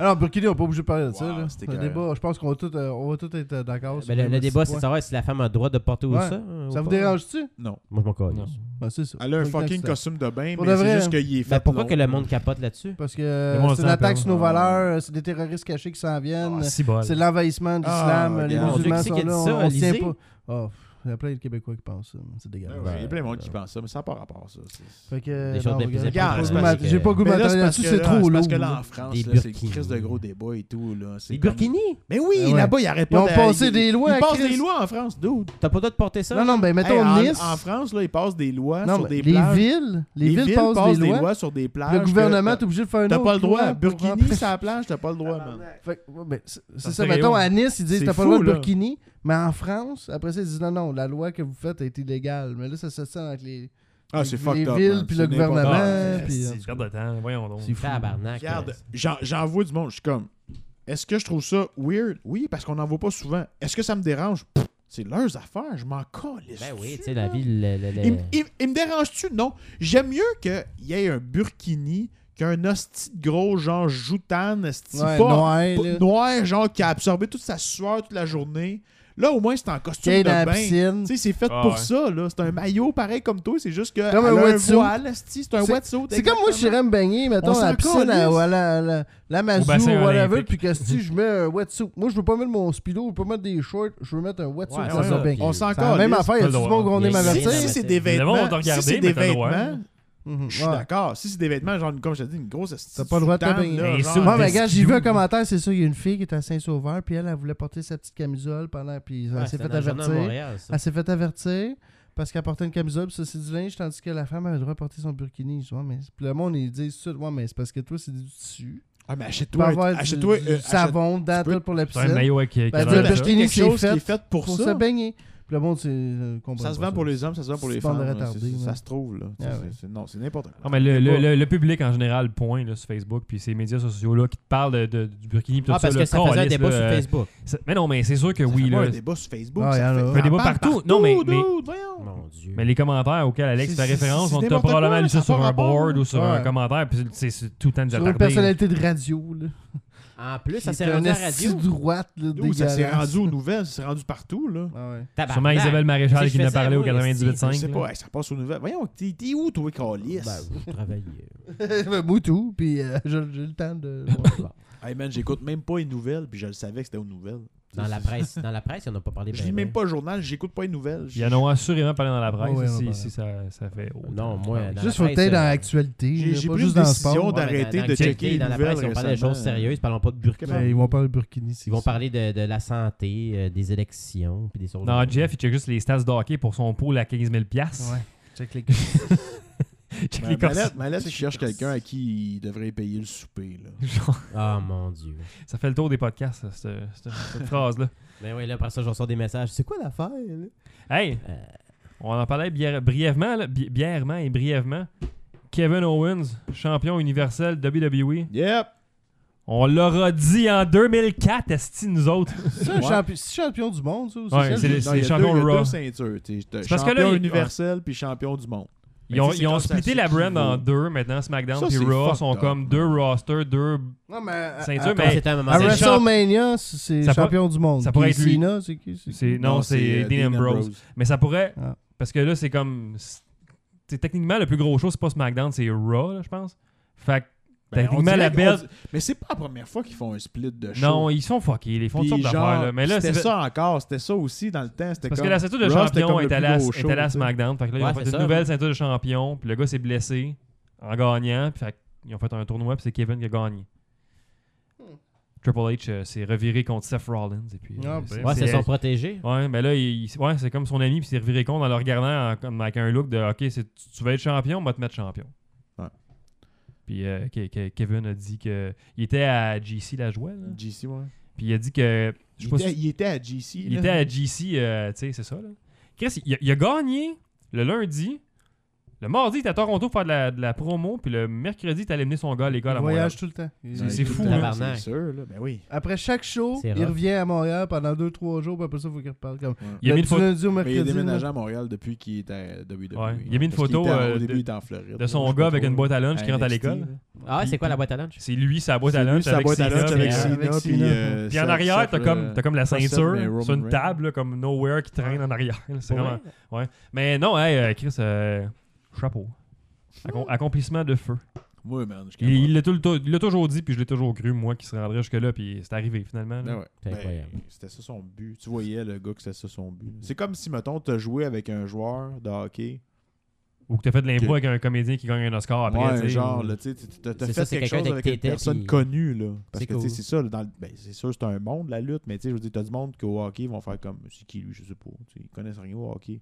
S2: Alors, Burkini, on n'est pas obligé de parler de ça.
S3: Wow,
S2: là.
S3: c'était
S2: Le
S3: carré.
S2: débat, je pense qu'on va tous euh, on va tous être euh, d'accord. sur
S4: Ben, le, le
S2: même
S4: débat,
S2: petit
S4: c'est de
S2: point.
S4: savoir si la femme a le droit de porter ou
S2: Ouais.
S4: ça. euh,
S2: Ça
S4: ou
S2: vous
S4: pas.
S2: dérange-tu?
S3: Non.
S4: Moi, je m'en calisse.
S1: Non.
S2: Ben, c'est ça.
S3: Elle a un
S2: Faut que
S3: fucking
S2: ça-
S3: costume de bain,
S2: Pour
S3: mais
S2: de vrai,
S3: c'est juste
S2: hein.
S3: qu'il est fait.
S4: Ben, pourquoi
S3: long.
S4: que le monde capote là-dessus?
S2: Parce que
S1: Mais moi, on
S2: euh, c'est une
S1: s'en
S2: attaque
S1: perd.
S2: sur nos valeurs, euh, c'est des terroristes cachés qui s'en viennent,
S1: Ah, si bol.
S2: c'est l'envahissement de
S3: Ah,
S2: l'islam, les
S3: regarde.
S2: musulmans
S4: Mon Dieu,
S2: sont
S4: qui c'est qui a
S2: là,
S4: dit ça,
S2: on on se tient
S4: Élysée?
S2: pas. Oh, il y a plein de Québécois qui pensent ça, c'est
S3: Ah
S2: dégueulasse.
S3: ouais, Il y a plein de monde qui pense ça, mais ça n'a pas rapport à ça. c'est-
S2: Fait que,
S4: Des choses
S2: Ben, non,
S4: bien plus
S2: regarde,
S3: importantes,
S2: j'ai pas le goût de
S3: parce
S2: m'attarder- J'ai pas le goût de
S3: Mais là,
S2: m'attarder
S3: c'est parce
S2: là-dessus,
S3: que
S2: c'est
S3: là-
S2: trop
S3: c'est
S2: lourd.
S3: Parce que là,
S2: là.
S3: en France,
S4: Des
S3: là, c'est
S4: burkinis.
S3: une crise de gros débat et tout. Là. c'est
S4: Les
S3: comme-
S4: burkinis?
S3: Mais oui,
S2: Ah ouais.
S3: là-bas, ils arrêtent pas
S2: Ils ont
S3: de-
S2: passé des lois,
S3: Ils passent
S2: Chris.
S3: des lois en France, dude.
S4: T'as pas le droit de porter ça?
S2: Non, non, ben
S3: Hey,
S2: mettons
S3: en,
S2: Nice,
S3: en France, là, ils passent des lois
S2: non,
S3: sur
S2: mais
S3: des
S2: les
S3: plages.
S2: villes, les villes passent des lois,
S3: sur des plages.
S2: le
S3: que
S2: gouvernement
S3: t'as-
S2: est obligé de faire une
S3: T'as
S2: autre
S3: pas le droit.
S2: loi pour
S3: Burkini, c'est la plage, t'as pas le droit, man.
S2: Fait que, ouais, ben, c'est c'est
S1: Ça
S2: ça,
S1: serait
S2: mettons,
S1: haut.
S2: à Nice, ils disent
S3: C'est
S2: t'as pas le droit
S3: fou,
S2: de
S3: là.
S2: burkini, mais en France, après ça, ils disent non, non, la loi que vous faites est illégale. Mais là, ça se sent avec les.
S3: Ah, c'est
S2: les
S3: fucked up.
S2: villes,
S3: man.
S2: puis
S3: C'est
S2: le
S3: n'importe
S2: gouvernement,
S3: quoi.
S2: puis-
S3: C'est-
S1: Garde le temps, voyons donc.
S2: C'est fou.
S4: Oh, Tabarnak.
S3: Regarde,
S4: euh,
S3: j'en j'en vois du monde. Je suis comme, est-ce que je trouve ça weird? Oui, parce qu'on en voit pas souvent. Est-ce que ça me dérange? Pff, C'est leurs affaires. Je m'en calisse.
S4: Ben oui, tu sais, la vie, le- le- le-
S3: Il, me- il- il me dérange-tu? Non. J'aime mieux qu'il y ait un burkini qu'un hostie de gros, genre joutane, hostie
S2: Ouais,
S3: pas-
S2: noir,
S3: pas-
S2: là.
S3: noir, genre qui a absorbé toute sa sueur toute la journée. Là, au moins, c'est en costume
S2: Qui est
S3: de
S2: dans la
S3: bain.
S2: piscine.
S3: Tu sais, c'est fait
S1: Ah
S3: pour
S1: ouais.
S3: ça, là. C'est un maillot pareil comme toi, c'est juste que.
S2: Comme un
S3: elle a
S2: wetsuit.
S3: voile, hostie, C'est un
S2: C'est-
S3: wetsuit.
S2: C'est comme moi, je
S3: exactement.
S2: irais me baigner, mettons,
S3: On
S2: à la
S3: s'en
S2: piscine, à,
S3: calisse.
S2: ou à la, la, la Mazou,
S1: Au bassin
S2: ou whatever,
S1: olympique.
S2: puis que si je mets un wetsuit. Moi, je veux pas mettre mon speedo, je veux pas mettre des shorts, je veux mettre un wetsuit,
S4: Ouais,
S2: ça
S4: ouais,
S2: sera
S4: ouais.
S2: bien.
S3: On s'en
S2: C'est la même
S3: calisse.
S2: affaire, y a tout le monde grondé
S4: Il y a
S2: ma
S4: rien
S3: Si
S2: vertine.
S4: à
S3: c'est des
S1: Le monde va te
S3: vêtements, si
S1: regarder,
S3: c'est
S1: mais
S3: des
S1: t'as le droit.
S3: vêtements, je suis
S2: Ouais.
S3: d'accord. Si c'est des vêtements, genre, comme je te dis, une grosse
S2: T'as pas le droit de te
S3: soutane,
S2: baigner.
S3: là,
S1: Et
S3: genre-
S1: sous-
S2: Moi, mais
S1: Des
S2: gars, j'ai vu un
S1: skidoo.
S2: commentaire, c'est ça, il y a une fille qui était à Saint-Sauveur, puis elle, elle voulait porter sa petite camisole pendant, puis
S4: Ouais,
S2: elle s'est
S4: c'était
S2: fait
S4: dans le journal de
S2: avertir.
S4: Montréal, ça.
S1: Ah,
S2: Elle s'est fait avertir parce qu'elle portait une camisole, puis ça c'est du linge, tandis que la femme avait le droit de porter son burkini. Je dis, ouais, mais puis le monde, ils disent ça, ouais, mais c'est parce que toi, c'est du tissu.
S3: Ah, mais
S2: Tu peux
S3: achète-toi.
S2: avoir
S3: un-
S2: du,
S3: Achète-toi.
S2: du
S3: euh, achète-
S2: savon dedans
S3: peux-
S2: tout pour la
S1: C'est un
S2: piscine.
S1: maillot avec. qui
S2: Ben,
S1: a l'air
S2: le
S1: de-
S3: T'achètes
S2: burkini,
S3: quelque
S2: c'est
S3: chose qui
S2: fait
S3: est fait pour
S2: Pour
S3: ça.
S2: se baigner. Puis le monde, c'est. euh, comprend
S3: Ça se
S2: pas
S3: vend pour les hommes, ça se vend pour les
S2: C'est pas
S3: femmes.
S2: de
S3: là,
S2: retardé,
S3: c'est- c'est-
S2: ouais.
S3: Ça se trouve, là.
S2: Ah
S3: C'est-
S2: ouais.
S3: c'est- Non, c'est n'importe quoi.
S1: Non, mais le, le, le, le public en général, point, là, sur Facebook, puis ces médias sociaux-là qui te parlent de, de- du burkini, puis tout
S4: Ah, parce
S1: ça.
S4: que
S1: là,
S4: ça faisait un
S1: calisse,
S4: débat
S1: là,
S4: sur
S1: euh,
S4: Facebook.
S1: ça- Mais non, mais c'est sûr que
S3: Ça
S1: oui,
S3: fait pas
S1: là.
S3: un débat sur Facebook.
S2: Ah,
S3: ça
S2: y'en a.
S3: fait-
S2: Un
S3: ça en
S1: débat
S3: parle
S1: partout. Non, mais- mais-
S3: dude, voyons.
S4: Mon Dieu.
S1: Mais les commentaires auxquels Alex
S3: C'est-
S1: fait
S3: c'est-
S1: référence,
S3: c'est
S1: on t'a
S3: n'importe
S1: probablement
S3: quoi,
S1: lu ça
S3: ça
S1: sur
S3: n'a pas
S1: un
S3: rapport,
S1: board
S3: là.
S1: ou sur
S2: Ouais.
S1: un commentaire, puis c'est c'est tout le temps nous
S2: Sur une
S1: attarder.
S2: personnalité de radio, là.
S4: En plus, ça
S2: Qui
S4: s'est
S2: était
S4: rendu à
S2: un
S4: la radio.
S2: esti droite, là,
S3: Dude, ça s'est
S2: dégueulasse.
S3: rendu aux nouvelles, ça s'est rendu partout, là.
S2: Ah ouais.
S4: Tabarnak.
S1: Sûrement Isabelle Maréchal
S4: Si
S1: qui
S4: je
S1: nous a
S4: faisais
S1: parlé au
S4: moi, esti,
S3: Je sais
S1: 98.5. là.
S3: pas, hey, ça passe aux nouvelles. Voyons, t'es t'es où, toi, Calis?
S4: Ben, je
S2: Ben,
S4: travaillais.
S2: Moi, tout, puis euh, j'ai j'ai le temps de.
S4: euh,
S3: Hey man, j'écoute même pas les nouvelles, puis je le savais que c'était aux nouvelles.
S4: Dans la presse, dans la presse, on n'a pas
S1: Eh
S4: parlé.
S3: Je
S4: ben,
S3: lis
S4: ben.
S3: même pas le journal, j'écoute pas les nouvelles.
S1: Ils en ont assurément parlé dans la presse,
S2: Ouais, ouais,
S1: si,
S2: ouais.
S1: si ça, ça fait autant.
S4: Non, moi,
S3: Ah
S4: dans
S2: Juste
S4: la
S2: faut
S4: presse,
S2: être dans
S4: euh,
S2: l'actualité,
S3: J'ai
S2: là,
S3: j'ai
S2: pas
S3: pris une
S2: juste dans le
S3: décision
S2: sport.
S4: Ouais, mais
S3: d'arrêter
S4: dans-
S3: de
S4: dans-
S3: checker les
S4: Dans la
S3: nouvelles.
S4: presse, ils vont parler de
S3: récemment.
S4: choses sérieuses, ils parleront pas de burkini.
S2: Ben, ils vont parler de burkini. c'est
S4: Ils vont
S2: ça.
S4: parler de, de la santé, euh, des élections, puis des choses.
S1: Non, Jeff, il check juste les stats de hockey pour son pôle à 15 000
S2: Ouais. Check les
S1: Check
S3: Ben, Ma-
S1: les
S3: Malette,
S1: corsets.
S3: Malette, il cherche quelqu'un à qui il devrait payer le souper. Là.
S1: Genre,
S4: Ah, mon Dieu.
S1: Ça fait le tour des podcasts, ça, cette, cette- cette phrase-là.
S3: Euh,
S4: Ben oui, là, après ça, je reçois des messages. C'est quoi l'affaire, là?
S1: Hey,
S4: Euh,
S1: on en parlait bière- brièvement, là, bi- bièrement et brièvement. Kevin Owens, champion universel WWE.
S3: Yep!
S1: On l'aura dit en 2004, esti, nous autres.
S3: Ben,
S2: C'est un
S3: Ouais.
S2: champion, c'est champion du monde, ça aussi.
S1: Ouais,
S2: ça?
S1: c'est les-
S3: Non, il y a
S1: champions
S3: deux, il y a
S1: Raw.
S3: deux ceintures. t'es- t'es
S1: C'est parce que là,
S3: champion
S1: il-
S3: universel puis champion du monde.
S1: Ils ont,
S3: Mais tu sais,
S1: ils ont
S3: comme ça,
S1: splitté
S3: c'est
S1: la
S3: qui
S1: brand
S3: vaut.
S1: en deux maintenant. SmackDown
S3: Ça,
S1: et
S3: c'est
S1: Raw
S3: fucked
S1: sont
S3: up.
S1: comme deux rosters, deux.
S2: Non, mais
S3: euh,
S2: à,
S1: Ceinture,
S2: à-
S1: mais-
S4: comme c'était Ah, un moment
S2: à
S1: c'est
S4: donné.
S1: le champ-
S2: WrestleMania, c'est
S1: Ça
S2: champion du monde.
S1: ça pourrait
S2: Puis
S1: être lui.
S2: Cena, c'est qui c'est qui?
S1: C'est- Non, c'est
S3: euh,
S1: Dean Ambrose. Ben, Mais ça pourrait.
S2: Ah.
S1: Parce que là, c'est comme. C'est techniquement le plus gros show, c'est pas SmackDown, c'est Raw, là, je pense. Fait que
S3: Ben, on
S1: techniquement,
S3: dirait
S1: la
S3: qu'on
S1: belle.
S3: dit- Mais c'est pas la première fois qu'ils font un split de show.
S1: Non, ils sont fuckés, ils font toutes
S3: Puis
S1: sortes
S3: genre,
S1: d'affaires. là. Mais là,
S3: c'était
S1: c'est.
S3: ça encore, c'était ça aussi dans le temps. c'était
S1: Parce
S3: comme-
S1: que la ceinture de
S3: Raw, c'était
S1: champion
S3: comme le
S1: est à
S3: plus
S1: la,
S3: gros
S1: est à la
S3: show,
S1: SmackDown. Fait que là, ils
S4: Ouais,
S1: ont fait
S4: c'est
S1: une
S4: ça,
S1: nouvelle
S4: ouais.
S1: ceinture de champion. Puis le gars s'est blessé en gagnant. Puis fait qu'ils ont fait un tournoi. Puis c'est Kevin qui a gagné. Triple H euh, s'est reviré contre Seth Rollins. Et puis,
S2: Ah,
S1: euh,
S2: ben.
S1: c'est-
S4: Ouais,
S1: c'est-
S4: c'est son protégé.
S1: Ouais, mais là, il, il- ouais, c'est comme son ami. Puis il s'est reviré contre en le regardant en- comme avec un look de OK, c'est- tu, tu veux être champion, on va te mettre champion.
S3: Ouais.
S1: Puis euh, Ke- Ke- Kevin a dit que. Il était à GC la joie. là.
S3: tu sais. GC, ouais.
S1: Puis il a dit que. je sais
S3: Il
S1: pas si-
S3: était, il était à GC.
S1: il
S3: là.
S1: était à GC, euh, tu sais, c'est ça. Là. Chris, il a, il a gagné le lundi. Le mardi, il était à Toronto pour faire de la, de la promo, puis le mercredi, il allait amener son gars à l'école
S2: Il
S1: à Montréal.
S2: voyage tout le temps. Il-
S1: C'est- c'est fou, hein.
S3: là.
S4: tabarnak.
S3: C'est sûr, là. Ben oui.
S2: Après chaque show,
S4: C'est
S2: il
S4: rough.
S2: revient à Montréal pendant 2-3 jours, puis après ça, il faut qu'il reparte comme.
S1: Il a
S2: Le-
S1: mis une
S2: du
S1: photo
S2: lundi au
S3: Mais il a
S2: mercredi.
S3: déménagé à Montréal depuis qu'il était à WWE.
S1: Ouais, il a mis une
S3: Parce qu'il
S1: photo,
S3: était en-
S1: euh,
S3: Au début,
S1: de-
S3: il était en Floride.
S1: de son
S3: Je sais
S1: gars
S3: pas
S1: avec
S3: trop.
S1: une boîte à lunch qui rentre à
S3: NXT,
S1: l'école.
S3: là.
S4: Ah, c'est quoi la boîte à lunch?
S1: C'est lui, sa boîte à
S3: C'est lui,
S1: lunch
S3: sa
S1: avec
S3: boîte à
S1: Cena,
S3: lunch
S1: puis-
S3: avec
S2: euh,
S3: Cena.
S2: avec
S3: Puis,
S2: Cena.
S3: euh,
S1: Puis en
S3: Seth-
S1: arrière,
S3: Seth,
S1: t'as comme,
S3: euh,
S1: t'as comme la
S3: Seth,
S1: ceinture
S3: mais Roman
S1: sur une
S3: Reigns.
S1: table, là, comme Nowhere qui traîne en arrière. là. C'est
S4: Pour
S1: vraiment. Ouais. Mais non, hey, euh, Chris, euh, chapeau. Accom- accomplissement de feu.
S3: Ouais, man. je
S1: Il il l'a tout le to- il l'a toujours dit, puis je l'ai toujours cru, moi, qui se rendrait jusque-là, puis c'est arrivé finalement. là.
S3: Ben ouais.
S4: C'est
S3: Ben,
S4: incroyable.
S3: C'était ça son but. Tu voyais le gars que c'était ça son but.
S1: Mm.
S3: C'est comme si, mettons, t'as joué avec un joueur de hockey.
S1: Ou que t'as fait de l'impro
S3: Que-
S1: avec un comédien qui gagne un Oscar après.
S3: Ouais,
S1: tu sais,
S3: genre,
S1: ou-
S3: là, tu sais, t'as t'as
S4: C'est
S3: fait
S4: ça, c'est
S3: quelque
S4: quelqu'un
S3: chose
S4: avec
S3: avec
S4: qui
S3: une
S4: t'étais,
S3: personne
S4: puis-
S3: connue, là. Parce
S4: C'est
S3: que, tu sais,
S4: cool.
S3: c'est ça, là, dans le- ben, c'est sûr, c'est un monde, la lutte, mais tu sais, je veux dire, t'as du monde qu'au hockey, ils vont faire comme, c'est qui lui, je sais pas, tu sais, ils connaissent rien au hockey.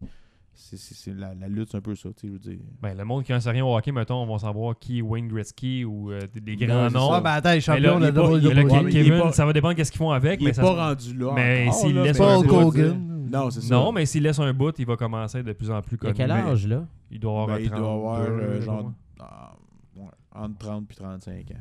S3: C'est- c'est- c'est la, la lutte, c'est un peu ça, tu sais, je veux dire.
S1: Ben, le monde qui en sait rien au hockey, mettons, on va savoir qui est Wayne Gretzky ou euh, des- des grands
S3: Ouais, c'est
S1: noms.
S3: ça.
S2: Ah, ben attends, il est
S1: Mais là,
S2: champion de la
S1: il est pas- il- le-
S3: Ouais, mais
S2: WWE.
S3: il est
S1: Kevin,
S3: pas-
S1: ça va dépendre qu'est-ce qu'ils font avec.
S3: Il
S1: mais
S3: est
S1: ça
S3: pas
S1: se-
S3: rendu là.
S1: mais
S3: encore,
S1: s'il
S3: là,
S1: laisse
S3: mais
S1: un
S3: c'est
S2: Paul
S1: peu-
S3: pas dire-
S2: Hogan.
S3: Non, c'est ça.
S1: euh, Non, mais s'il laisse un bout, il va commencer à être de plus en plus
S4: Il a
S1: connu.
S4: quel
S3: mais-
S4: âge, là?
S1: Il doit avoir
S3: Ben, il doit avoir,
S1: 32,
S3: euh,
S1: je
S3: genre,
S1: crois.
S3: ah, ouais, entre 30 puis 35 ans.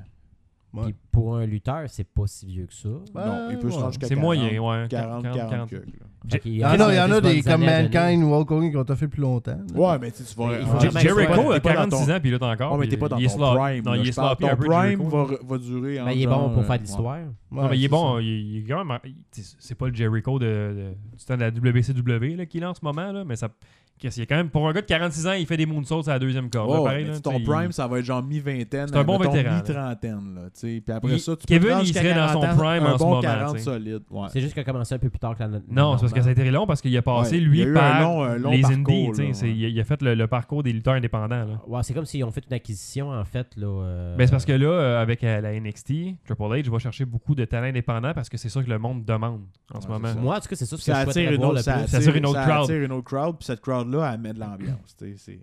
S2: Ouais.
S4: Puis pour un lutteur, c'est pas si vieux que ça.
S3: non, il peut se
S2: ouais.
S3: rendre jusqu'à
S1: C'est
S3: 40,
S1: moyen, ouais.
S3: 40, 40,
S1: 40.
S3: quelques, là.
S4: Fait qu'il
S2: Ah non, il y en a des
S4: bonnes
S2: comme
S4: années à donner.
S2: Mankind ou Hulk Hogan qui ont t'a fait plus longtemps. là.
S3: Ouais, mais tu sais, tu vas.
S4: Il faut
S3: Ah,
S4: jamais-
S3: mais t'es
S1: Jericho a
S3: pas- t'es pas dans
S1: 46
S3: ton-
S1: ans, puis là, t'es encore.
S3: Oh, mais
S1: puis
S3: t'es pas dans
S1: il est
S3: ton
S1: slop-
S3: prime.
S1: Non,
S3: là.
S1: il est
S3: Je parle,
S1: sloppy un
S3: Ton
S1: peu,
S3: prime
S1: Jericho.
S3: va, va durer.
S4: Mais
S3: entre
S4: il est bon
S3: genre,
S4: pour
S3: euh,
S4: faire de
S3: ouais.
S4: l'histoire.
S1: Non, Ah, mais il
S2: Ouais,
S1: est
S2: c'est
S1: bon. hein.
S2: ça.
S1: Il, il est quand même. il- t'sais, C'est pas le Jericho de, de- du temps de la WCW là, qu'il est en ce moment, là, mais ça. qu'est-ce, Il est quand même, pour un gars de 46 ans, il fait des moonsaults à la deuxième corde. là,
S3: Ouais,
S1: pareil,
S3: mais
S1: là,
S3: tu sais, ton
S1: t'sais, il-
S3: prime, ça va être genre mi-vingtaine.
S1: C'est un bon
S3: mettons,
S1: vétéran, là.
S3: Mi-trentaine, là. tu sais. Puis après
S1: Il-
S3: ça, tu
S1: Kevin,
S3: peux te rendre
S1: il
S3: jusqu'à
S1: serait dans
S3: 40
S1: son prime
S3: un
S1: en ce
S3: bon
S1: moment,
S3: 40
S1: tu sais.
S3: solide. Ouais.
S4: C'est juste qu'il a commencé un peu plus tard que la no-
S1: Non, c'est parce que ça a
S4: normale.
S1: été long parce qu'il a passé,
S3: Ouais,
S1: lui,
S3: il y a eu un
S1: par
S3: long- un long
S1: les
S3: parcours,
S1: indies.
S3: là,
S1: t'sais, c'est-
S3: ouais.
S1: il, a, il a fait le, le parcours des lutteurs indépendants. Là.
S4: Ouais, c'est comme s'ils ont fait une acquisition, en fait. Là, euh,
S1: Ben, c'est parce que là, euh, avec euh, la NXT, Triple H va chercher beaucoup de talents indépendants parce que c'est ça que le monde demande en ce
S3: Ouais,
S1: moment.
S3: c'est
S4: Moi, en tout cas, c'est ça ce que
S3: Ça
S4: je
S3: attire
S4: souhaiterais
S3: une
S4: voir le
S3: autre
S4: plus. Ben,
S3: ça
S1: Ça attire une autre crowd.
S3: attire une autre crowd. Puis cette crowd-là, elle met de l'ambiance. tu sais, C'est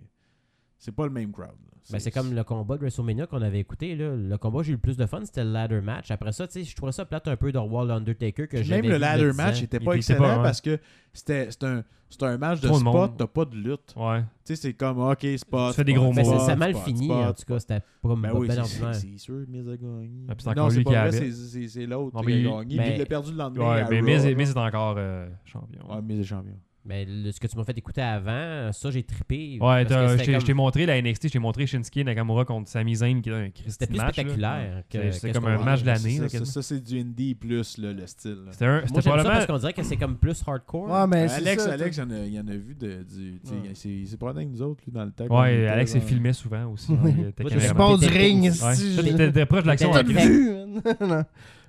S3: c'est pas le même crowd. là.
S4: Ben, c'est comme le combat de WrestleMania qu'on avait écouté. Là. Le combat que j'ai eu le plus de fun, c'était le ladder match. Après ça, tu sais, je trouvais ça plate un peu de revoir l'Undertaker que
S3: Puis
S4: j'avais
S3: Même le
S4: vu
S3: ladder
S4: dix
S3: match
S4: ans.
S3: était
S1: Il
S3: pas
S1: était
S3: excellent
S1: pas, ouais.
S3: parce que c'était c'est un, c'est un match de
S1: Trop de
S3: spot,
S1: monde.
S3: t'as pas de lutte.
S1: Ouais.
S3: Tu sais, c'est comme, ok, spot.
S1: Tu fais des
S3: spot,
S1: gros mots.
S4: Ben, c'est-
S3: spot,
S1: Ouais,
S4: ça a mal
S3: spot,
S4: fini,
S3: spot,
S4: en tout cas. C'était pas
S3: Ben
S4: pas
S3: oui,
S4: bien
S3: c'est- c'est
S4: ordinaire.
S3: c'est sûr, Miz a gagné.
S1: Ah, puis c'est encore
S3: non, c'est
S1: lui
S3: pas
S1: qui
S3: vrai,
S1: avait.
S3: c'est- c'est c'est l'autre
S1: Non,
S3: qui a
S1: mais il-
S3: gagné.
S4: mais-
S3: puis Il l'a perdu le lendemain.
S1: Ouais,
S3: à
S1: mais
S3: Raw,
S1: Miz, est-
S3: là.
S1: Miz est encore euh, champion.
S3: Ouais, Miz est champion.
S4: Mais Ben, le- ce que tu m'as fait écouter avant, ça, j'ai trippé.
S1: Ouais, t'as-
S4: parce que
S1: je t'ai-
S4: c'était
S1: je
S4: comme-
S1: t'ai montré la NXT, je t'ai montré Shinsuke Nakamura contre Sami Zayn qui est un Christy
S4: C'était plus
S1: match. là.
S4: spectaculaire. que-
S1: C'est- c'était
S4: que ce
S1: comme
S4: qu'on
S1: un
S4: voit.
S1: match de
S3: Ça,
S1: l'année. là,
S3: ça,
S1: quasiment.
S3: ça, ça, c'est du indie plus, là, le style. là.
S1: C'était un-
S4: Moi,
S1: c'était
S4: j'aime ça parce
S1: probablement.
S4: qu'on dirait que c'est comme plus hardcore.
S2: Ouais, mais c'est
S3: Alex,
S2: ça,
S3: Alex, il y en a- il y en a vu de, du. tu sais,
S2: Ouais.
S3: il s'est- Il s'est promené avec nous autres, lui, dans le temps. quand il
S1: Ouais,
S3: était
S1: Alex est
S3: dans-
S1: filmé souvent aussi.
S2: Oui.
S1: hein, il était
S4: Moi,
S2: Je
S4: Ouais.
S2: suis
S1: caméraman.
S2: pas du ring.
S1: Ouais.
S2: si,
S1: Toi,
S2: je-
S1: T'étais t'étais proche de l'action. hein,
S4: T'étais-
S2: T'as
S1: Chris.
S4: Ouais.
S2: vu, man. Non.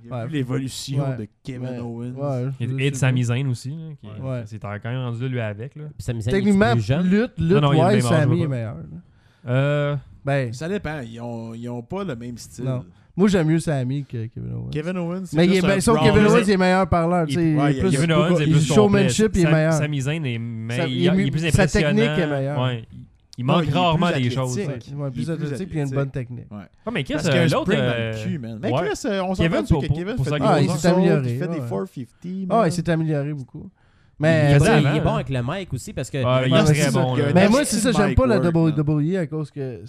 S3: Il a
S2: Ouais.
S3: vu l'évolution
S2: Ouais.
S3: de Kevin
S2: Ouais.
S3: Owens.
S2: Ouais, je-
S1: Et et de Sami Zayn aussi. là, qui-
S2: Ouais.
S1: C'est quand même rendu là, lui avec. là.
S4: Puis Sami Zayn, il est
S2: Techniquement,
S4: plus jeune.
S2: lutte,
S1: Non,
S2: lutte,
S1: non, il y a le
S2: ouais,
S1: même âge,
S2: Sammy
S1: je
S2: est
S1: vois
S2: meilleur. là.
S1: Euh,
S2: Ben,
S3: Ça dépend, ils ont, ils ont pas le même style.
S2: Non. moi j'aime mieux Sammy que Kevin Owens.
S3: Kevin Owens, c'est
S2: mais il est,
S3: plus un
S2: ben, sauf
S3: brawl.
S2: Kevin Owens,
S1: Il-
S2: il est meilleur parleur. tu sais,
S3: il- ouais,
S2: il est plus-
S1: Kevin Owens est
S2: il-
S1: plus
S2: showmanship
S1: complet.
S2: est
S1: Sam-
S2: meilleur.
S1: Sami Zayn est
S2: Sa-
S1: meilleur.
S2: il
S1: Il
S2: est
S1: il
S2: mu-
S1: est plus
S2: sa
S1: impressionnant.
S2: technique est meilleure.
S1: Ouais. Il- Il
S3: Non,
S1: manque
S3: il est plus
S1: rarement des choses.
S3: athlétique.
S1: tu sais.
S2: Ouais,
S3: Il
S2: plus
S3: est plus
S2: athlétique puis il a une
S3: athlétique.
S2: bonne technique.
S1: Ah, mais Chris,
S3: Parce qu'il y a
S1: euh,
S3: un
S1: l'autre.
S3: spring dans
S1: euh,
S3: le cul, man. Mais
S1: ouais.
S3: Chris, euh, on s'en
S1: Kevin,
S3: fait que
S1: pour- pour-
S3: Kevin
S1: pour
S3: fait
S1: sa grosseur.
S3: des gros
S1: Ah, il
S2: s'est
S3: sauts,
S2: amélioré,
S3: Il fait des
S2: ouais.
S3: 450.
S2: Ah,
S3: man.
S2: il s'est amélioré beaucoup.
S1: Il
S4: Ben, Il est
S2: Mais
S1: faisait
S4: bon-
S1: avant,
S4: il est
S1: là.
S4: bon avec le mic aussi parce que.
S1: Ah, hein. il
S2: Ouais,
S1: est
S2: c'est
S1: très
S2: ça.
S1: bon. là.
S3: Mais
S2: Mais
S3: Merci
S2: moi, c'est ça,
S3: de
S2: j'aime
S3: Mike
S2: pas la
S3: Ward, man.
S2: WWE à cause que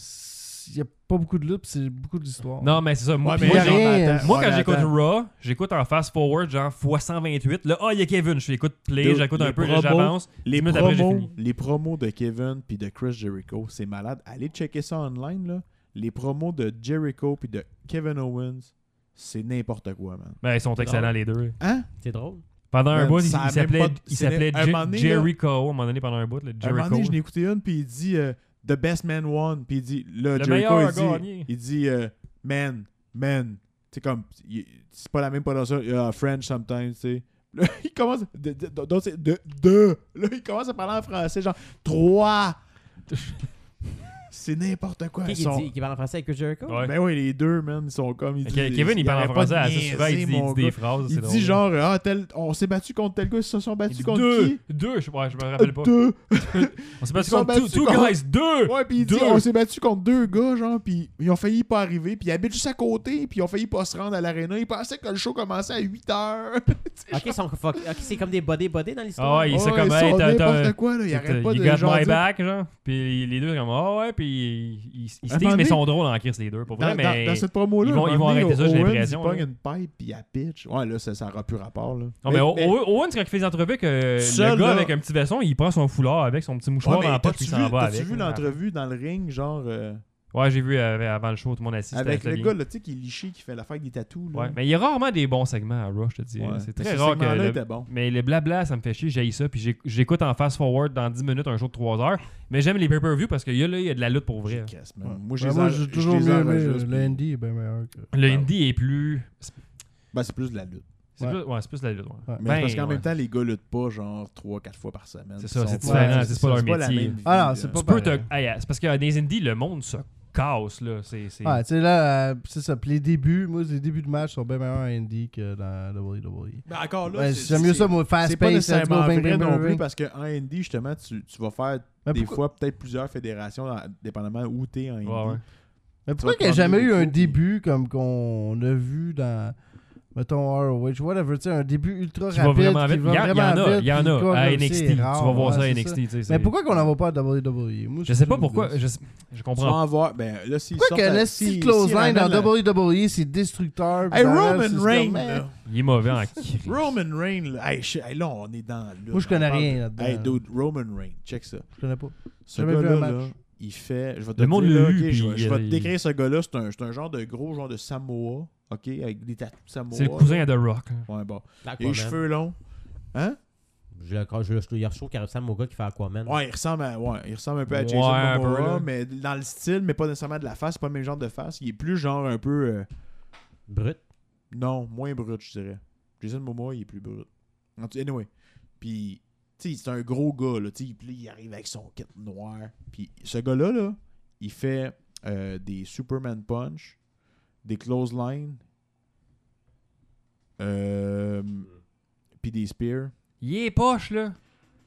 S2: il y a pas beaucoup de lutte, puis c'est beaucoup d'histoire.
S1: Non, mais c'est ça. Moi,
S3: Ouais,
S1: puis
S2: il
S3: mais
S1: moi,
S2: y a
S1: j'ai-
S2: rien.
S3: j'entends-
S1: Moi,
S3: ouais,
S1: quand
S3: mais
S1: j'écoute
S3: attends.
S1: Raw, j'écoute en fast forward, genre x128. Là, ah, il y a Kevin. Je écoute play,
S3: Dude,
S1: j'écoute un
S3: les
S1: peu,
S3: promos-
S1: j'avance.
S3: Les
S1: Dix minutes après, j'ai
S3: promos,
S1: fini.
S3: les promos de Kevin puis de Chris Jericho, c'est malade. Allez checker ça online. Là. Les promos de Jericho puis de Kevin Owens, c'est n'importe quoi, man.
S1: Ben, ils sont excellents, les deux.
S3: Hein?
S4: C'est drôle.
S1: Pendant un
S3: Man,
S1: bout, il
S3: ça a
S1: il
S3: même
S1: s'appelait
S3: pas de-
S1: il
S3: c'est-
S1: s'appelait
S3: un
S1: Je-
S3: moment donné, là-
S1: Jericho. À un moment donné, pendant un bout, le
S3: À un moment
S1: Jericho.
S3: donné, je l'ai écouté une puis il dit euh, The Best Man Won. Puis il dit, là,
S1: Le
S3: Jericho,
S1: meilleur
S3: il
S1: a
S3: dit,
S1: gagné.
S3: il dit euh, Man, man. C'est comme, il- c'est pas la même prononciation. euh, French sometimes, tu sais. Là, il commence, de, de, de- donc c'est de, de. Là, il commence à parler en français, genre, trois. C'est n'importe quoi.
S4: Qui
S3: ils
S4: qui
S3: sont-
S4: dit qui parle en français avec Jericho
S1: Ouais.
S3: Ben oui, les deux, man, ils sont comme. Ils
S1: Ok,
S3: disent-
S1: Kevin, il parle en
S3: arrêtent pas de
S1: français assez souvent. Il
S3: niaiser,
S1: dit, il
S3: mon
S1: dit
S3: gars.
S1: des phrases.
S3: Il
S1: c'est
S3: dit
S1: drôle.
S3: genre, ah, tel, on s'est battu contre tel gars, ils se sont
S1: Il
S3: battus
S1: dit
S3: contre
S1: deux,
S3: qui
S1: deux, je sais pas, je me
S3: Euh,
S1: rappelle pas.
S3: Deux.
S1: On s'est battu
S3: Ils sont
S1: contre two,
S3: battus
S1: two
S3: contre-
S1: guys, deux.
S3: Ouais, puis il dit,
S1: Deux.
S3: on s'est battu contre deux gars, genre, puis ils ont failli pas arriver, puis ils habitent juste à côté, puis ils ont failli pas se rendre à l'aréna. Ils pensaient que le show commençait à 8 heures.
S4: Ok, ils sont fuck- ok, c'est comme des body body dans
S1: Ah
S4: l'histoire.
S1: ouais, il sait
S3: Ouais,
S1: comme,
S3: ils
S1: hey,
S3: sont
S1: t'as-
S3: n'importe
S1: t'as.
S3: quoi, là. Ils
S1: t'as-
S3: arrêtent pas
S1: You
S3: de
S1: got
S3: genre,
S1: my
S3: dire-
S1: back, genre. Puis les deux, comme, ah ouais, puis ils- ils ils
S3: À
S1: se
S3: un
S1: disent,
S3: moment
S1: mais ils
S3: donné-
S1: sont drôles en Chris, les deux, pour
S3: Dans,
S1: vrai.
S3: dans-
S1: Mais
S3: dans cette promo-là,
S1: ils vont-
S3: à un
S1: ils vont
S3: moment donné,
S1: arrêter ça, j'ai
S3: Owens,
S1: l'impression,
S3: Il pogne
S1: là.
S3: une pipe, puis il pitch. Ouais, là, ça n'aura plus rapport. Là.
S1: Non, mais, Ow- Owen, c'est quand il fait des entrevues que le
S3: Seul,
S1: gars
S3: là.
S1: avec un petit veston, il prend son foulard avec son petit mouchoir
S3: Ouais, mais
S1: dans la poche
S3: t'as-tu
S1: puis il
S3: vu-
S1: s'en va avec.
S3: T'as-tu vu l'entrevue dans le ring, genre, euh,
S1: Ouais, j'ai vu euh, avant le show, tout le monde assis. c'était-
S3: avec
S1: c'était
S3: le
S1: bien.
S3: gars, là, tu sais, qui est liché, qui fait l'affaire des tatous, là.
S1: Ouais, mais il y a rarement des bons segments à Rush, je te dis.
S3: Ouais.
S1: C'est
S3: Mais
S1: très
S3: ce
S1: rare que.
S3: segment-là
S1: le-
S3: était bon.
S1: Mais le blabla, ça me fait chier, j'ai ça, puis j'ai- j'écoute en fast-forward dans 10 minutes un show de 3 heures. Mais j'aime les pay-per-view parce que y a, là, il y a de la lutte pour vrai.
S3: Casse, man. Moi, je
S2: Ouais,
S3: les
S2: Moi,
S3: en-
S2: j'ai
S3: je
S2: toujours
S3: les
S2: mieux aimé.
S3: enregistre,
S2: euh,
S3: puis-
S2: Le Andy est bien meilleur que.
S1: Le indie est plus.
S3: Ben, c'est plus de la lutte.
S1: C'est
S2: Ouais.
S1: plus, ouais, c'est plus de la lutte. ouais.
S2: Ouais.
S3: Mais
S1: Ben,
S3: c'est parce qu'en
S1: ouais.
S3: même temps, les gars luttent pas genre 3-4 fois par semaine.
S1: C'est ça,
S3: Ils
S1: c'est
S3: sont
S1: différent, c'est pas leur
S3: la
S1: métier.
S3: même vie,
S2: Ah non,
S3: là.
S2: c'est
S1: Tu
S2: pas
S1: peux te.
S2: pareil.
S1: Hey, c'est parce que des indies, le monde se casse, là. C'est. c'est-
S2: Ouais, tu sais, là, euh, c'est ça. Puis les débuts, moi, les débuts de match sont bien meilleurs à Andy que dans WWE.
S3: Ben, encore là,
S2: Ouais,
S3: c'est-
S2: j'aime mieux
S3: c'est-
S2: ça, moi,
S3: C'est
S2: fast pace,
S3: pas
S2: let's go,
S3: nécessairement
S2: bang,
S3: vrai
S2: bang,
S3: non
S2: bang,
S3: plus
S2: bang.
S3: parce qu'en Indy, justement, tu, tu vas faire
S2: Mais
S3: des
S2: Ah, pourquoi-
S3: fois peut-être plusieurs fédérations dans- dépendamment où t'es en Indy.
S1: Ouais, ouais.
S2: Mais
S3: Tu
S2: pourquoi
S3: vas
S2: qu'il n'y a
S3: prendre
S2: jamais
S3: des
S2: eu un
S3: coups, puis-
S2: début comme qu'on a vu dans, mettons, ROH, whatever, tu sais, un début ultra
S1: Qui va
S2: rapide
S1: vraiment
S2: qui
S1: vite.
S2: va
S1: Il y, en- il y en
S2: vraiment
S1: a,
S2: vite,
S1: il y en
S2: puis le
S1: a Ah,
S2: gars,
S1: à
S2: comme
S1: NXT.
S2: c'est
S1: Tu
S2: rare,
S1: vas voir
S2: ouais,
S1: ça à
S2: c'est
S1: NXT. tu sais, c'est-
S2: Mais pourquoi qu'on n'en va pas à WWE? Moi,
S1: Je sais pas
S2: trouve
S1: pourquoi.
S2: que-
S1: Je, je
S3: Tu
S1: comprends
S3: vas en voir. Ben, là, s'ils
S2: Pourquoi que
S3: sortent à-
S2: le
S3: si-
S2: style
S3: si
S2: clothesline
S3: ramènent
S2: dans
S3: la-
S2: WWE, c'est destructeur? puis
S3: Hey,
S2: dans la- c'est
S3: Roman
S2: comme, euh,
S3: Reigns!
S2: man,
S3: là.
S1: Il est mauvais en crise.
S3: Roman Reigns! là. Hey, shit, hey, là, on est dans. la lutte,
S2: Moi, je
S3: on
S2: connais
S3: parle-
S2: rien Euh. là-dedans.
S3: Hey, dude, Roman Reigns, check ça.
S2: Je connais pas.
S3: Ce
S2: Jamais vu
S3: gars-là,
S2: un match.
S3: là, il fait. Je vais te
S1: Le monde
S3: dire,
S1: l'a
S3: là,
S1: eu,
S3: ok,
S1: puis
S3: je, vais- je vais
S1: il-
S3: te décrire ce gars-là. C'est un, c'est un genre de gros genre de Samoa, ok, avec des tatous de Samoa.
S1: C'est le cousin de The Rock.
S3: Ouais, bon.
S4: Aquaman.
S3: Les cheveux longs. Hein?
S4: Je le crois, je, je, il y a chaud qui ressemble au gars qui fait Aquaman.
S3: Ouais, il ressemble, à, ouais, il ressemble un peu à
S1: Ouais,
S3: Jason
S1: un peu, là.
S3: Momoa, mais dans le style, mais pas nécessairement de la face, c'est pas le même genre de face. Il est plus genre un peu. euh,
S4: Brut.
S3: non, moins brut, je dirais. Jason Momoa, il est plus brut. En tout- Anyway. Puis, tu sais, c'est un gros gars, là. Tu sais, puis là, il arrive avec son kit noir. Puis, ce gars-là, là, il fait euh, des Superman Punch, des Clothesline, euh, puis des Spears.
S1: Il est poche, là.
S3: Ah,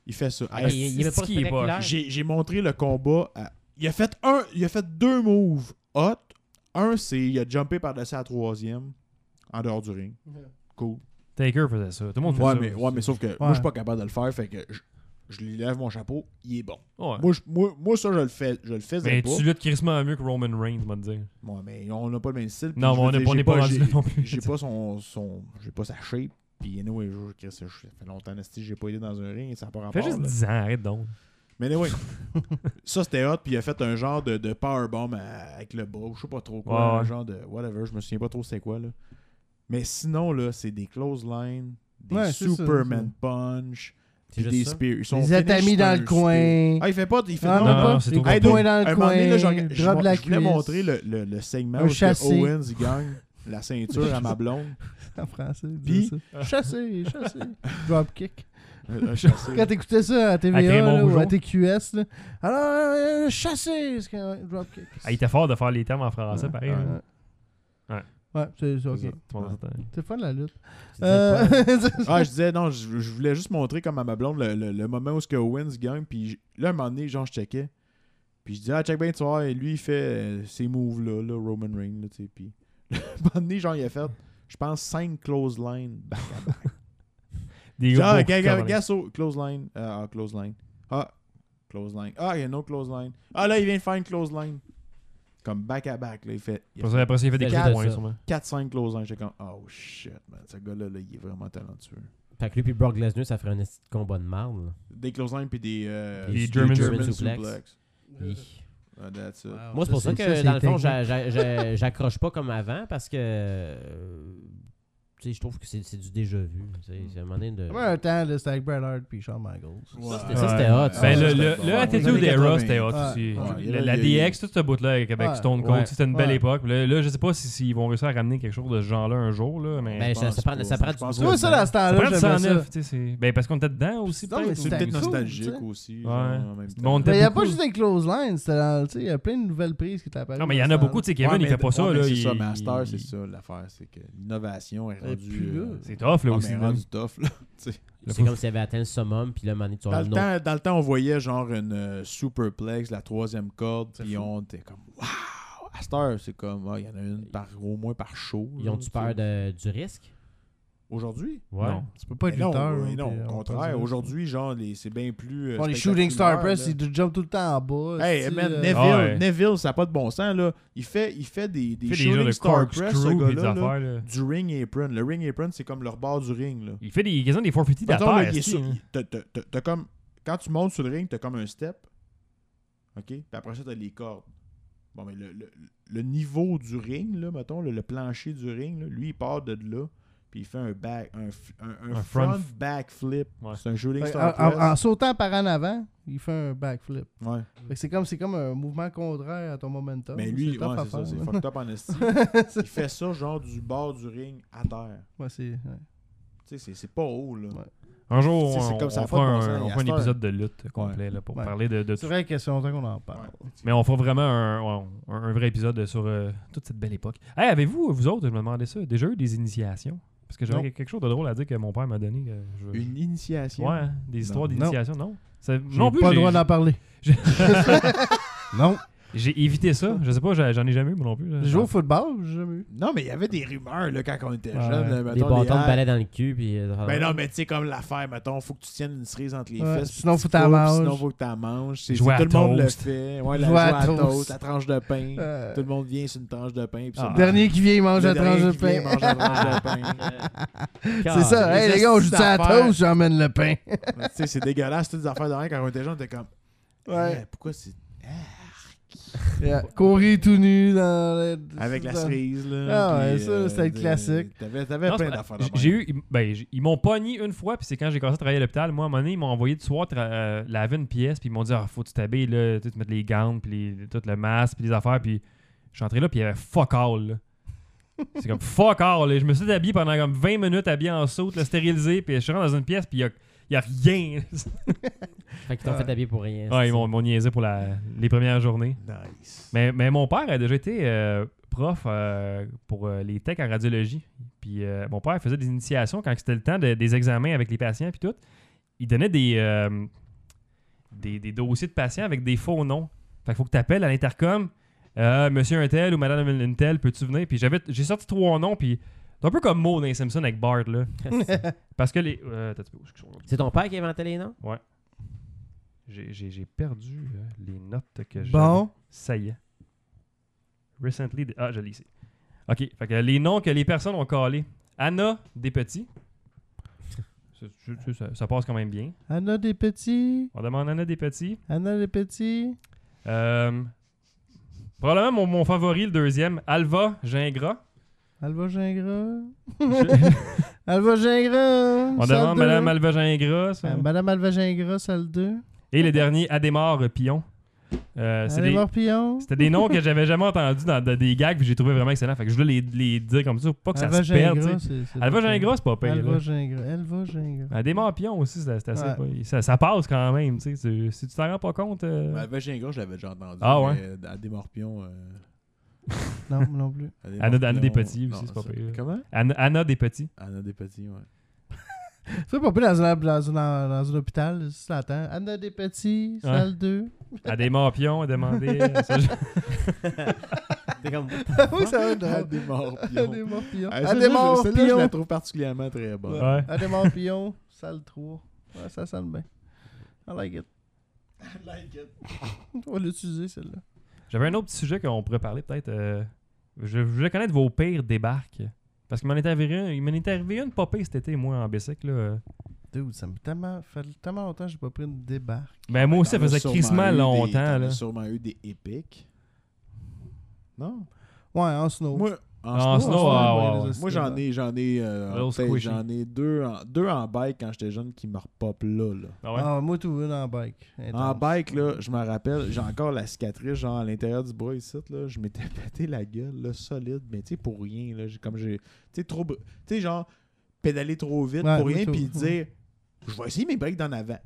S3: Il fait ça.
S4: Il- il- il est
S1: c'est
S4: pas
S1: qui, il est pas-
S4: spectaculaire.
S3: J'ai j'ai montré le combat. à- Il a fait un, il a fait deux moves hot. Un, c'est il a jumpé par-dessus la troisième en dehors du ring. Cool.
S1: Taker faisait ça. Tout le monde fait
S3: Ouais,
S1: ça.
S3: mais, ouais, mais sauf que moi,
S2: Ouais.
S3: je suis pas capable de le faire. Fait que je, je lui lève mon chapeau. Il est bon.
S1: Ouais.
S3: Moi, je- moi, moi, ça, je le fais. Je le faisais
S1: Mais
S3: pas.
S1: tu luttes crissement mieux que Roman Reigns, moi, te dire.
S3: Ouais, mais on n'a pas le même style. puis
S1: Non,
S3: je
S1: mais on
S3: veux
S1: est-
S3: dire,
S1: on
S3: j'ai
S1: n'est pas rendu
S3: j'ai-
S1: là non plus.
S3: J'ai pas son, son j'ai pas sa shape. Puis anyway, je, Chris, je- ça fait longtemps que j'ai pas été dans un ring et ça n'a pas rapport.
S1: Fais juste
S3: là.
S1: 10 ans, arrête donc.
S3: Mais anyway, ça c'était hot, puis il a fait un genre de, de powerbomb à- avec le bas, je sais pas trop quoi,
S1: Ouais, ouais.
S3: un genre de whatever, je me souviens pas trop c'est quoi là. Mais sinon là, c'est des clotheslines, des
S2: Ouais, c'est ça,
S3: Superman punch,
S4: C'est
S3: puis
S4: juste
S3: des
S4: ça.
S3: spears. Ils sont
S2: Les
S3: finis,
S2: atamis
S3: c'est
S2: dans
S3: un
S2: le coin.
S3: spear. Ah, il fait pas, il fait
S2: Ah,
S3: non,
S1: non,
S2: pas.
S1: non, c'est
S2: Les
S1: trop
S2: coups de
S3: Hey,
S2: poing
S3: dude,
S2: dans
S3: un
S2: le
S3: moment
S2: coin.
S3: donné, là, je regarde- je,
S2: drop de la
S3: je voulais
S2: cuisse.
S3: montrer le, le, le segment
S2: Un
S3: où que
S2: chassé.
S3: Owens il gagne la ceinture à ma blonde.
S2: En français,
S3: Puis-
S2: dis ça. Chassé, chassé. Dropkick.
S3: Un- un chassé.
S2: Quand t'écoutais ça à TVA
S1: Avec Raymond
S2: là, ou
S1: Rougeau.
S2: à TQS, là, alors, euh, chassé, c'est quand- dropkick.
S1: Ah, il était fort de faire les termes en français, pareil. hein.
S2: Ouais,
S1: Ouais.
S2: ouais c'est c'est ok.
S1: Tout le monde s'entend.
S2: C'est fun la lutte.
S4: C'est
S2: Euh,
S4: quoi?
S3: Ah, je disais, non, je, je voulais juste montrer comme à ma blonde le, le- le moment où ce que Owens gagne. Puis je- là, un moment donné, genre, je checkais. Puis je disais, ah, check bien, tu vois, et lui, il fait euh, ces moves-là, là, Roman Reigns, là, tu sais. Puis là, un moment donné, genre, il a fait, je pense, 5 clotheslines back à back.
S1: Des
S3: Genre,
S1: gars.
S3: ah,
S1: beaucoup
S3: gars, gars,
S1: comme-
S3: gars, so- clothesline. Ah, ah, clothesline. Ah, clothesline. Ah, il y a no clothesline. Ah, là, il vient de faire une clothesline. Comme back à back, là, il fait
S1: Après ça, après ça, il fait des
S4: Fais
S1: coups de
S4: juste
S1: poing,
S4: ça.
S1: sûrement.
S3: 4-5 clotheslines. J'étais comme, oh shit, man, ce gars-là, là, il est vraiment talentueux.
S4: Fait que lui puis Brock Lesnar, ça ferait un esti de combat de marde.
S3: Des clotheslines puis des, euh,
S1: Des
S3: des
S1: German
S4: suplex. là.
S3: Ah, that's it.
S4: Moi, c'est pour ça que,
S2: c'est
S4: dans le fond,
S2: technique.
S4: j'a- j'a- j'a- j'accroche pas comme avant parce que euh, tu sais, je trouve que c'est c'est du déjà vu. tu sais, C'est un moment donné de.
S2: Comme un temps, là, c'était avec Bret Hart puis Shawn Michaels.
S4: Ça, c'était-
S3: Ouais.
S4: ça, c'était hot. ça.
S1: Ben, le,
S3: c'était
S1: le,
S3: bon.
S1: le
S3: Ouais,
S1: Attitude
S3: les années
S1: Era,
S3: 80.
S1: c'était hot
S2: Ouais,
S1: aussi.
S2: ouais.
S1: Le- la, la
S3: Il y a-
S1: DX, tout ce bout-là avec, avec
S2: Ouais.
S1: Stone Cold,
S3: Ouais.
S1: c'était une belle
S2: Ouais.
S1: époque. Là, là, je sais pas si- s'ils vont réussir à ramener quelque chose de ce genre-là un jour, là, mais.
S4: Ben,
S3: je
S4: ça, ça
S3: pense
S4: prend,
S3: pas.
S4: ça prend
S3: Je pense
S4: du
S2: Tu vois,
S4: gros
S2: ça,
S4: dedans.
S2: dans ce
S1: ça
S2: temps-là,
S1: prend du
S2: j'aimais ça.
S1: 109, tu sais. c'est- Ben, parce qu'on était dedans aussi,
S2: Non, mais
S1: peut-être.
S3: C'est
S1: ou-
S2: c'était
S3: peut-être
S2: cool,
S3: nostalgique
S2: tu sais.
S3: aussi.
S1: Ouais.
S3: genre, en même temps.
S1: Bon,
S2: Mais il n'y a pas
S1: beaucoup.
S2: juste des close lines, c'était dans, tu sais, il y a plein de nouvelles prises qui t'apparaissent.
S1: Non, mais il y en a beaucoup, tu sais. Kevin,
S3: Ouais,
S1: il
S3: mais-
S1: fait pas ça.
S3: ouais, mais
S1: là,
S3: C'est
S1: il-
S3: ça, Master, c'est
S1: il-
S3: ça l'affaire. C'est que l'innovation est
S2: Elle est plus
S3: rendue.
S2: là.
S3: euh,
S1: C'est tough, là,
S3: ah, mais
S1: aussi.
S3: elle est
S1: là.
S3: rendue tough, là.
S4: C'est comme s'il avait atteint le summum, puis là, à un moment donné,
S2: Oh,
S4: tu
S3: Dans
S4: as
S3: le,
S4: un autre.
S3: temps, dans le temps, on voyait genre une euh, superplex, la troisième corde,
S2: C'est
S3: puis
S2: fou.
S3: on était comme waouh! À cette heure, c'est comme, ah, il y en a une par, au moins par show.
S4: Ils
S3: là,
S4: ont-tu
S3: tu
S4: peur
S3: sais.
S4: de- du risque?
S3: Aujourd'hui?
S4: Ouais.
S1: Non.
S2: Tu peux pas être
S3: Mais non,
S2: lutteur.
S3: mais
S2: hein,
S3: non,
S2: puis
S3: au
S2: on
S3: contraire.
S2: peut-
S3: Aujourd'hui, genre, les- c'est bien plus. euh,
S2: Bon, les Shooting Star
S3: spectaculaire,
S2: Press,
S3: là.
S2: ils jumpent tout le temps en bas.
S3: Hey,
S2: tu sais, euh,
S3: man,
S2: là.
S3: Neville,
S1: Ah Ouais.
S3: Neville, ça n'a pas de bon sens, là. Il fait, il fait des,
S1: Il fait
S3: des
S1: des jeux
S3: Shooting
S1: de
S3: Star Press, ce
S1: corkscrew et des
S3: gars-là, là,
S1: affaires. là.
S3: du ring apron. Le ring apron, c'est comme le rebord du ring, là.
S1: Il fait des quasiment des 450
S3: Mettons, là,
S1: d'affaires.
S3: il est
S1: est-ce
S3: sur-
S1: qu'il-
S3: il- t'as- t'as- t'as- t'as comme- Quand tu montes sur le ring, t'as comme un step. OK? Puis après ça, t'as les cordes. Bon, mais le, le- le niveau du ring, là, mettons, le, le plancher du ring, là, lui, il part de là. Puis il fait un back, un, f- un- un
S1: Un front
S3: front,
S1: f-
S3: back flip.
S1: Ouais.
S3: C'est un shooting
S2: Fait que
S3: star
S2: ben, en, en- en
S3: press.
S2: sautant par en avant, il fait un backflip.
S3: Ouais.
S2: Fait que c'est comme, c'est comme un mouvement contraire à ton momentum.
S3: Mm. Mais lui,
S2: tough
S3: ouais,
S2: à
S3: c'est ça,
S2: faire,
S3: c'est
S2: là.
S3: fucked up en esti. Il fait ça genre du bord du ring à terre.
S2: Ouais, c'est- ouais.
S3: Tu sais, c'est- c'est pas haut là.
S2: Ouais.
S1: Un jour,
S3: Tu sais, c'est
S1: on,
S3: comme ça,
S1: on
S3: pas
S1: fera
S3: de bon
S1: un,
S3: sens,
S1: on
S3: il y a
S1: fera un
S3: ça,
S1: épisode de lutte complet là, pour
S2: Ouais.
S1: parler de, de
S2: C'est
S1: tout.
S2: vrai que c'est longtemps qu'on en parle.
S1: Mais on fera vraiment un, un- un vrai épisode sur euh, toute cette belle époque. Hey, avez-vous, vous autres, je me demandais ça, déjà eu des initiations? Parce que j'avais
S2: Non.
S1: quelque chose de drôle à dire que mon père m'a donné. que je-
S3: Une initiation.
S1: Ouais, hein, des histoires
S3: Non.
S1: d'initiation, non? Ça-
S2: J'ai
S1: non plus,
S2: pas le
S1: j'ai-
S2: droit d'en parler.
S1: j'ai-
S2: non.
S1: J'ai évité ça. Je sais pas, j'a- j'en ai jamais eu, moi non plus. là.
S2: J'ai joué au football, j'ai jamais eu.
S3: Non, mais il y avait des rumeurs là, quand on était
S2: Ouais.
S3: jeune. là,
S4: Des
S3: mettons,
S4: bâtons
S3: ah,
S4: de balai dans le cul, puis.
S1: Ah.
S4: euh,
S3: Ben non, mais tu sais, comme l'affaire, mettons, faut que tu tiennes une cerise entre les
S2: Ouais,
S3: fesses.
S2: sinon,
S3: puis
S2: faut
S3: tu
S2: t'en
S3: coupes,
S2: manges.
S3: Sinon, faut que t'en manges. C'est,
S1: Jouer
S3: c'est-
S1: à
S3: tout le monde le
S1: toast.
S3: fait. Ouais, la
S2: Jouer
S3: joie
S2: à
S3: à toast.
S2: toast.
S3: la tranche de pain.
S2: Euh,
S3: Tout le monde vient sur une tranche de pain. puis
S1: Ah.
S3: ça-
S2: le dernier qui vient, il mange
S3: le
S2: la tranche
S3: dernier
S2: de
S3: qui vient
S2: pain.
S3: mange la tranche de pain.
S2: C'est ça.
S3: les
S2: Hey, les gars, on joue ça à la
S3: affaires.
S2: toast, j'emmène le pain.
S3: Ouais, tu sais, c'est dégueulasse, toutes les affaires de rien. Quand on était jeune, on était comme.
S2: Ouais.
S3: eh, pourquoi c'est.
S2: Yeah. Courir tout nu dans le-
S3: Avec la
S2: dans-
S3: cerise, là.
S2: Ah ouais,
S3: puis,
S2: ça, c'était le
S3: de-
S2: classique.
S3: T'avais, t'avais
S1: Non,
S3: plein
S1: c'est-
S3: d'affaires de
S1: J'ai
S3: même.
S1: eu, ils- ben, j'ai- ils m'ont pogné une fois, puis c'est quand j'ai commencé à travailler à l'hôpital. Moi, à un moment donné, ils m'ont envoyé de soir tra- euh, laver une pièce, puis ils m'ont dit Ah, faut que tu t'habilles, là, tu te mettre les gants, puis les- tout le masque, puis les affaires. Puis je suis entré là, puis il y avait fuck all. là. C'est comme fuck all. là. Je me suis habillé pendant comme 20 minutes, habillé en saute, là, stérilisé, puis je suis rentré dans une pièce, puis il y a, il y a rien.
S4: Fait qu'ils t'ont fait habiller pour rien.
S1: ouais, ils m'ont ils m'ont niaisé pour la- les premières journées.
S3: Nice.
S1: Mais, mais mon père a déjà été euh, prof euh, pour euh, les techs en radiologie. Puis euh, mon père faisait des initiations quand c'était le temps de- des examens avec les patients puis tout. Il donnait des, euh, des, des dossiers de patients avec des faux noms. Fait qu'il faut que tu appelles à l'intercom. Euh, Monsieur un tel ou Madame une telle, peux-tu venir? Puis j'avais, j'ai sorti trois noms, puis c'est un peu comme Mo dans les Simpsons avec Bart, là. Parce que les... euh, attends, excuse-moi.
S4: C'est ton père qui a inventé les noms?
S1: j'ai, j'ai- j'ai perdu euh, les notes que j'ai.
S2: Bon.
S1: Ça y est. Recently. Ah, je l'ai ici. OK. Fait que les noms que les personnes ont calés. Anna Despetits. C'est- c'est- c'est- Ça, ça passe quand même bien.
S2: Anna des petits.
S1: On demande Anna Despetits.
S2: Anna des petits.
S1: Euh, probablement mon, mon favori, le deuxième. Alva Gingras.
S2: Alva Gingras.
S1: Je-
S2: Alva Gingras.
S1: on
S2: salle
S1: demande
S2: deux.
S1: Madame Alva Gingras. ça.
S2: Euh, Madame Alva Gingras, salle 2.
S1: Et le dernier, Adémar Pion. Euh, c'est
S2: Allez
S1: des-
S2: voir Pion.
S1: C'était des noms que j'avais jamais entendus dans de- des gags, puis j'ai trouvé vraiment excellent. Fait que je voulais les, les dire comme ça, pour pas que ça
S2: Alva
S1: se perde.
S2: Gingras,
S1: tu sais.
S2: c'est- c'est-
S1: Alva Gingras, c'est pas pire. là.
S2: Alva Gingras. Alva Gingras.
S1: À des morpions aussi, c'est c'est assez.
S2: Ouais.
S1: pas- Ça, ça passe quand même, tu sais. tu- Si tu t'en rends pas compte. euh,
S3: Mais Vagin Gros, je l'avais déjà entendu.
S1: Ah ouais?
S3: mais, euh, À des morpions. euh,
S2: Non, moi non plus.
S3: à des
S1: Anna- Anna
S3: morpions-
S1: des Petits aussi,
S3: Non,
S1: c'est pas
S3: ça-
S1: pire.
S3: Comment?
S1: Anna, Anna des Petits.
S3: Anna des petits, ouais.
S2: Fais pas plus dans un, dans un, dans un hôpital, si tu l'attends. Anna des petits, salle 2.
S1: À des morpions, à demander. euh, ça, je-
S4: T'es comme.
S2: oui, ça va être
S3: À
S2: drôle.
S3: des
S2: À
S3: morpions.
S2: des morpions.
S3: Ah,
S2: À des
S3: celle-là, je- celle-là, je la
S2: morpions.
S3: trouve particulièrement très bonne.
S1: Ouais.
S2: À des morpions, salle 3. Ouais, ça sonne bien. I like it. On va l'utiliser, celle-là.
S1: J'avais un autre petit sujet qu'on pourrait parler peut-être. euh, Je je voulais connaître vos pires débarques. Parce qu'il m'en est arrivé un- il m'en est arrivé une pas pire cet été, moi, en bicycle. là. Euh,
S2: Dude, ça me tellement, fait tellement longtemps que j'ai pas pris une débarque.
S1: Ben, moi aussi, ça
S3: Ah, T'en as
S1: faisait
S3: sûrement
S1: crissement
S3: eu des-
S1: longtemps.
S3: t'en as
S1: là.
S3: sûrement eu des épiques. Non?
S2: Ouais, en snow.
S3: Moi, En
S1: En
S3: snow,
S1: snow,
S3: en
S1: ah,
S3: snow,
S1: ouais,
S3: ouais,
S1: ouais.
S3: les Moi, j'en ai, j'en ai, euh,
S1: Little
S3: en tête,
S1: squishy.
S3: j'en ai deux, en, deux en bike quand j'étais jeune qui me repopent là. là.
S1: Ah ouais?
S2: Ah, moi, tout une en bike.
S3: En
S2: Intense.
S3: bike, là, je me rappelle, j'ai encore la cicatrice, genre à l'intérieur du bras ici, là, je m'étais pété la gueule, là, solide, mais tu sais, pour rien, là, j'ai- comme j'ai, tu sais, trop, br- tu sais, genre, pédaler trop vite
S2: Ouais,
S3: pour
S2: me
S3: rien,
S2: too.
S3: puis dire, je vais essayer mes breaks d'en avant.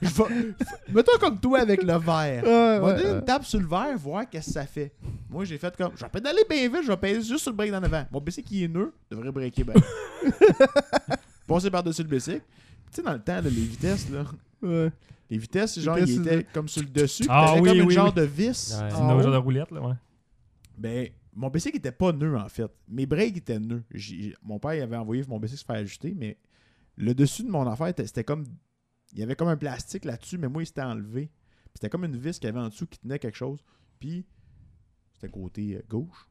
S3: je vais, mettons comme toi avec le
S2: Ouais,
S3: verre. On va
S2: ouais,
S3: donner
S2: ouais.
S3: une tape sur le verre, voir qu'est-ce que ça fait. Moi, j'ai fait comme, je vais pédaler bien vite, je vais pédaler juste sur le break d'en avant. Mon bicycle qui est nœud devrait breaker bien. Passer par-dessus le bicycle. Tu sais, dans le temps, là, les vitesses, là,
S2: Ouais.
S3: les vitesses, genre,
S2: Vitesse,
S3: ils
S2: c'est
S3: étaient comme sur le dessus, puis
S1: Ah
S3: t'avais
S1: oui,
S3: comme une
S1: oui,
S3: genre
S1: oui.
S3: de vis.
S4: Ouais.
S1: C'est
S4: Ah
S1: une
S2: ouais?
S3: oh.
S1: genre de roulette, là, ouais.
S3: Ben, mon bicycle était pas nœud, en fait. Mes breaks étaient nœuds. J'ai- Mon père il avait envoyé mon bicycle se faire ajuster, mais le dessus de mon affaire, était- c'était comme... Il y avait comme un plastique là-dessus, mais moi, il s'était enlevé. Puis C'était comme une vis qu'il y avait en dessous qui tenait quelque chose. Puis, c'était côté euh, gauche.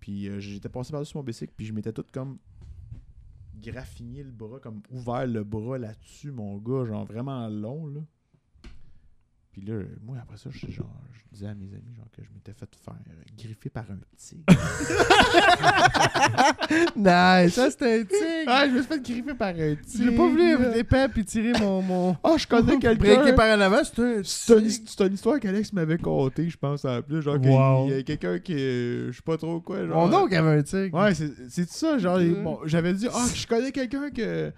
S3: Puis, euh, j'étais passé par-dessus mon bicycle, puis je m'étais tout comme graffiné le bras, comme ouvert le bras là-dessus, mon gars, genre vraiment long, là. Puis là, moi, après ça, je, genre, je disais à mes amis genre, que je m'étais fait faire euh, griffer par un tigre.
S2: Nice, ça c'était un tigre.
S3: ah, je me suis fait griffer par un
S2: Je
S3: tigre.
S2: l'ai pas voulu être épais puis tirer mon. mon...
S3: Ah, je connais
S2: Breaker
S3: quelqu'un.
S2: par en avant, c'est un.
S3: C'est une, c'est une histoire qu'Alex m'avait contée, je pense, en plus. Genre, qu'il
S1: Wow.
S3: y a quelqu'un qui. euh, Je sais pas trop quoi. Genre,
S2: Mon oncle avait un tigre.
S3: Ouais, c'est c'est ça. Genre, les-
S2: Euh.
S3: bon, j'avais dit, ah, je connais quelqu'un que.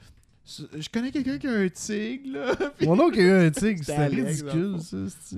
S3: Je connais quelqu'un qui a un tigre, là.
S2: Mon oncle a eu un tigre, c'était
S3: C'était Alex, dans
S2: ridicule, ça. c'est-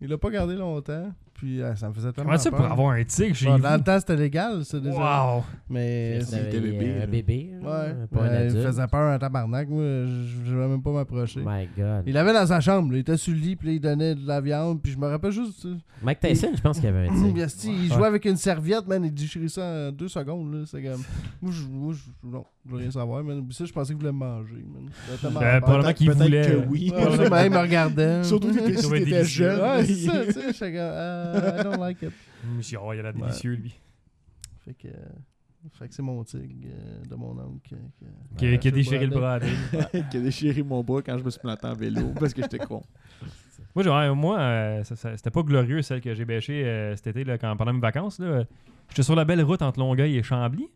S2: Il l'a pas gardé longtemps, puis ah, ça me faisait tellement
S1: Comment tu
S2: peur.
S1: pour avoir un tigre chez
S2: Bon,
S1: vous?
S2: dans le temps, c'était légal, ça, déjà.
S1: Wow! Euh,
S2: Mais...
S4: Fils
S2: c'est-
S3: c'était
S4: d'un-
S3: bébé,
S4: euh,
S3: là. euh,
S4: Un bébé,
S2: Ouais,
S4: là, pas un
S2: Ouais, il me
S4: adulte.
S2: faisait peur un tabarnak, moi, je je vais même pas m'approcher.
S4: My God.
S2: Il l'avait dans sa chambre, là, il était sur le lit, puis là, il donnait de la viande, puis je me rappelle juste... ça.
S4: Mike Tyson, je pense qu'il y avait un tigre.
S2: Bien, si, il jouait avec une serviette, man, il déchirait ça en deux secondes, là, c'est comme... Moi, je... Moi, je non, je veux rien savoir, man. Puis ça, je pensais qu'il voulait me manger, man. J'avais tellement
S1: Ben,
S2: peur.
S1: probablement qu'il
S3: Peut-être
S1: voulait.
S3: que oui.
S2: Ouais, ouais, ben, il me regardait.
S3: Surtout que si
S1: trouvait
S3: t'étais
S1: délicieux.
S3: jeune.
S2: Ouais, c'est ça, tu sais, j'étais comme... euh, I don't like it.
S1: Monsieur, oh, il a l'air délicieux, lui.
S2: Fait que, euh, fait que c'est mon tigre euh, de mon oncle. euh, que-
S1: Qui a, qui a
S2: Arraché
S1: déchiré le bras à Dave.
S3: qui a déchiré mon bras quand je me suis planté en vélo parce que j'étais con.
S1: Moi, genre, moi euh, ça- ça- c'était pas glorieux celle que j'ai bêchée euh, cet été là, quand, pendant mes vacances. là. J'étais sur la belle route entre Longueuil et Chambly.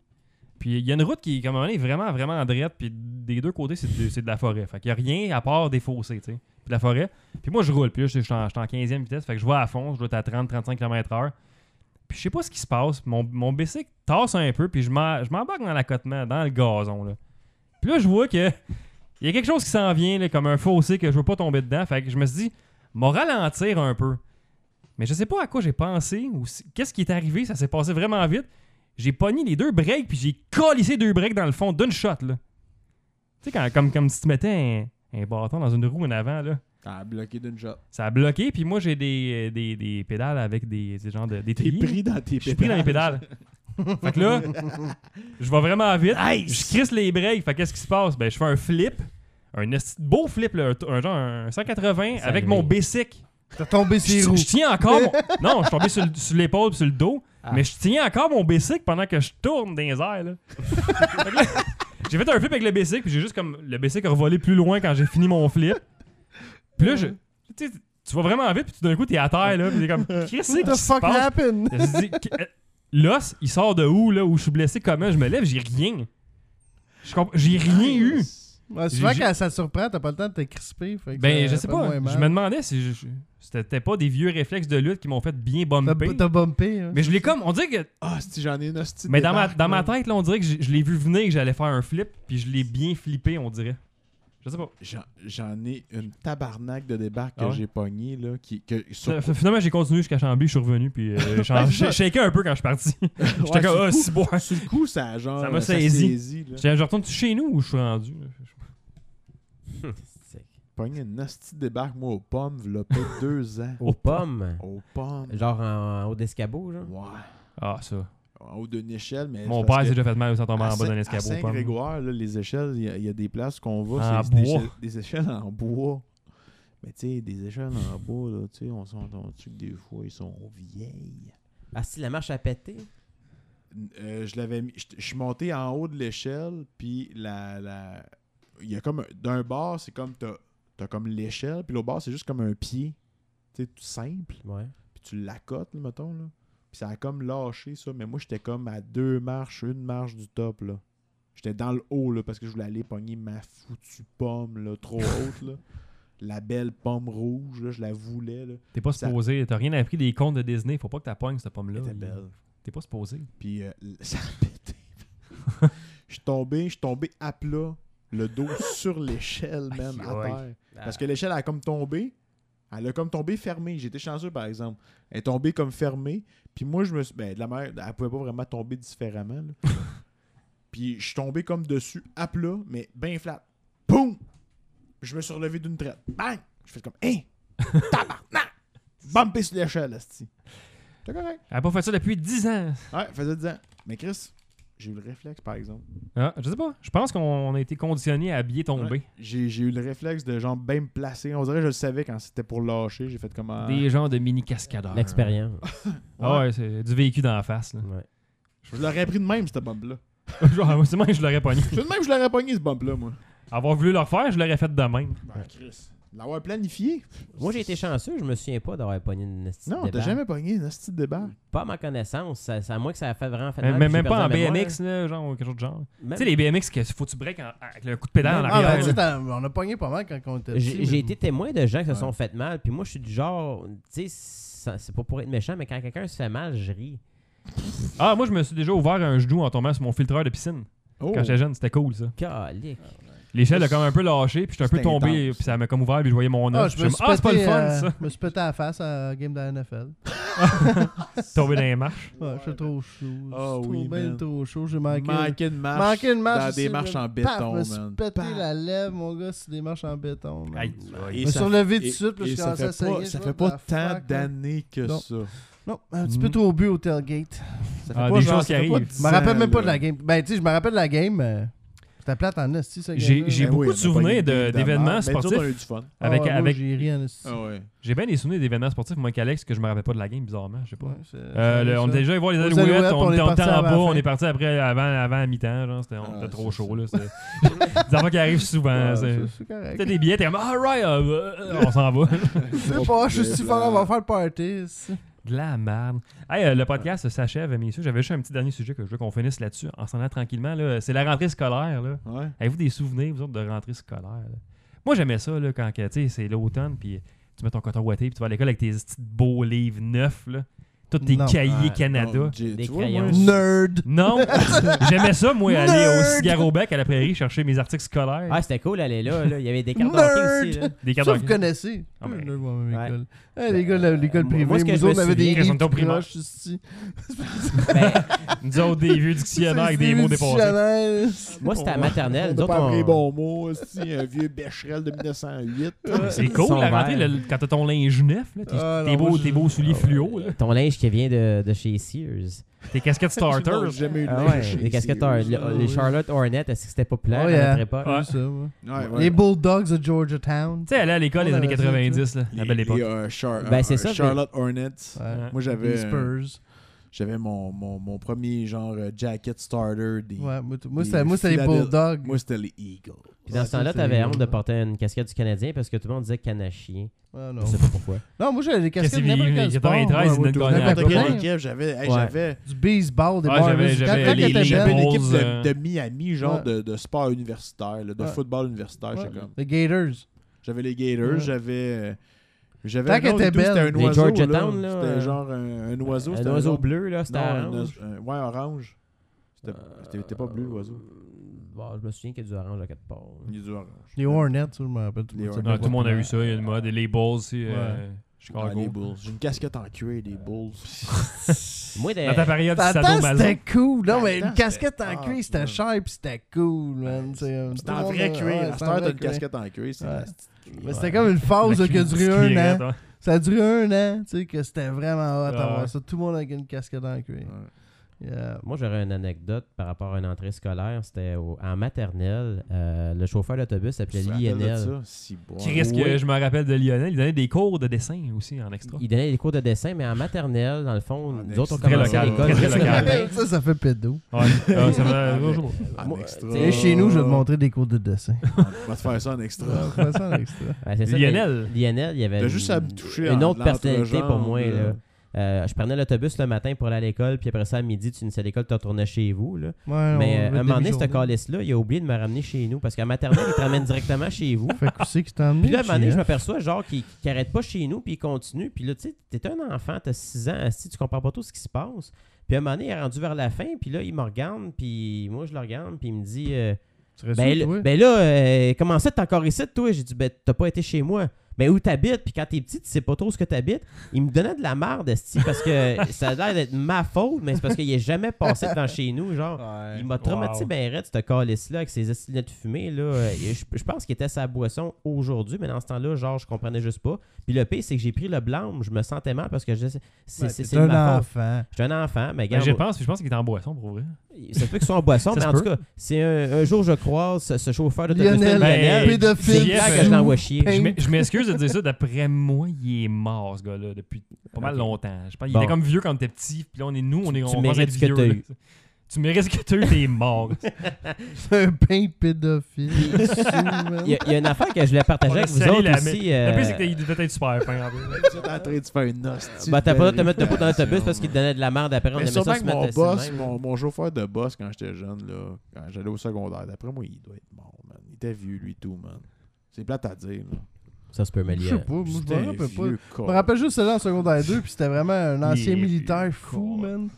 S1: Puis il y a une route qui, comme un moment donné, est vraiment, vraiment droite. Puis des deux côtés, c'est de, c'est de la forêt. Fait qu'il y a rien à part des fossés, tu sais. Puis de la forêt. Puis moi, je roule. Puis là, je je suis en, je suis en 15e vitesse. Fait que je vais à fond. Je dois être à 30-35 km/h. Puis je sais pas ce qui se passe. Mon, mon bicycle tasse un peu. Puis je m'en- je m'embarque dans l'accotement, dans le gazon, là. Puis là, je vois que. Il y a quelque chose qui s'en vient, là, comme un fossé que je veux pas tomber dedans. Fait que je me suis dit, m'a ralentir un peu. Mais je sais pas à quoi j'ai pensé ou si- qu'est-ce qui est arrivé, ça s'est passé vraiment vite. J'ai pogné les deux breaks puis j'ai collissé deux breaks dans le fond d'une shot là. Tu sais quand comme comme si tu mettais un, un bâton dans une roue en avant là.
S3: Ah, bloqué d'une shot.
S1: Ça a bloqué puis moi j'ai des, euh, des, des pédales avec des, des genres de des
S3: T'es
S1: triers.
S3: pris dans tes
S1: Je suis pris dans les pédales. fait que là, je vais vraiment vite. Je crisse les breaks. Fait que qu'est-ce qui se passe? Ben, je fais un flip. Un esti de beau flip, là, un, un genre un 180
S4: Salut.
S1: avec mon basic.
S2: T'as tombé ses
S1: Je,
S2: roues.
S1: je tiens encore mon... Non, je suis tombé sur, le- sur l'épaule puis sur le dos,
S2: Ah.
S1: mais je tiens encore mon bicycle pendant que je tourne dans les airs. là. Fait que là, j'ai fait un flip avec le bicycle, puis j'ai juste comme... Le bicycle a revolé plus loin quand j'ai fini mon flip. Puis là, je... Tu sais, tu vas vraiment vite, puis tout d'un coup, t'es à terre, là, puis t'es comme... Qu'est-ce
S2: What
S1: qui
S2: the
S1: se
S2: fuck
S1: passe?
S2: happened?
S1: Je me suis dit, Qu- euh, L'os, il sort de où, là, où je suis blessé, comment je me lève, j'ai rien. Je comp- J'ai rien eu.
S2: Ouais, souvent,
S1: J'ai-
S2: quand ça te surprend, t'as pas le temps de te crisper. fait que
S1: Ben,
S2: ça
S1: je sais
S2: fait moins
S1: pas.
S2: mal.
S1: Je me demandais si je- je- c'était pas des vieux réflexes de lutte qui m'ont fait bien
S2: T'as-
S1: bumper.
S2: T'as bumpé. hein.
S1: Mais je l'ai comme. On dirait que.
S3: Ah, si j'en ai une hostie. de
S1: Mais dans ma,
S3: débarque,
S1: dans ma
S3: là.
S1: tête, là, on dirait que je, je l'ai vu venir que j'allais faire un flip, puis je l'ai bien flippé, on dirait. Je sais pas.
S3: J'en- J'en ai une tabarnak de débarque
S1: Ah
S3: que
S1: ouais?
S3: j'ai pognée, là. Qui, que, sur-
S1: Fin- Euh, Finalement, j'ai continué jusqu'à Chambly, je suis revenu, puis euh, j'en- j'ai shaké un peu quand je suis parti.
S3: Ouais,
S1: J'étais
S3: sur
S1: comme,
S3: le
S1: ah,
S3: coup-
S1: si bon.
S3: Sur le coup, ça a genre.
S1: Ça m'a saisi.
S3: là. J'ai
S1: J'étais, Je retourne chez nous ou je suis rendu?
S4: Tic.
S3: pogné une hostie de débarque, moi, aux pommes, v'là peut-être deux ans.
S4: Aux pommes.
S3: Aux pommes.
S4: Genre en, en haut d'escabeau, genre.
S3: Ouais.
S1: Ah, ça.
S3: En haut d'une échelle, mais.
S1: Mon
S3: c'est parce
S1: père s'est
S3: que
S1: déjà fait mal en tombant
S3: à
S1: en bas d'un
S3: Saint-
S1: escabeau. pomme.
S3: À Saint-Grégoire, là, les échelles, il y a- il y, a des places qu'on va,
S1: En
S3: c'est des
S1: bois.
S3: échelles, des échelles en bois. Mais tu sais, des échelles en bois, là, tu sais, on s'entend que des fois, ils sont vieilles.
S4: Ah, si la marche a pété.
S3: Euh, je l'avais mis- je- Je suis monté en haut de l'échelle, puis la, la- Il y a comme. un- D'un bord, c'est comme. T'as t'as comme l'échelle, puis l'autre bord, c'est juste comme un pied. Tu sais, tout simple,
S4: Ouais.
S3: puis tu l'accotes, là, mettons, là. Puis ça a comme lâché ça, mais moi j'étais comme à deux marches, une marche du top là. J'étais dans le haut là parce que je voulais aller pogner ma foutue pomme là, trop haute là. La belle pomme rouge, là, je la voulais. Là.
S1: T'es pas
S3: Ça-
S1: supposé. T'as rien appris des contes de Disney. Faut pas que t'appognes cette
S3: Elle
S1: pomme-là.
S3: était
S1: Il-
S3: belle.
S1: T'es pas supposé.
S3: Puis euh, ça a pété. Je suis tombé, je suis tombé à plat, le dos sur l'échelle même,
S1: Aïe,
S3: à
S1: aïe.
S3: terre.
S4: Ah.
S3: Parce que l'échelle elle a comme tombé. Elle a comme tombé fermée. J'étais chanceux, par exemple. Elle est tombée comme fermée. Puis moi, je me suis. Ben, de la mer, elle pouvait pas vraiment tomber différemment. là. puis je suis tombé comme dessus, à plat, mais bien flat. Boum! Je me suis relevé d'une traite. Bang! Je fais comme. Hein! Tabarnak! Bumpé sur l'échelle, esti. T'es correct.
S1: Elle a pas fait ça depuis 10 ans.
S3: Ouais, faisait 10 ans. Mais Chris, j'ai eu le réflexe, par exemple.
S1: Ah, je sais pas. Je pense qu'on a été conditionné à bien tomber.
S3: Ouais. J'ai j'ai eu le réflexe de genre bien me placer. On dirait que je le savais quand c'était pour lâcher. J'ai fait ah. comment.
S1: Des gens de mini cascadeurs.
S4: L'expérience.
S1: Ah ouais, c'est du vécu dans la face. Là.
S4: Ouais.
S3: Je l'aurais pris de même, cette bombe-là.
S1: Genre, moi, c'est moi que je l'aurais pogné.
S3: C'est de même, je l'aurais pogné, cette bombe-là, moi.
S1: Avoir voulu le refaire, je l'aurais fait de même.
S3: Ben, Chris. L'avoir planifié.
S4: Moi, j'ai été chanceux, je me souviens pas d'avoir pogné une esti de
S3: Non, t'as
S4: débarque.
S3: jamais pogné une hostie de débarque.
S4: Pas à ma connaissance, ça, ça- à moins que ça a fait vraiment fait
S1: Mais
S4: mal,
S1: mais
S4: puis
S1: même
S4: j'ai
S1: pas en
S4: perdu la mémoire. Ben
S1: BMX, là, genre, ou quelque chose de genre. Tu
S4: Même-
S1: sais, les BMX, que faut que tu breaks en- avec le coup de pédale en
S2: Ah, ben,
S1: arrière.
S2: tu
S1: là.
S2: sais, t'as- on a pogné pas mal quand on était
S4: J'ai
S2: petit.
S4: j'ai
S2: mais-
S4: été témoin de gens qui se sont fait mal, puis moi, je suis du genre, tu sais, ça- c'est pas pour être méchant, mais quand quelqu'un se fait mal, je ris.
S1: Ah, moi, je me suis déjà ouvert un genou en tombant sur mon filtreur de piscine
S3: Oh.
S1: quand j'étais jeune. C'était cool, ça.
S4: Calique.
S1: L'échelle a comme un peu lâché, puis j'étais un peu
S3: C'était
S1: tombé,
S3: intense.
S1: puis ça m'a comme ouvert, puis je voyais mon
S2: Ah,
S1: os.
S2: je
S1: Puis
S2: me
S1: je
S2: suis
S1: suis comme, ah, c'est pas le
S2: pété,
S1: fun,
S2: euh,
S1: ça.
S2: Je me suis pété à la face à game de la NFL.
S1: Tombé dans les marches.
S2: Ouais, je suis trop chaud. je
S3: Ah
S2: suis
S3: oui,
S2: trop bien
S3: man.
S2: trop chaud. J'ai manqué.
S3: Manquer une marche.
S2: Manqué une marche.
S3: Dans des
S2: ici,
S3: marches
S2: là.
S3: en
S2: Paf,
S3: béton,
S2: Je me suis
S3: man.
S2: pété
S3: Paf.
S2: la lèvre, mon gars, sur des marches en béton. man.
S1: Aïe,
S2: Je
S3: Et
S2: me
S3: ça-
S2: suis relevé tout
S3: et-
S2: de suite, puis
S3: et
S2: je
S3: ça
S2: commençais à
S3: fait pas,
S2: saigner.
S3: ça
S2: je
S3: fait
S2: vois,
S3: pas
S2: what the fuck,
S3: tant
S2: man.
S3: d'années que
S2: Non.
S3: ça.
S2: Non, un petit
S1: Mm.
S2: peu trop bu au tailgate.
S3: Ça fait
S1: Ah,
S3: pas
S1: des
S3: genre,
S1: choses
S3: ça
S1: qui
S3: fait pas
S1: arrivent.
S3: 10
S2: Je me rappelle
S3: ans,
S2: même pas
S3: là.
S2: de la game. Ben, tu sais, je me rappelle de la game. euh, C'était plate en esti, ça.
S1: J'ai- j'ai
S3: Ben
S1: beaucoup
S3: oui,
S1: de
S3: on a
S1: souvenirs
S3: pogné
S1: de-
S3: des
S1: d'événements
S3: marches. Mais nous autres,
S1: sportifs.
S3: on a eu du fun.
S1: Avec, avec...
S2: Ah, J'ai ri en esti.
S3: Ah ouais.
S1: J'ai bien des souvenirs d'événements sportifs, moi, qu'Alex, que je me rappelle pas de la game, bizarrement. Je sais pas.
S2: Ouais, c'est-
S1: Euh, le-
S2: ça.
S1: on était déjà allé voir les
S2: Aux
S1: Alouettes,
S2: Alouettes,
S1: on,
S2: on est
S1: était en
S2: parti
S1: temps
S2: avant
S1: bas,
S2: la
S1: on
S2: fin.
S1: est parti après avant, avant à mi-temps, genre, c'était, on
S3: Ah,
S1: était trop
S3: c'est
S1: chaud,
S3: ça.
S1: là. c'était- des affaires qui arrivent souvent.
S2: Ouais,
S1: Ah, c'est-
S2: ça, C'est correct.
S1: T'as des billets, t'es comme, alright, euh, on s'en va.
S2: Je sais pas, je suis super, on va faire le party. esti.
S1: De la merde. Hey, euh, le podcast s'achève, messieurs. J'avais juste un petit dernier sujet que je veux qu'on finisse là-dessus, en s'en allant tranquillement. Là. C'est la rentrée scolaire, là.
S3: Ouais.
S1: Avez-vous des souvenirs, vous autres, de rentrée scolaire? là? Moi, j'aimais ça, là, quand que, tu sais, c'est l'automne, puis tu mets ton coton ouaté, puis tu vas à l'école avec tes petits beaux livres neufs, là. Tous tes
S2: Non.
S1: cahiers
S4: Ouais,
S1: Canada.
S3: Non, j'ai-
S4: Des
S3: tu vois, moi,
S4: crayons.
S2: Nerd.
S1: Non, j'aimais ça, moi, aller au
S2: Nerd!
S1: cigare au bec à la prairie chercher mes articles scolaires.
S4: Ah, c'était cool, elle est là, là. Il y avait des cartes
S2: Nerd!
S4: d'hockey aussi, là.
S1: des cartes
S2: Ça, vous
S1: d'hockey.
S2: connaissez.
S1: Ah, mais-
S2: Euh, nerd, moi, même
S4: Ouais.
S2: école. Eh, les gars de la- l'école
S4: Euh, moi,
S2: privée,
S4: ce que je
S2: nous
S4: me
S2: autres, on avait des
S4: souviens,
S1: quand on était au
S2: livres
S1: primaire.
S2: proches ici.
S4: Ben,
S1: Nous autres, des vieux dictionnaires avec des mots dépassés.
S2: dépassés.
S4: moi, c'était à
S3: On
S4: maternelle.
S3: n'a
S4: D'autres,
S3: pas
S4: on...
S3: appris les bons mots aussi, un vieux Becherel de 1908.
S1: C'est cool, la
S4: Son
S1: rentrée,
S4: verre.
S1: le- quand t'as ton linge neuf, là, tes,
S2: Ah,
S1: tes
S2: non,
S1: beaux,
S2: moi,
S1: tes
S2: je-
S1: beaux souliers
S4: Ah,
S1: fluo,
S4: ouais.
S1: là,
S4: Ton linge qui vient de, de chez Sears.
S1: tes casquettes
S3: Non,
S1: starters.
S3: j'ai jamais eu de
S4: Ah
S3: linge
S4: ouais,
S3: chez
S4: les casquetteurs.
S3: Sears,
S4: le-
S3: là.
S4: les Charlotte Hornets, est-ce que c'était populaire
S2: Oh,
S4: à
S2: yeah.
S4: notre époque?
S1: Ah.
S2: Ça, moi.
S3: Ouais, ouais.
S2: Les Bulldogs de Georgetown.
S1: Tu sais, aller à l'école les
S2: On
S1: années
S2: avait ça, tu sais.
S1: 90, là, la belle
S3: Les-
S1: époque.
S3: les, euh, Char-
S4: Ben,
S3: euh,
S4: c'est ça,
S3: Charlotte Hornets.
S2: Ouais.
S1: Ouais.
S2: Les
S3: Moi, j'avais euh,
S2: Spurs.
S3: j'avais mon, mon, mon premier genre euh, jacket starter. Des,
S2: Ouais, moi, t- moi,
S3: les
S2: c'était moi, c'était les
S3: Philadel-
S2: Bulldogs.
S3: Moi, c'était les Eagles.
S4: Puis dans ce temps-là, t'avais honte de porter une casquette du Canadien parce que tout le monde disait canachien.
S2: Ah,
S4: Je
S2: non.
S4: sais pas pourquoi.
S2: non, moi, j'avais des
S1: Qu'est-ce
S2: casquettes de
S1: qu'il
S2: n'importe
S1: vit,
S2: quel
S1: il est
S2: sport.
S1: 93,
S2: Ouais,
S1: il
S2: moi,
S1: n'a
S2: tout-
S1: gagné
S2: n'importe
S1: à la
S2: quel.
S1: Coupe.
S3: Quelle équipe j'avais hey,
S4: Ouais.
S3: J'avais
S2: Du baseball, des
S1: Ouais, Ah, j'avais-
S2: Marlins.
S1: j'avais
S2: Quand
S1: les-
S2: t'étais
S1: les
S2: jeune,
S3: j'avais une équipe
S1: Bulls, euh,
S3: de, de Miami, genre
S2: Ouais.
S3: de, de sport universitaire, là, de
S2: Ouais.
S3: football universitaire. j'étais
S2: ouais,
S3: Ah, comme-
S2: les Gators.
S3: J'avais les Gators,
S2: Ouais.
S3: j'avais. euh, J'avais
S2: Tant
S3: un
S2: qu'elle
S3: nom
S2: était
S3: et tout, c'était
S2: belle.
S3: un
S4: Les
S3: oiseau.
S4: Georgetown, là,
S3: là. C'était
S4: euh,
S3: genre un, un oiseau.
S4: Un
S3: c'était
S4: oiseau
S3: genre-
S4: bleu, là, c'était
S3: Non, un
S4: orange.
S3: oiseau- un- euh, ouais, orange. C'était
S1: Euh,
S3: c'était- c'était pas bleu, l'oiseau.
S4: Bon, je me souviens qu'il y a du orange à quatre parts.
S3: Il est du orange.
S2: Les Hornets, ça, je me rappelle. tout le
S3: Les
S2: monde.
S3: Hornets.
S1: Non, Tout le monde a eu ça, il y a une mode. Et les Bulls, c'est euh,
S3: Ah, les
S1: Chicago.
S3: Bulls. J'ai une casquette en cuir des Bulls.
S4: Moi, des-
S1: Dans ta période du
S2: Attends,
S1: sadomaso.
S2: c'était cool. Non, mais
S3: Attends,
S2: une casquette en
S3: c'était-
S2: cuir,
S3: ah,
S2: c'était cher puis c'était cool, man. C'est euh,
S3: C'est
S2: tout le
S3: en
S2: monde
S3: vrai
S2: a- ouais,
S3: cuir. À
S2: c'est
S3: cette
S2: en
S3: heure,
S2: vrai
S3: t'as une
S2: cuir.
S3: casquette en cuir. c'est
S2: Ouais.
S3: la petite-
S2: Mais c'était comme une phase là, qui a duré un an. Ça a duré un an, tu sais, que c'était vraiment hot
S1: Ah ouais.
S2: d'avoir ça. Tout le monde avec une casquette en cuir.
S3: Ouais.
S2: Yeah.
S4: Moi, j'aurais une anecdote par rapport à une entrée scolaire. C'était au- en maternelle. euh, le chauffeur d'autobus s'appelait
S3: Tu te rappelles de
S4: Lionel.
S3: ça? Si, bon.
S1: Qui risque,
S3: Ouais.
S1: je me rappelle de Lionel, il donnait des cours de dessin aussi en extra.
S4: Il donnait des cours de dessin, mais en maternelle, dans le fond,
S3: En
S4: nous autres, on
S1: extra.
S4: commençait
S1: Très local,
S4: à l'école.
S1: très
S4: le
S1: local.
S4: matin.
S2: Ça, ça fait pédo.
S1: Ouais, euh, ça va-
S3: Ouais.
S1: je sais
S3: En
S4: Moi,
S3: extra.
S4: tu sais,
S2: Et chez nous, je vais te montrer des cours de dessin.
S3: On va te faire ça en extra.
S2: Fais ça en extra.
S4: Ouais, c'est ça,
S1: Lionel. Ben,
S4: Lionel, il y avait
S3: T'as juste à
S4: une-
S3: me toucher
S4: Ben, une
S3: en
S4: autre personnalité
S3: l'entrejambe,
S4: pour moi.
S3: là.
S4: Là. euh, je prenais l'autobus le matin pour aller à l'école, puis après ça, à midi, tu finissais l'école, tu retournais chez vous. Là.
S2: Ouais,
S4: Mais
S2: on
S4: euh,
S2: veut
S4: à un moment donné, ce
S2: demi-journée.
S4: calice-là, il a oublié de me ramener chez nous parce qu'à maternelle, il te ramène directement chez vous.
S2: Fait que c'est que t'as emmené.
S4: Puis là, à un moment donné, je
S2: Jeff?
S4: m'aperçois, genre, qu'il qu'il arrête pas chez nous, puis il continue. Puis là, tu sais, t'es un enfant, t'as 6 ans, si tu comprends pas tout ce qui se passe. Puis à un moment donné, il est rendu vers la fin, puis là, il me regarde, puis moi, je le regarde, puis il me dit, euh,
S2: Tu restes
S4: ben,
S2: où,
S4: là-
S2: toi?
S4: ben là, euh, comment ça, t'es encore ici, toi? J'ai dit, ben, t'as pas été chez moi. Ben, où t'habites? Puis quand t'es petit, tu sais pas trop ce que t'habites. Il me donnait de la merde, esti, parce que ça a l'air d'être ma faute, mais c'est parce qu'il est jamais passé devant chez nous, genre. Il m'a traumatisé
S1: Wow.
S4: ben raide, ce calice-là, avec ses estilettes fumées. Là. Euh, et Je, je pense qu'il était sa boisson aujourd'hui, mais dans ce temps-là, genre, je comprenais juste pas. Puis le pire, c'est que j'ai pris le blâme. Je me sentais mal parce que je- c'est c'est-
S2: Ben,
S4: c'est-
S2: t'es
S4: c'est de ma
S2: un
S4: faute.
S2: enfant.
S4: J'étais un enfant, mais
S1: Ben, je
S4: regarde,
S1: pense, je pense qu'il est en boisson pour vrai.
S4: ça se peut qu'il soit en boisson,
S1: Ça
S4: mais
S1: se
S4: en tout
S1: peut.
S4: cas, c'est un, un jour, je croise ce, ce chauffeur de
S2: Lionel,
S1: Ben,
S2: pédophile.
S4: c'est clair que je
S1: sous-
S4: l'envoie chier.
S1: Je m'e- je m'excuse de dire ça, d'après moi, il est mort ce gars-là depuis pas mal
S4: Ok.
S1: longtemps. Je pense, il
S4: Bon.
S1: était comme vieux quand t'étais petit, puis là on est nous, on
S4: Tu-
S1: est
S4: tu
S1: on pense
S4: mérites
S1: être
S4: ce que
S1: vieux,
S4: t'as
S1: là.
S4: eu.
S1: Tu mérites ce que t'as eu, t'es mort.
S2: C'est un pain pédophile. Sous, man.
S4: Il y, a, il y a une affaire que je voulais partager
S1: On a
S4: avec vous
S1: salé
S4: autres
S1: la-
S4: aussi.
S1: Le
S4: euh,
S1: plus c'est qu'il devait être super fin en plus.
S3: Tu es en train de faire une hostie.
S4: ben, t'as pas le droit de te
S3: belle
S4: mettre debout dans l'autobus
S3: réputation,
S4: parce qu'il te
S3: man.
S4: donnait de la merde après. On
S3: Mais
S4: aimait ça
S3: sûrement
S4: se
S3: que
S4: mettre
S3: mon
S4: assis de
S3: boss,
S4: même.
S3: mon, mon chauffeur de boss quand j'étais jeune, là, quand j'allais au secondaire, d'après moi, il doit être mort, man. Il était vieux, lui, tout, man. C'est plate à dire, là.
S4: Ça se peut, mais
S2: Je
S4: il y
S2: sais
S4: a-
S2: pas, moi je me rappelle pas. Je me
S3: pas.
S2: rappelle juste celle-là en secondaire 2, puis c'était vraiment un ancien
S1: Il est
S2: militaire
S1: vieux
S2: fou,
S1: con.
S2: man.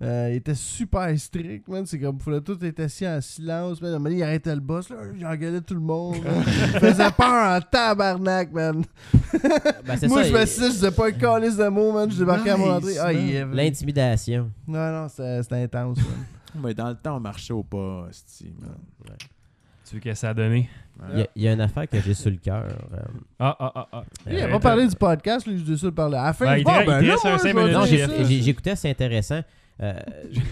S2: Euh, il était super strict, man. C'est comme, fallait tout être assis en silence, man. À un moment donné, il arrêtait le boss, là. Il engueulait tout le monde. man. il faisait peur en tabarnak, man.
S4: Ben, c'est
S2: Moi,
S4: ça,
S2: je me
S4: il-
S2: suis je disais pas un calice de mots, man. Je débarquais à mon
S3: Nice,
S2: entrée. Ah,
S3: man.
S2: il est...
S4: L'intimidation.
S2: Non, non, c'était c'était intense, man.
S3: Mais dans le temps, on marchait au pas, hostie, man. Hein?
S1: Tu veux que ça a donné?
S4: Il y, a- il y a une affaire que j'ai sur le cœur. euh,
S1: Ah, ah, ah, ah.
S2: Lui, il a
S4: euh,
S2: pas parlé du podcast, lui. Je dis ça le parler. À la fin,
S1: Ben,
S2: je
S1: il
S2: dis, ah,
S1: dirait-
S2: ben
S1: il dirait
S2: là,
S1: ça
S2: moi,
S1: un
S2: je
S1: cinq
S2: vais
S1: minutes.
S4: Non,
S2: dire
S4: j'ai-
S2: ça.
S4: j'ai- j'écoutais, c'est intéressant. Euh, euh, tu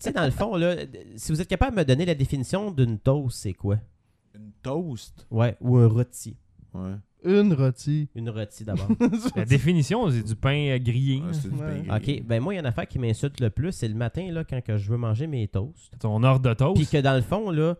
S4: sais, dans le fond, là, si vous êtes capable de me donner la définition d'une toast, c'est quoi?
S3: Une toast.
S4: Ouais, ou un rôti.
S3: Ouais.
S2: Une rôtie.
S4: Une rôti d'abord.
S1: La définition, c'est du pain euh, grillé.
S3: Ouais, Ah, c'est une
S2: Ouais.
S3: dinguerie.
S4: OK, ben moi, il y a une affaire qui m'insulte le plus, c'est le matin, là, quand que je veux manger mes toasts.
S1: Ton ordre de toast.
S4: Puis que dans le fond, là,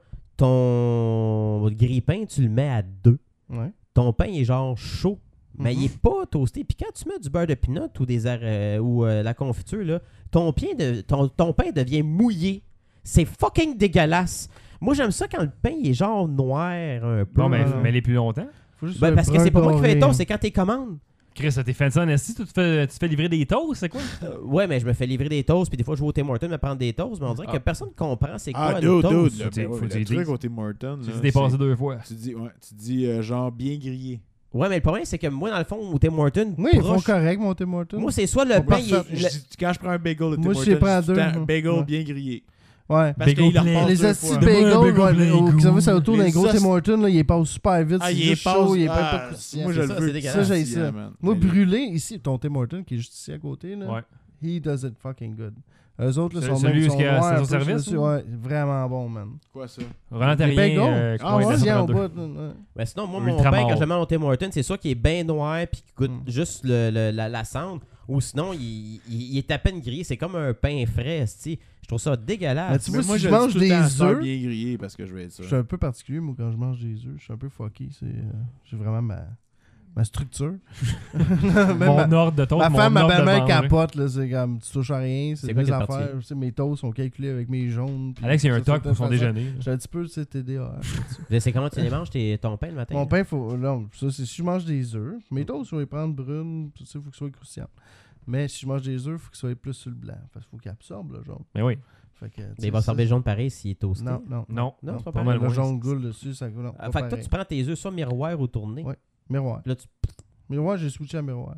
S4: ton grille-pain, tu le mets à deux.
S2: Ouais.
S4: Ton pain est genre chaud. Mais
S2: Mhm.
S4: il est pas toasté. Puis quand tu mets du beurre de pinot ou des ar- euh, ou euh, la confiture, là, ton, pain de- ton, ton pain devient mouillé. C'est fucking dégueulasse. Moi, j'aime ça quand le pain il est genre noir un peu.
S1: Bon, mais
S2: Ouais.
S1: mais les plus longtemps.
S2: Faut juste
S4: Ben,
S2: le
S4: parce que c'est pas moi qui fais les
S2: brun
S4: toasts, c'est quand t'es commandes.
S1: Chris, t'es fait de ça en esti, tu te fais, tu te fais livrer des toasts, c'est quoi?
S4: Euh, ouais, mais je me fais livrer des toasts, puis des fois je vais au Tim Hortons me prendre des toasts, mais on dirait
S1: Ah.
S4: que personne comprend c'est quoi
S3: Ah,
S4: un
S3: dude,
S4: toast.
S3: dude,
S1: Faut dire-
S3: le, ouais,
S1: faut
S3: le
S1: dire
S3: truc
S1: dix.
S3: au Tim Hortons,
S1: Tu
S3: là,
S1: t'es dépassé
S3: c'est-
S1: deux fois.
S3: Tu dis, ouais, tu dis euh, genre bien grillé.
S4: Ouais, mais le problème c'est que moi dans le fond au Tim Hortons,
S2: Oui, ils font
S4: proche-
S2: correct, mon Tim Hortons.
S4: moi c'est soit le
S2: Faut
S4: pain
S2: pas
S4: Ben, il
S2: faire-
S4: est-
S3: Je
S4: le-
S3: dis- quand je prends un bagel de Tim
S2: Moi, je sais
S3: Hortons,
S2: pas
S3: je
S2: à
S3: dis
S2: deux,
S3: tout le temps,
S2: moi.
S3: bagel
S2: Ouais.
S3: bien grillé.
S2: Ouais.
S3: Parce
S1: Bagel
S3: qu'il leur
S1: plein.
S3: passe
S2: Les
S3: deux
S2: assis
S3: fois.
S2: de
S1: Donne-moi un
S2: bagel,
S1: bagel
S2: ouais,
S1: plein
S2: au-
S1: goût.
S2: ça va, c'est autour d'un
S3: Les
S2: gros
S3: os-
S2: Tim Hortons, là, il est pas super vite,
S3: Ah,
S2: c'est
S3: il est
S2: juste chaud, il est
S3: passe-
S2: pas pas
S3: ah,
S2: croustillant.
S3: Moi, je
S4: C'est
S3: le
S4: ça,
S3: veux.
S4: c'est dégueulasse.
S2: Ça, j'ai
S3: croustillant,
S2: ça.
S3: man.
S2: Moi,
S3: Mais-
S2: brûlé, ici, ton Tim Hortons qui est juste ici à côté, là,
S1: Ouais.
S2: he does it fucking good. Eux autres, là,
S1: C'est-
S2: sont
S1: celui
S2: même
S1: où
S2: sont
S1: il y a
S2: noirs un
S1: station
S2: peu sur le
S1: service,
S2: dessus,
S1: ou?
S2: ouais, vraiment bon, man.
S3: Quoi, ça?
S1: Roland
S2: Les
S1: Terrien,
S2: bagels.
S1: euh,
S2: ah
S1: coin de
S2: ouais,
S1: la
S2: il y en
S1: 132.
S2: bas, ouais.
S4: Ben, sinon, moi, mon
S1: Ultra
S4: pain,
S1: mort.
S4: quand je le mets au Tim Hortons, c'est soit qu'il est bien noir puis qu'il goûte
S2: Mm.
S4: juste le- le- la, la cendre, ou sinon, il, il- il est à peine grillé. C'est comme un pain frais, esti. Je trouve ça
S2: Mais
S4: dégueulasse.
S2: tu vois,
S3: moi,
S2: si je
S3: je le dis
S2: mange
S3: tout le temps,
S2: des
S3: sœur
S2: œufs,
S3: bien grillé parce que je vais être
S2: je suis
S3: ça.
S2: un peu particulier, moi, quand je mange des œufs, je suis un peu fucky, c'est... euh, j'ai vraiment ma, ma structure. Même ma-
S1: Mon ordre de toast,
S2: Ma
S1: mon
S2: femme, ma
S1: ordre de
S2: belle-mère
S1: manger.
S2: capote, là, c'est comme, tu touches à rien, c'est
S4: C'est quoi
S2: des
S4: quelle
S2: affaires,
S4: partie?
S2: tu sais, mes toasts sont calculés avec mes jaunes. puis
S1: hein. Alex, il y a un
S2: ça, ça,
S1: toc pour son
S2: ça, ça.
S1: déjeuner.
S2: J'ai un petit peu, tu sais, TDAH. là-dessus.
S4: Mais C'est comment tu les manges, tes- ton pain le matin?
S2: hein. Mon
S4: là?
S2: pain, faut, non, ça, c'est si je mange des œufs, mes toasts, je vais les prendre brunes, tu sais, faut qu'ils soient croustillants. Mais si je mange des œufs, faut qu'ils soient plus sur le blanc, parce qu'il faut qu'ils absorbent le jaune.
S1: Mais oui.
S2: Fait que, tu
S4: Mais
S2: sais,
S4: Ben, il va
S2: ça-
S4: sortir jaune pareil s'il est toasté.
S2: Non, non.
S1: Non.
S4: Non, c'est pas
S1: pas
S4: pareil.
S1: mal
S2: Le
S1: loin.
S2: jaune goule dessus, ça goûle. non,
S4: Ah,
S2: pas
S4: fait que toi,
S2: pareil.
S4: tu prends tes œufs sur miroir ou tourné.
S2: Ouais. Miroir.
S4: Puis Là, tu...
S2: Miroir, j'ai switché à miroir.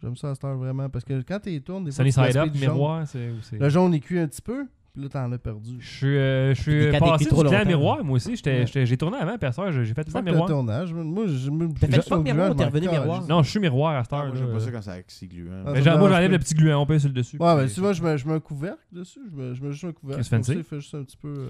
S2: J'aime ça à cette heure vraiment, parce que quand tu tournes, des fois,
S1: Sunny
S2: tu vois
S1: side
S2: l'aspect
S1: up,
S2: du jaune.
S1: miroir, c'est. ou c'est-
S2: Le jaune est cuit un petit peu, puis là, t'en as perdu.
S1: Je suis, euh, je
S4: Puis
S1: suis
S4: des cadets
S1: passé
S4: cuits
S1: du
S4: trop
S1: clan
S4: longtemps. hein.
S1: miroir, moi aussi. J'étais-
S2: Ouais.
S1: j'étais- J'ai tourné avant, puis à cette heure, j'ai j'ai fait ça
S2: Fuck le
S1: miroir.
S2: tournage. Moi, je me.
S4: T'as fait
S2: je-
S4: fuck
S2: au
S4: miroir ou t'es
S2: gluant,
S4: revenu
S2: mon corps,
S4: miroir?
S2: je-
S1: Non, je suis miroir à cette
S3: Ah,
S1: heure.
S3: moi, j'aime
S1: là.
S3: pas ça quand ça axie gluant.
S2: Ah,
S1: Mais
S2: ça
S1: genre, moi,
S2: me dérange
S1: j'enlève
S2: pas.
S1: le petit gluant, on pèse sur le dessus.
S2: Ouais, ben, souvent, je mets, je mets un couvercle dessus. Je mets, je mets juste un couvercle.
S1: Qu'est-ce que c'est?
S2: Comme ça, il fait juste un petit peu. euh.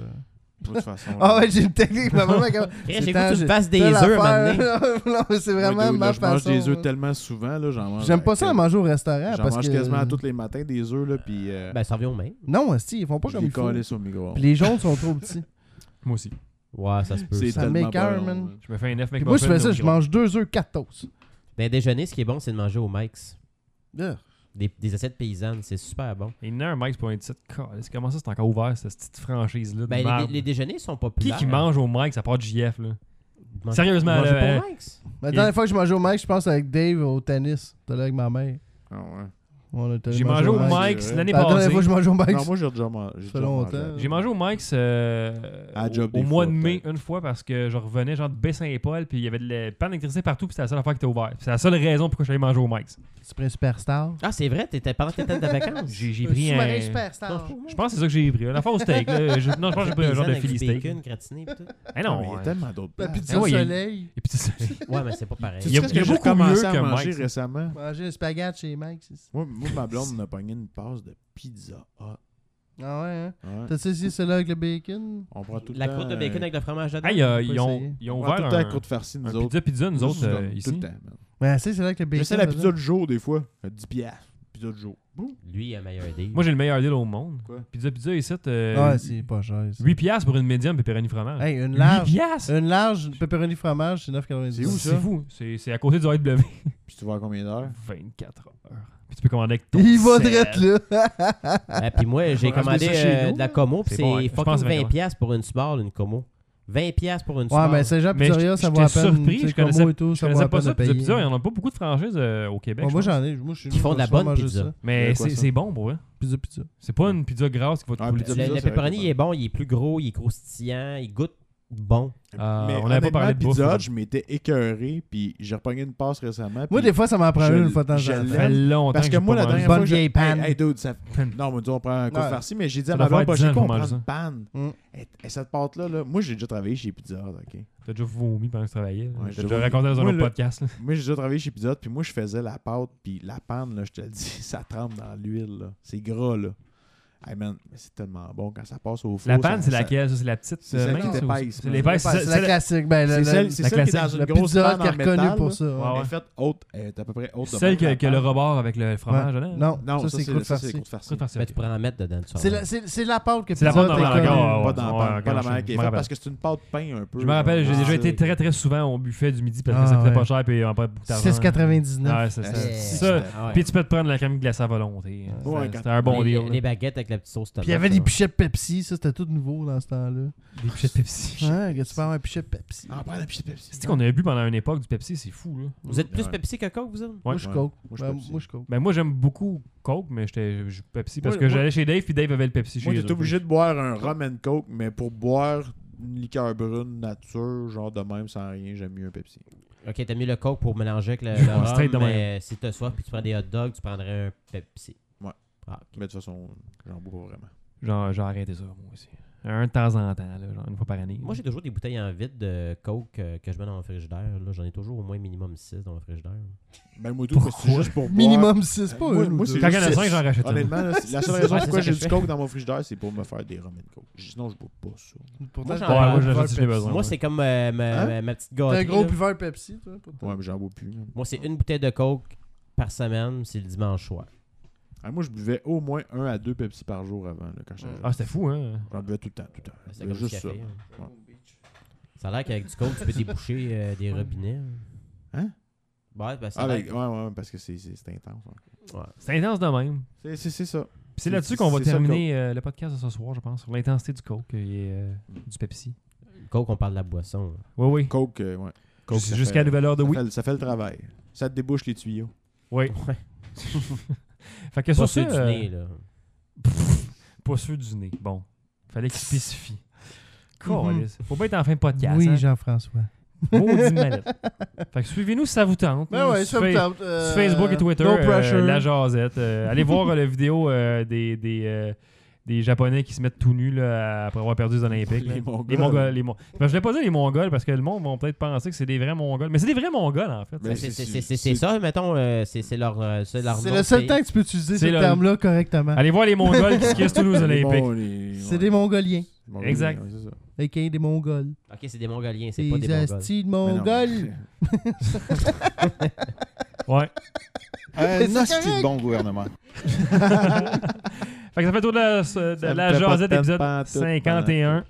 S3: De toute façon.
S2: Ah ouais, j'ai une technique. Ma maman, quand...
S4: Chris,
S2: C'est
S4: j'ai
S2: temps,
S4: goûté que tu
S2: j'ai-
S4: me fasses des
S2: telle
S4: œufs à un moment donné.
S2: affaire, Non, mais c'est
S3: Moi,
S2: vraiment
S3: dude, là,
S2: ma
S3: Je mange
S2: façon.
S3: des œufs
S2: hein.
S3: tellement souvent, là, j'en mange.
S2: J'aime pas ça à
S3: quel-
S2: manger au restaurant.
S3: J'en
S2: parce
S3: mange
S2: que...
S3: quasiment tous les matins des œufs, là, puis. euh,
S4: Ben, ça revient au même.
S2: Non, aussi, ils font pas
S3: Je
S2: comme
S3: les
S2: il faut.
S3: collais sur le micro.
S2: Puis les jaunes sont trop petits.
S1: Moi aussi.
S4: Ouais, ça se peut.
S3: C'est
S2: ça
S3: tellement
S2: m'écoeure,
S3: pas long,
S2: man.
S1: Je me fais un 9
S2: Puis
S1: McMuffin.
S2: moi, je fais
S1: au
S2: ça, je
S1: micro.
S2: mange deux œufs, quatre toasts.
S4: Ben, déjeuner, ce qui est bon, c'est de manger au Mike's.
S2: Ugh.
S4: Des, des assiettes paysannes, c'est super bon.
S1: Il y en a un Mike's pour un petit câlisse, Comment ça, c'est encore ouvert, cette petite franchise-là? de
S4: Ben, les-
S1: merde?
S4: les, les déjeuners sont
S1: Qui
S4: populaires.
S1: qui mange au Mike's à part JF, là?
S4: Ils mangent-
S1: Sérieusement,
S4: ils mangent
S1: là,
S4: pas
S1: hein.
S4: au Mike's.
S2: La
S1: Et-
S2: dernière fois que je mangeais au Mike, je pense avec Dave au tennis. T'es là avec ma mère.
S3: Ah ouais.
S2: On était
S1: J'ai mangé au
S3: Mike's,
S1: Mike's
S3: euh,
S1: l'année
S2: La dernière
S1: passée.
S2: fois que je mangeais au Mike,
S3: Non, moi j'ai déjà man- j'ai
S2: Ça fait
S3: déjà mangé.
S2: longtemps.
S1: J'ai mangé au Mike's euh,
S3: À
S1: au-
S3: job
S1: au
S3: des
S1: mois
S3: fois,
S1: de mai
S3: peut-être.
S1: une fois parce que je revenais genre de Baie-Saint-Paul puis il y avait de la panne d'électricité partout puis c'était la seule affaire qui était ouverte. Puis C'est la seule raison pourquoi je suis allé manger au Mike's.
S2: tu prends un superstar.
S4: Ah, c'est vrai, t'étais pendant tes têtes de vacances. Ah,
S1: J'ai j'ai pris
S2: Sous-marin
S1: un...
S2: superstar.
S1: Je pense que c'est ça que j'ai pris. L'affaire au steak. Là. Je- non, je pense que j'ai pris un genre de
S4: Paysanne avec
S1: Philly
S4: du
S1: steak.
S4: bacon, gratiné, pis tout.
S1: Eh
S3: Non,
S1: non.
S3: mais il y a
S1: hein.
S3: tellement d'autres
S2: La
S3: plats.
S2: pizza
S1: Ah ouais, il y a-
S2: soleil.
S1: Et puis, tu sais,
S4: Ouais, mais c'est pas pareil.
S3: Tu
S1: Il y a-
S3: sais ce
S1: il y a
S3: que j'ai
S1: beaucoup
S3: commencé
S1: mieux
S3: à
S1: que
S3: manger
S1: Mike's.
S3: récemment.
S2: Manger un spaghette chez Mike. c'est-
S3: Moi, moi, ma blonde m'a pogné une passe de pizza. Ah,
S2: Ah ouais, hein?
S3: ouais.
S2: T'as-tu essayé cela avec le bacon?
S3: On prend tout le
S4: La
S3: temps,
S4: croûte de bacon
S3: euh,
S4: avec le fromage dedans.
S1: Ah, il y a-
S2: On peut
S1: ils ont
S2: essayer.
S1: ils ont
S3: On prend tout
S1: ouvert
S3: le temps la
S1: un
S3: croûte farcie, nous
S1: un
S3: autres.
S1: pizza pizza nous
S3: Moi, je
S1: autres
S3: donne
S1: euh,
S3: Tout le
S1: ici.
S3: temps, man.
S2: Ben, c'est là que le bacon.
S3: J'essaie la
S2: là-dedans.
S3: pizza du jour, des fois. À 10 piastres. Pizza du jour. Boum.
S4: Lui, il a meilleur deal.
S1: Moi j'ai le meilleur deal au monde.
S3: Quoi?
S1: Pizza pizza ici
S2: Ah,
S1: euh,
S2: ouais, c'est pas cher. ça.
S1: 8 piastres pour une médium pepperoni fromage.
S2: Hey, une
S1: 8
S2: large.
S1: piastres
S2: Une large pepperoni fromage, c'est 9,90.
S3: C'est où, ça?
S1: C'est fou. C'est c'est à côté du W.
S3: Puis tu vas à combien d'heures?
S1: 24 heures. Puis tu peux commander avec ton
S2: Il va
S1: sel.
S2: direct là.
S4: Ah, puis moi, j'ai
S3: On va
S4: commandé
S3: acheter ça chez
S4: euh,
S3: nous,
S4: de la
S3: là.
S4: Como, puis
S1: C'est bon, hein. Je
S4: c'est
S1: pense
S4: fucking
S1: que c'est
S4: 20$
S1: vingt
S4: piastres pour une Sbarl, une Como. 20$ piastres pour une
S2: Ouais,
S4: Sbarl.
S2: mais Saint-Jean
S1: Mais
S2: Pizzeria,
S1: j'étais-
S2: ça vaut à
S1: j'étais
S2: peine.
S1: surpris,
S2: tu sais,
S1: je connaissais-
S2: combo et tout,
S1: Je
S2: ça vaut à
S1: connaissais pas
S2: peine
S1: ça,
S2: de
S1: pizza
S2: payer.
S3: hein,
S1: pizza. Il n'y en a pas beaucoup de franchises euh, au Québec.
S2: Bon,
S1: je
S2: Moi,
S1: pense.
S2: j'en ai. Moi, je suis.
S4: Qui font de la
S2: je vais
S4: bonne
S2: manger
S4: pizza.
S2: ça.
S1: Mais
S3: C'est quoi
S1: c'est
S3: ça?
S1: c'est bon pour vrai.
S2: Pizza, pizza.
S1: C'est pas une pizza grasse qui va te
S3: Ah,
S1: couler
S3: pizza
S1: dessus.
S4: Le,
S3: Ça,
S4: le
S3: ça
S4: pepperoni
S3: va
S4: il
S3: être
S4: est bon, il est plus gros, il est croustillant, il goûte bon.
S1: Euh, on
S3: Mais
S1: n'avait pas
S3: honnêtement,
S1: parlé de bouffe.
S3: Pizza
S1: là.
S3: Hut, je m'étais écuré, puis j'ai repogné une passe récemment.
S2: Moi,
S3: puis-
S2: des fois, ça m'en prend
S3: je-
S2: une une fois de temps en
S3: je
S1: Ça
S2: temps.
S1: fait longtemps
S3: Parce que
S1: j'ai
S3: moi,
S1: pas
S3: la
S1: mangé.
S3: dernière
S2: Bonne
S3: fois, j'ai-
S2: vieille
S3: Hey,
S2: panne.
S3: Hey, dude, ça... Non, on m'a dit on prend un coup de
S2: Ouais.
S3: farci, mais j'ai dit à
S1: Ça
S3: ma
S1: doit
S3: blonde,
S1: faire
S3: bah,
S1: dix ans
S3: j'ai
S1: que je
S3: qu'on
S1: mange
S3: prend
S1: ça.
S3: une panne.
S2: Mm.
S3: Et- Et cette pâte-là, là, moi, j'ai déjà travaillé chez Pizza Hut, OK?
S1: T'as déjà vomi pendant que tu travaillais.
S3: Ouais,
S1: J'ai
S3: j'ai
S1: déjà
S3: vomi.
S1: raconté dans un
S3: Moi,
S1: autre
S3: là-
S1: podcast. là.
S3: Moi, j'ai déjà travaillé chez Pizza Hut, puis moi, je faisais la pâte, puis la panne, là, je te le dis, ça trempe dans l'huile, là. C'est gras, là. Hey, man, mais c'est tellement bon quand ça passe au four.
S1: La
S3: ça-
S1: panne, c'est
S3: ça-
S1: laquelle ça? C'est la petite.
S3: C'est
S1: euh,
S3: celle
S1: mince,
S3: qui est
S1: ou-
S3: épaisse,
S1: C'est
S3: man.
S1: l'épaisse.
S2: C'est la
S1: celle-
S2: classique. Ben,
S3: C'est
S2: la- la-
S3: celle, c'est
S1: la
S3: celle qui est
S1: classique.
S3: dans une
S2: le
S3: grosse
S2: pizza
S3: panne
S2: Hut qui est
S3: en
S2: reconnu
S3: métal,
S2: pour
S3: là.
S2: ça. ouais.
S1: Ouais,
S3: Elle est faite haute, elle est à peu près haute. de
S1: Celle
S3: même,
S1: que
S3: la
S1: que le
S3: panne.
S1: rebord avec le fromage dedans.
S2: Non,
S3: Non,
S2: ça, c'est
S3: c'est
S2: croûte
S3: ça, c'est
S2: farcie.
S3: croûte farcie.
S1: C'est
S4: Mais Ben, tu peux en mettre dedans, tu
S2: C'est la- C'est c'est la pâte que
S1: C'est la
S2: Pizza
S1: pâte
S2: Hut est
S1: dans la
S2: connue.
S1: gorge.
S3: Pas dans
S1: Ah, ouais,
S3: la panne,
S1: ouais,
S3: pas la
S1: je-
S3: manière
S1: je
S3: qui est
S1: me
S3: faite
S1: rappelle.
S3: parce que c'est une pâte pain un peu.
S1: Je me rappelle, j'ai
S3: Ah,
S1: déjà
S3: c'est-
S1: été très très souvent au buffet du midi parce que
S2: Ah,
S1: ça coûtait pas
S2: ouais.
S1: cher et on prenait beaucoup d'argent.
S2: 6,99.
S1: Ouais, c'est ça.
S3: Eh,
S1: Ça, Ah, Puis tu peux te prendre la crème glacée à volonté.
S3: Ouais,
S1: C'était-
S3: quand-
S1: C'était un bon
S4: les,
S1: deal.
S4: les baguettes avec la petite sauce tomate.
S2: Puis il y avait des
S4: là.
S2: pichettes Pepsi, ça c'était tout nouveau dans ce temps-là.
S1: Des pichets de Pepsi.
S2: Hein, que tu peux avoir un pichet Pepsi.
S3: Ah, pas la pizza Pepsi.
S1: C'est qu'on avait bu pendant une époque du Pepsi, c'est fou là.
S4: Vous êtes plus
S3: Ouais.
S4: Pepsi que Coke, vous autres?
S2: Moi je
S3: Ouais.
S2: coke.
S3: Moi, je
S2: Ben,
S3: Pepsi.
S2: Moi je coke.
S1: Ben moi j'aime beaucoup Coke, mais j'étais je- Pepsi parce
S3: Moi,
S1: que
S3: moi-
S1: j'allais chez Dave puis Dave avait le Pepsi chez
S3: Moi,
S1: lui.
S3: j'étais obligé de boire un rum and coke, mais pour boire une liqueur brune nature, genre de même, sans rien, j'aime mieux un Pepsi.
S4: Ok, t'as mis le Coke pour mélanger avec le,
S1: Ouais,
S4: le rhum,
S1: straight de
S4: mais euh, si t'as soif puis tu prends des hot dogs, tu prendrais un Pepsi.
S3: Ouais.
S4: Ah, ok.
S3: Mais de toute façon, j'en bois pas vraiment.
S1: Genre j'ai arrêté ça moi aussi. Un de temps en temps là, genre une fois par année.
S4: Moi, j'ai toujours des bouteilles en vide de Coke euh, que je mets dans mon frigidaire. là. J'en ai toujours au moins minimum 6 dans mon frigidaire.
S3: Ben, moi, tout, parce que c'est juste pour boire.
S2: Minimum 6, pas
S3: Moi-
S2: une
S3: moi,
S2: ou
S3: c'est
S2: deux.
S1: quand il y en a
S3: juste-
S1: cinq, j'en rachète une.
S3: Honnêtement, là, c'est- la seule
S4: Ouais,
S3: raison
S4: c'est
S3: pourquoi
S4: ça que
S3: j'ai
S4: je
S3: du
S4: fais.
S3: coke dans mon frigidaire, c'est pour me faire des rum and coke. Sinon, je bois pas ça.
S2: Pourtant,
S4: Moi, j'en-
S2: t'as
S1: Ouais,
S2: un
S1: moi, j'en ai
S2: buveur
S1: si j'ai
S2: Pepsi.
S1: besoin.
S4: Moi, c'est comme euh, ma,
S3: Hein?
S4: ma- ma petite
S2: T'as
S4: gâterie.
S2: un gros
S4: là.
S2: buveur Pepsi, toi, pourtant.
S3: Ouais, mais j'en bois plus. man.
S4: Moi, c'est une bouteille de Coke par semaine, c'est le dimanche soir.
S3: Ah, moi, je buvais au moins un à deux Pepsi par jour avant, là, quand j'étais jeune.
S1: Ah c'était fou hein.
S3: J'en buvais tout le temps, tout le temps.
S4: C'est
S3: J'avais
S4: comme
S3: juste
S4: du
S3: ça.
S4: café. hein. Ça a l'air qu'avec du Coke, tu peux déboucher euh, des robinets.
S3: Hein?
S4: Ouais, ben, ça
S3: Ah,
S4: a
S3: ben,
S4: l'air-
S3: ouais, ouais, parce que c'est c'est- c'est intense. hein.
S1: C'est intense de même.
S3: C'est- C'est c'est ça.
S1: Puis C'est
S3: C'est-
S1: là-dessus qu'on va
S3: c'est ça, le
S1: terminer euh, le podcast de ce soir, je pense, sur l'intensité du Coke et euh, du Pepsi.
S4: Coke, on parle de la boisson. hein.
S1: Oui oui.
S3: Coke, euh, ouais. Coke,
S1: Jus-
S3: ça
S1: Jusqu'à
S3: fait-
S1: nouvelle heure de
S3: Ça,
S1: oui.
S3: fait, le- ça fait le travail. Ça te débouche les tuyaux.
S1: Oui.
S4: Ouais.
S1: Fait que
S4: Pas
S1: sur
S4: ceux
S1: ça
S4: du
S1: euh,
S4: nez, là.
S1: Pff, pas ceux du nez. Bon, fallait qu'il spécifie. Câlisse. Faut pas être en fin de podcast.
S2: Oui,
S1: hein.
S2: Jean-François.
S1: Maudite mallette. Fait que suivez-nous si ça vous tente.
S2: Ben
S1: là,
S2: ouais,
S1: sur
S2: ça me
S1: Fa-
S2: tente, euh,
S1: sur Facebook et Twitter,
S2: No
S1: euh,
S2: pressure.
S1: la jasette. Euh, allez voir euh, la vidéo euh, des, des, euh, des Japonais qui se mettent tout nus là, après avoir perdu les Olympiques. là.
S3: Les Mongols.
S1: Les Mongols. Les Mon- Ben, je l'ai pas dit les Mongols parce que le monde va peut-être penser que c'est des vrais Mongols. Mais c'est des vrais Mongols en fait.
S2: Ben.
S3: Mais
S4: C'est-
S3: c'est-
S4: C'est c'est-
S3: c'est-
S4: c'est ça, mettons, euh, c'est c'est leur, euh, c'est leur
S2: C'est
S4: nom
S2: le
S4: de
S2: seul
S4: pays.
S2: temps que tu peux utiliser
S1: C'est
S2: ce
S1: le-
S2: terme-là correctement.
S1: Allez voir les Mongols qui se kissent tous aux
S3: Les
S1: Olympiques.
S3: Mon- les-
S2: C'est
S3: ouais,
S2: des Mongoliens,
S3: les Mongols,
S1: Exact.
S3: ouais, c'est ça.
S2: a.k.a. des Mongols.
S4: Ok, c'est des Mongoliens, c'est pas des
S2: Des
S4: Mongols.
S2: astis de
S3: Mais non, Euh,
S2: Mongols.
S1: Ouais.
S2: Mais
S6: Un
S2: c'est
S6: nasty
S2: correct.
S6: de bon gouvernement.
S1: Fait que ça fait tout de la, de
S3: Ça me
S1: la
S3: fait pas
S1: jasette
S3: de peine,
S1: épisode
S3: pantoute,
S1: 51.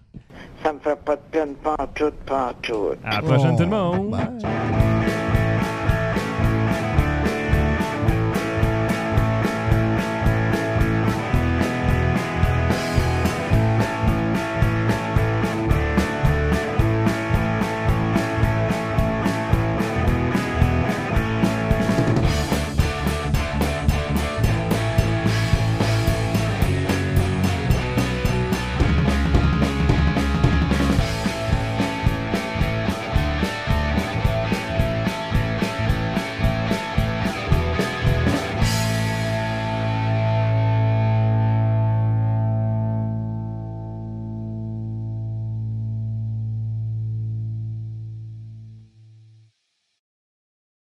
S7: Ça me fait pas de peine pantoute, pantoute.
S1: À la prochaine
S3: Oh,
S1: tout le monde.
S3: bye.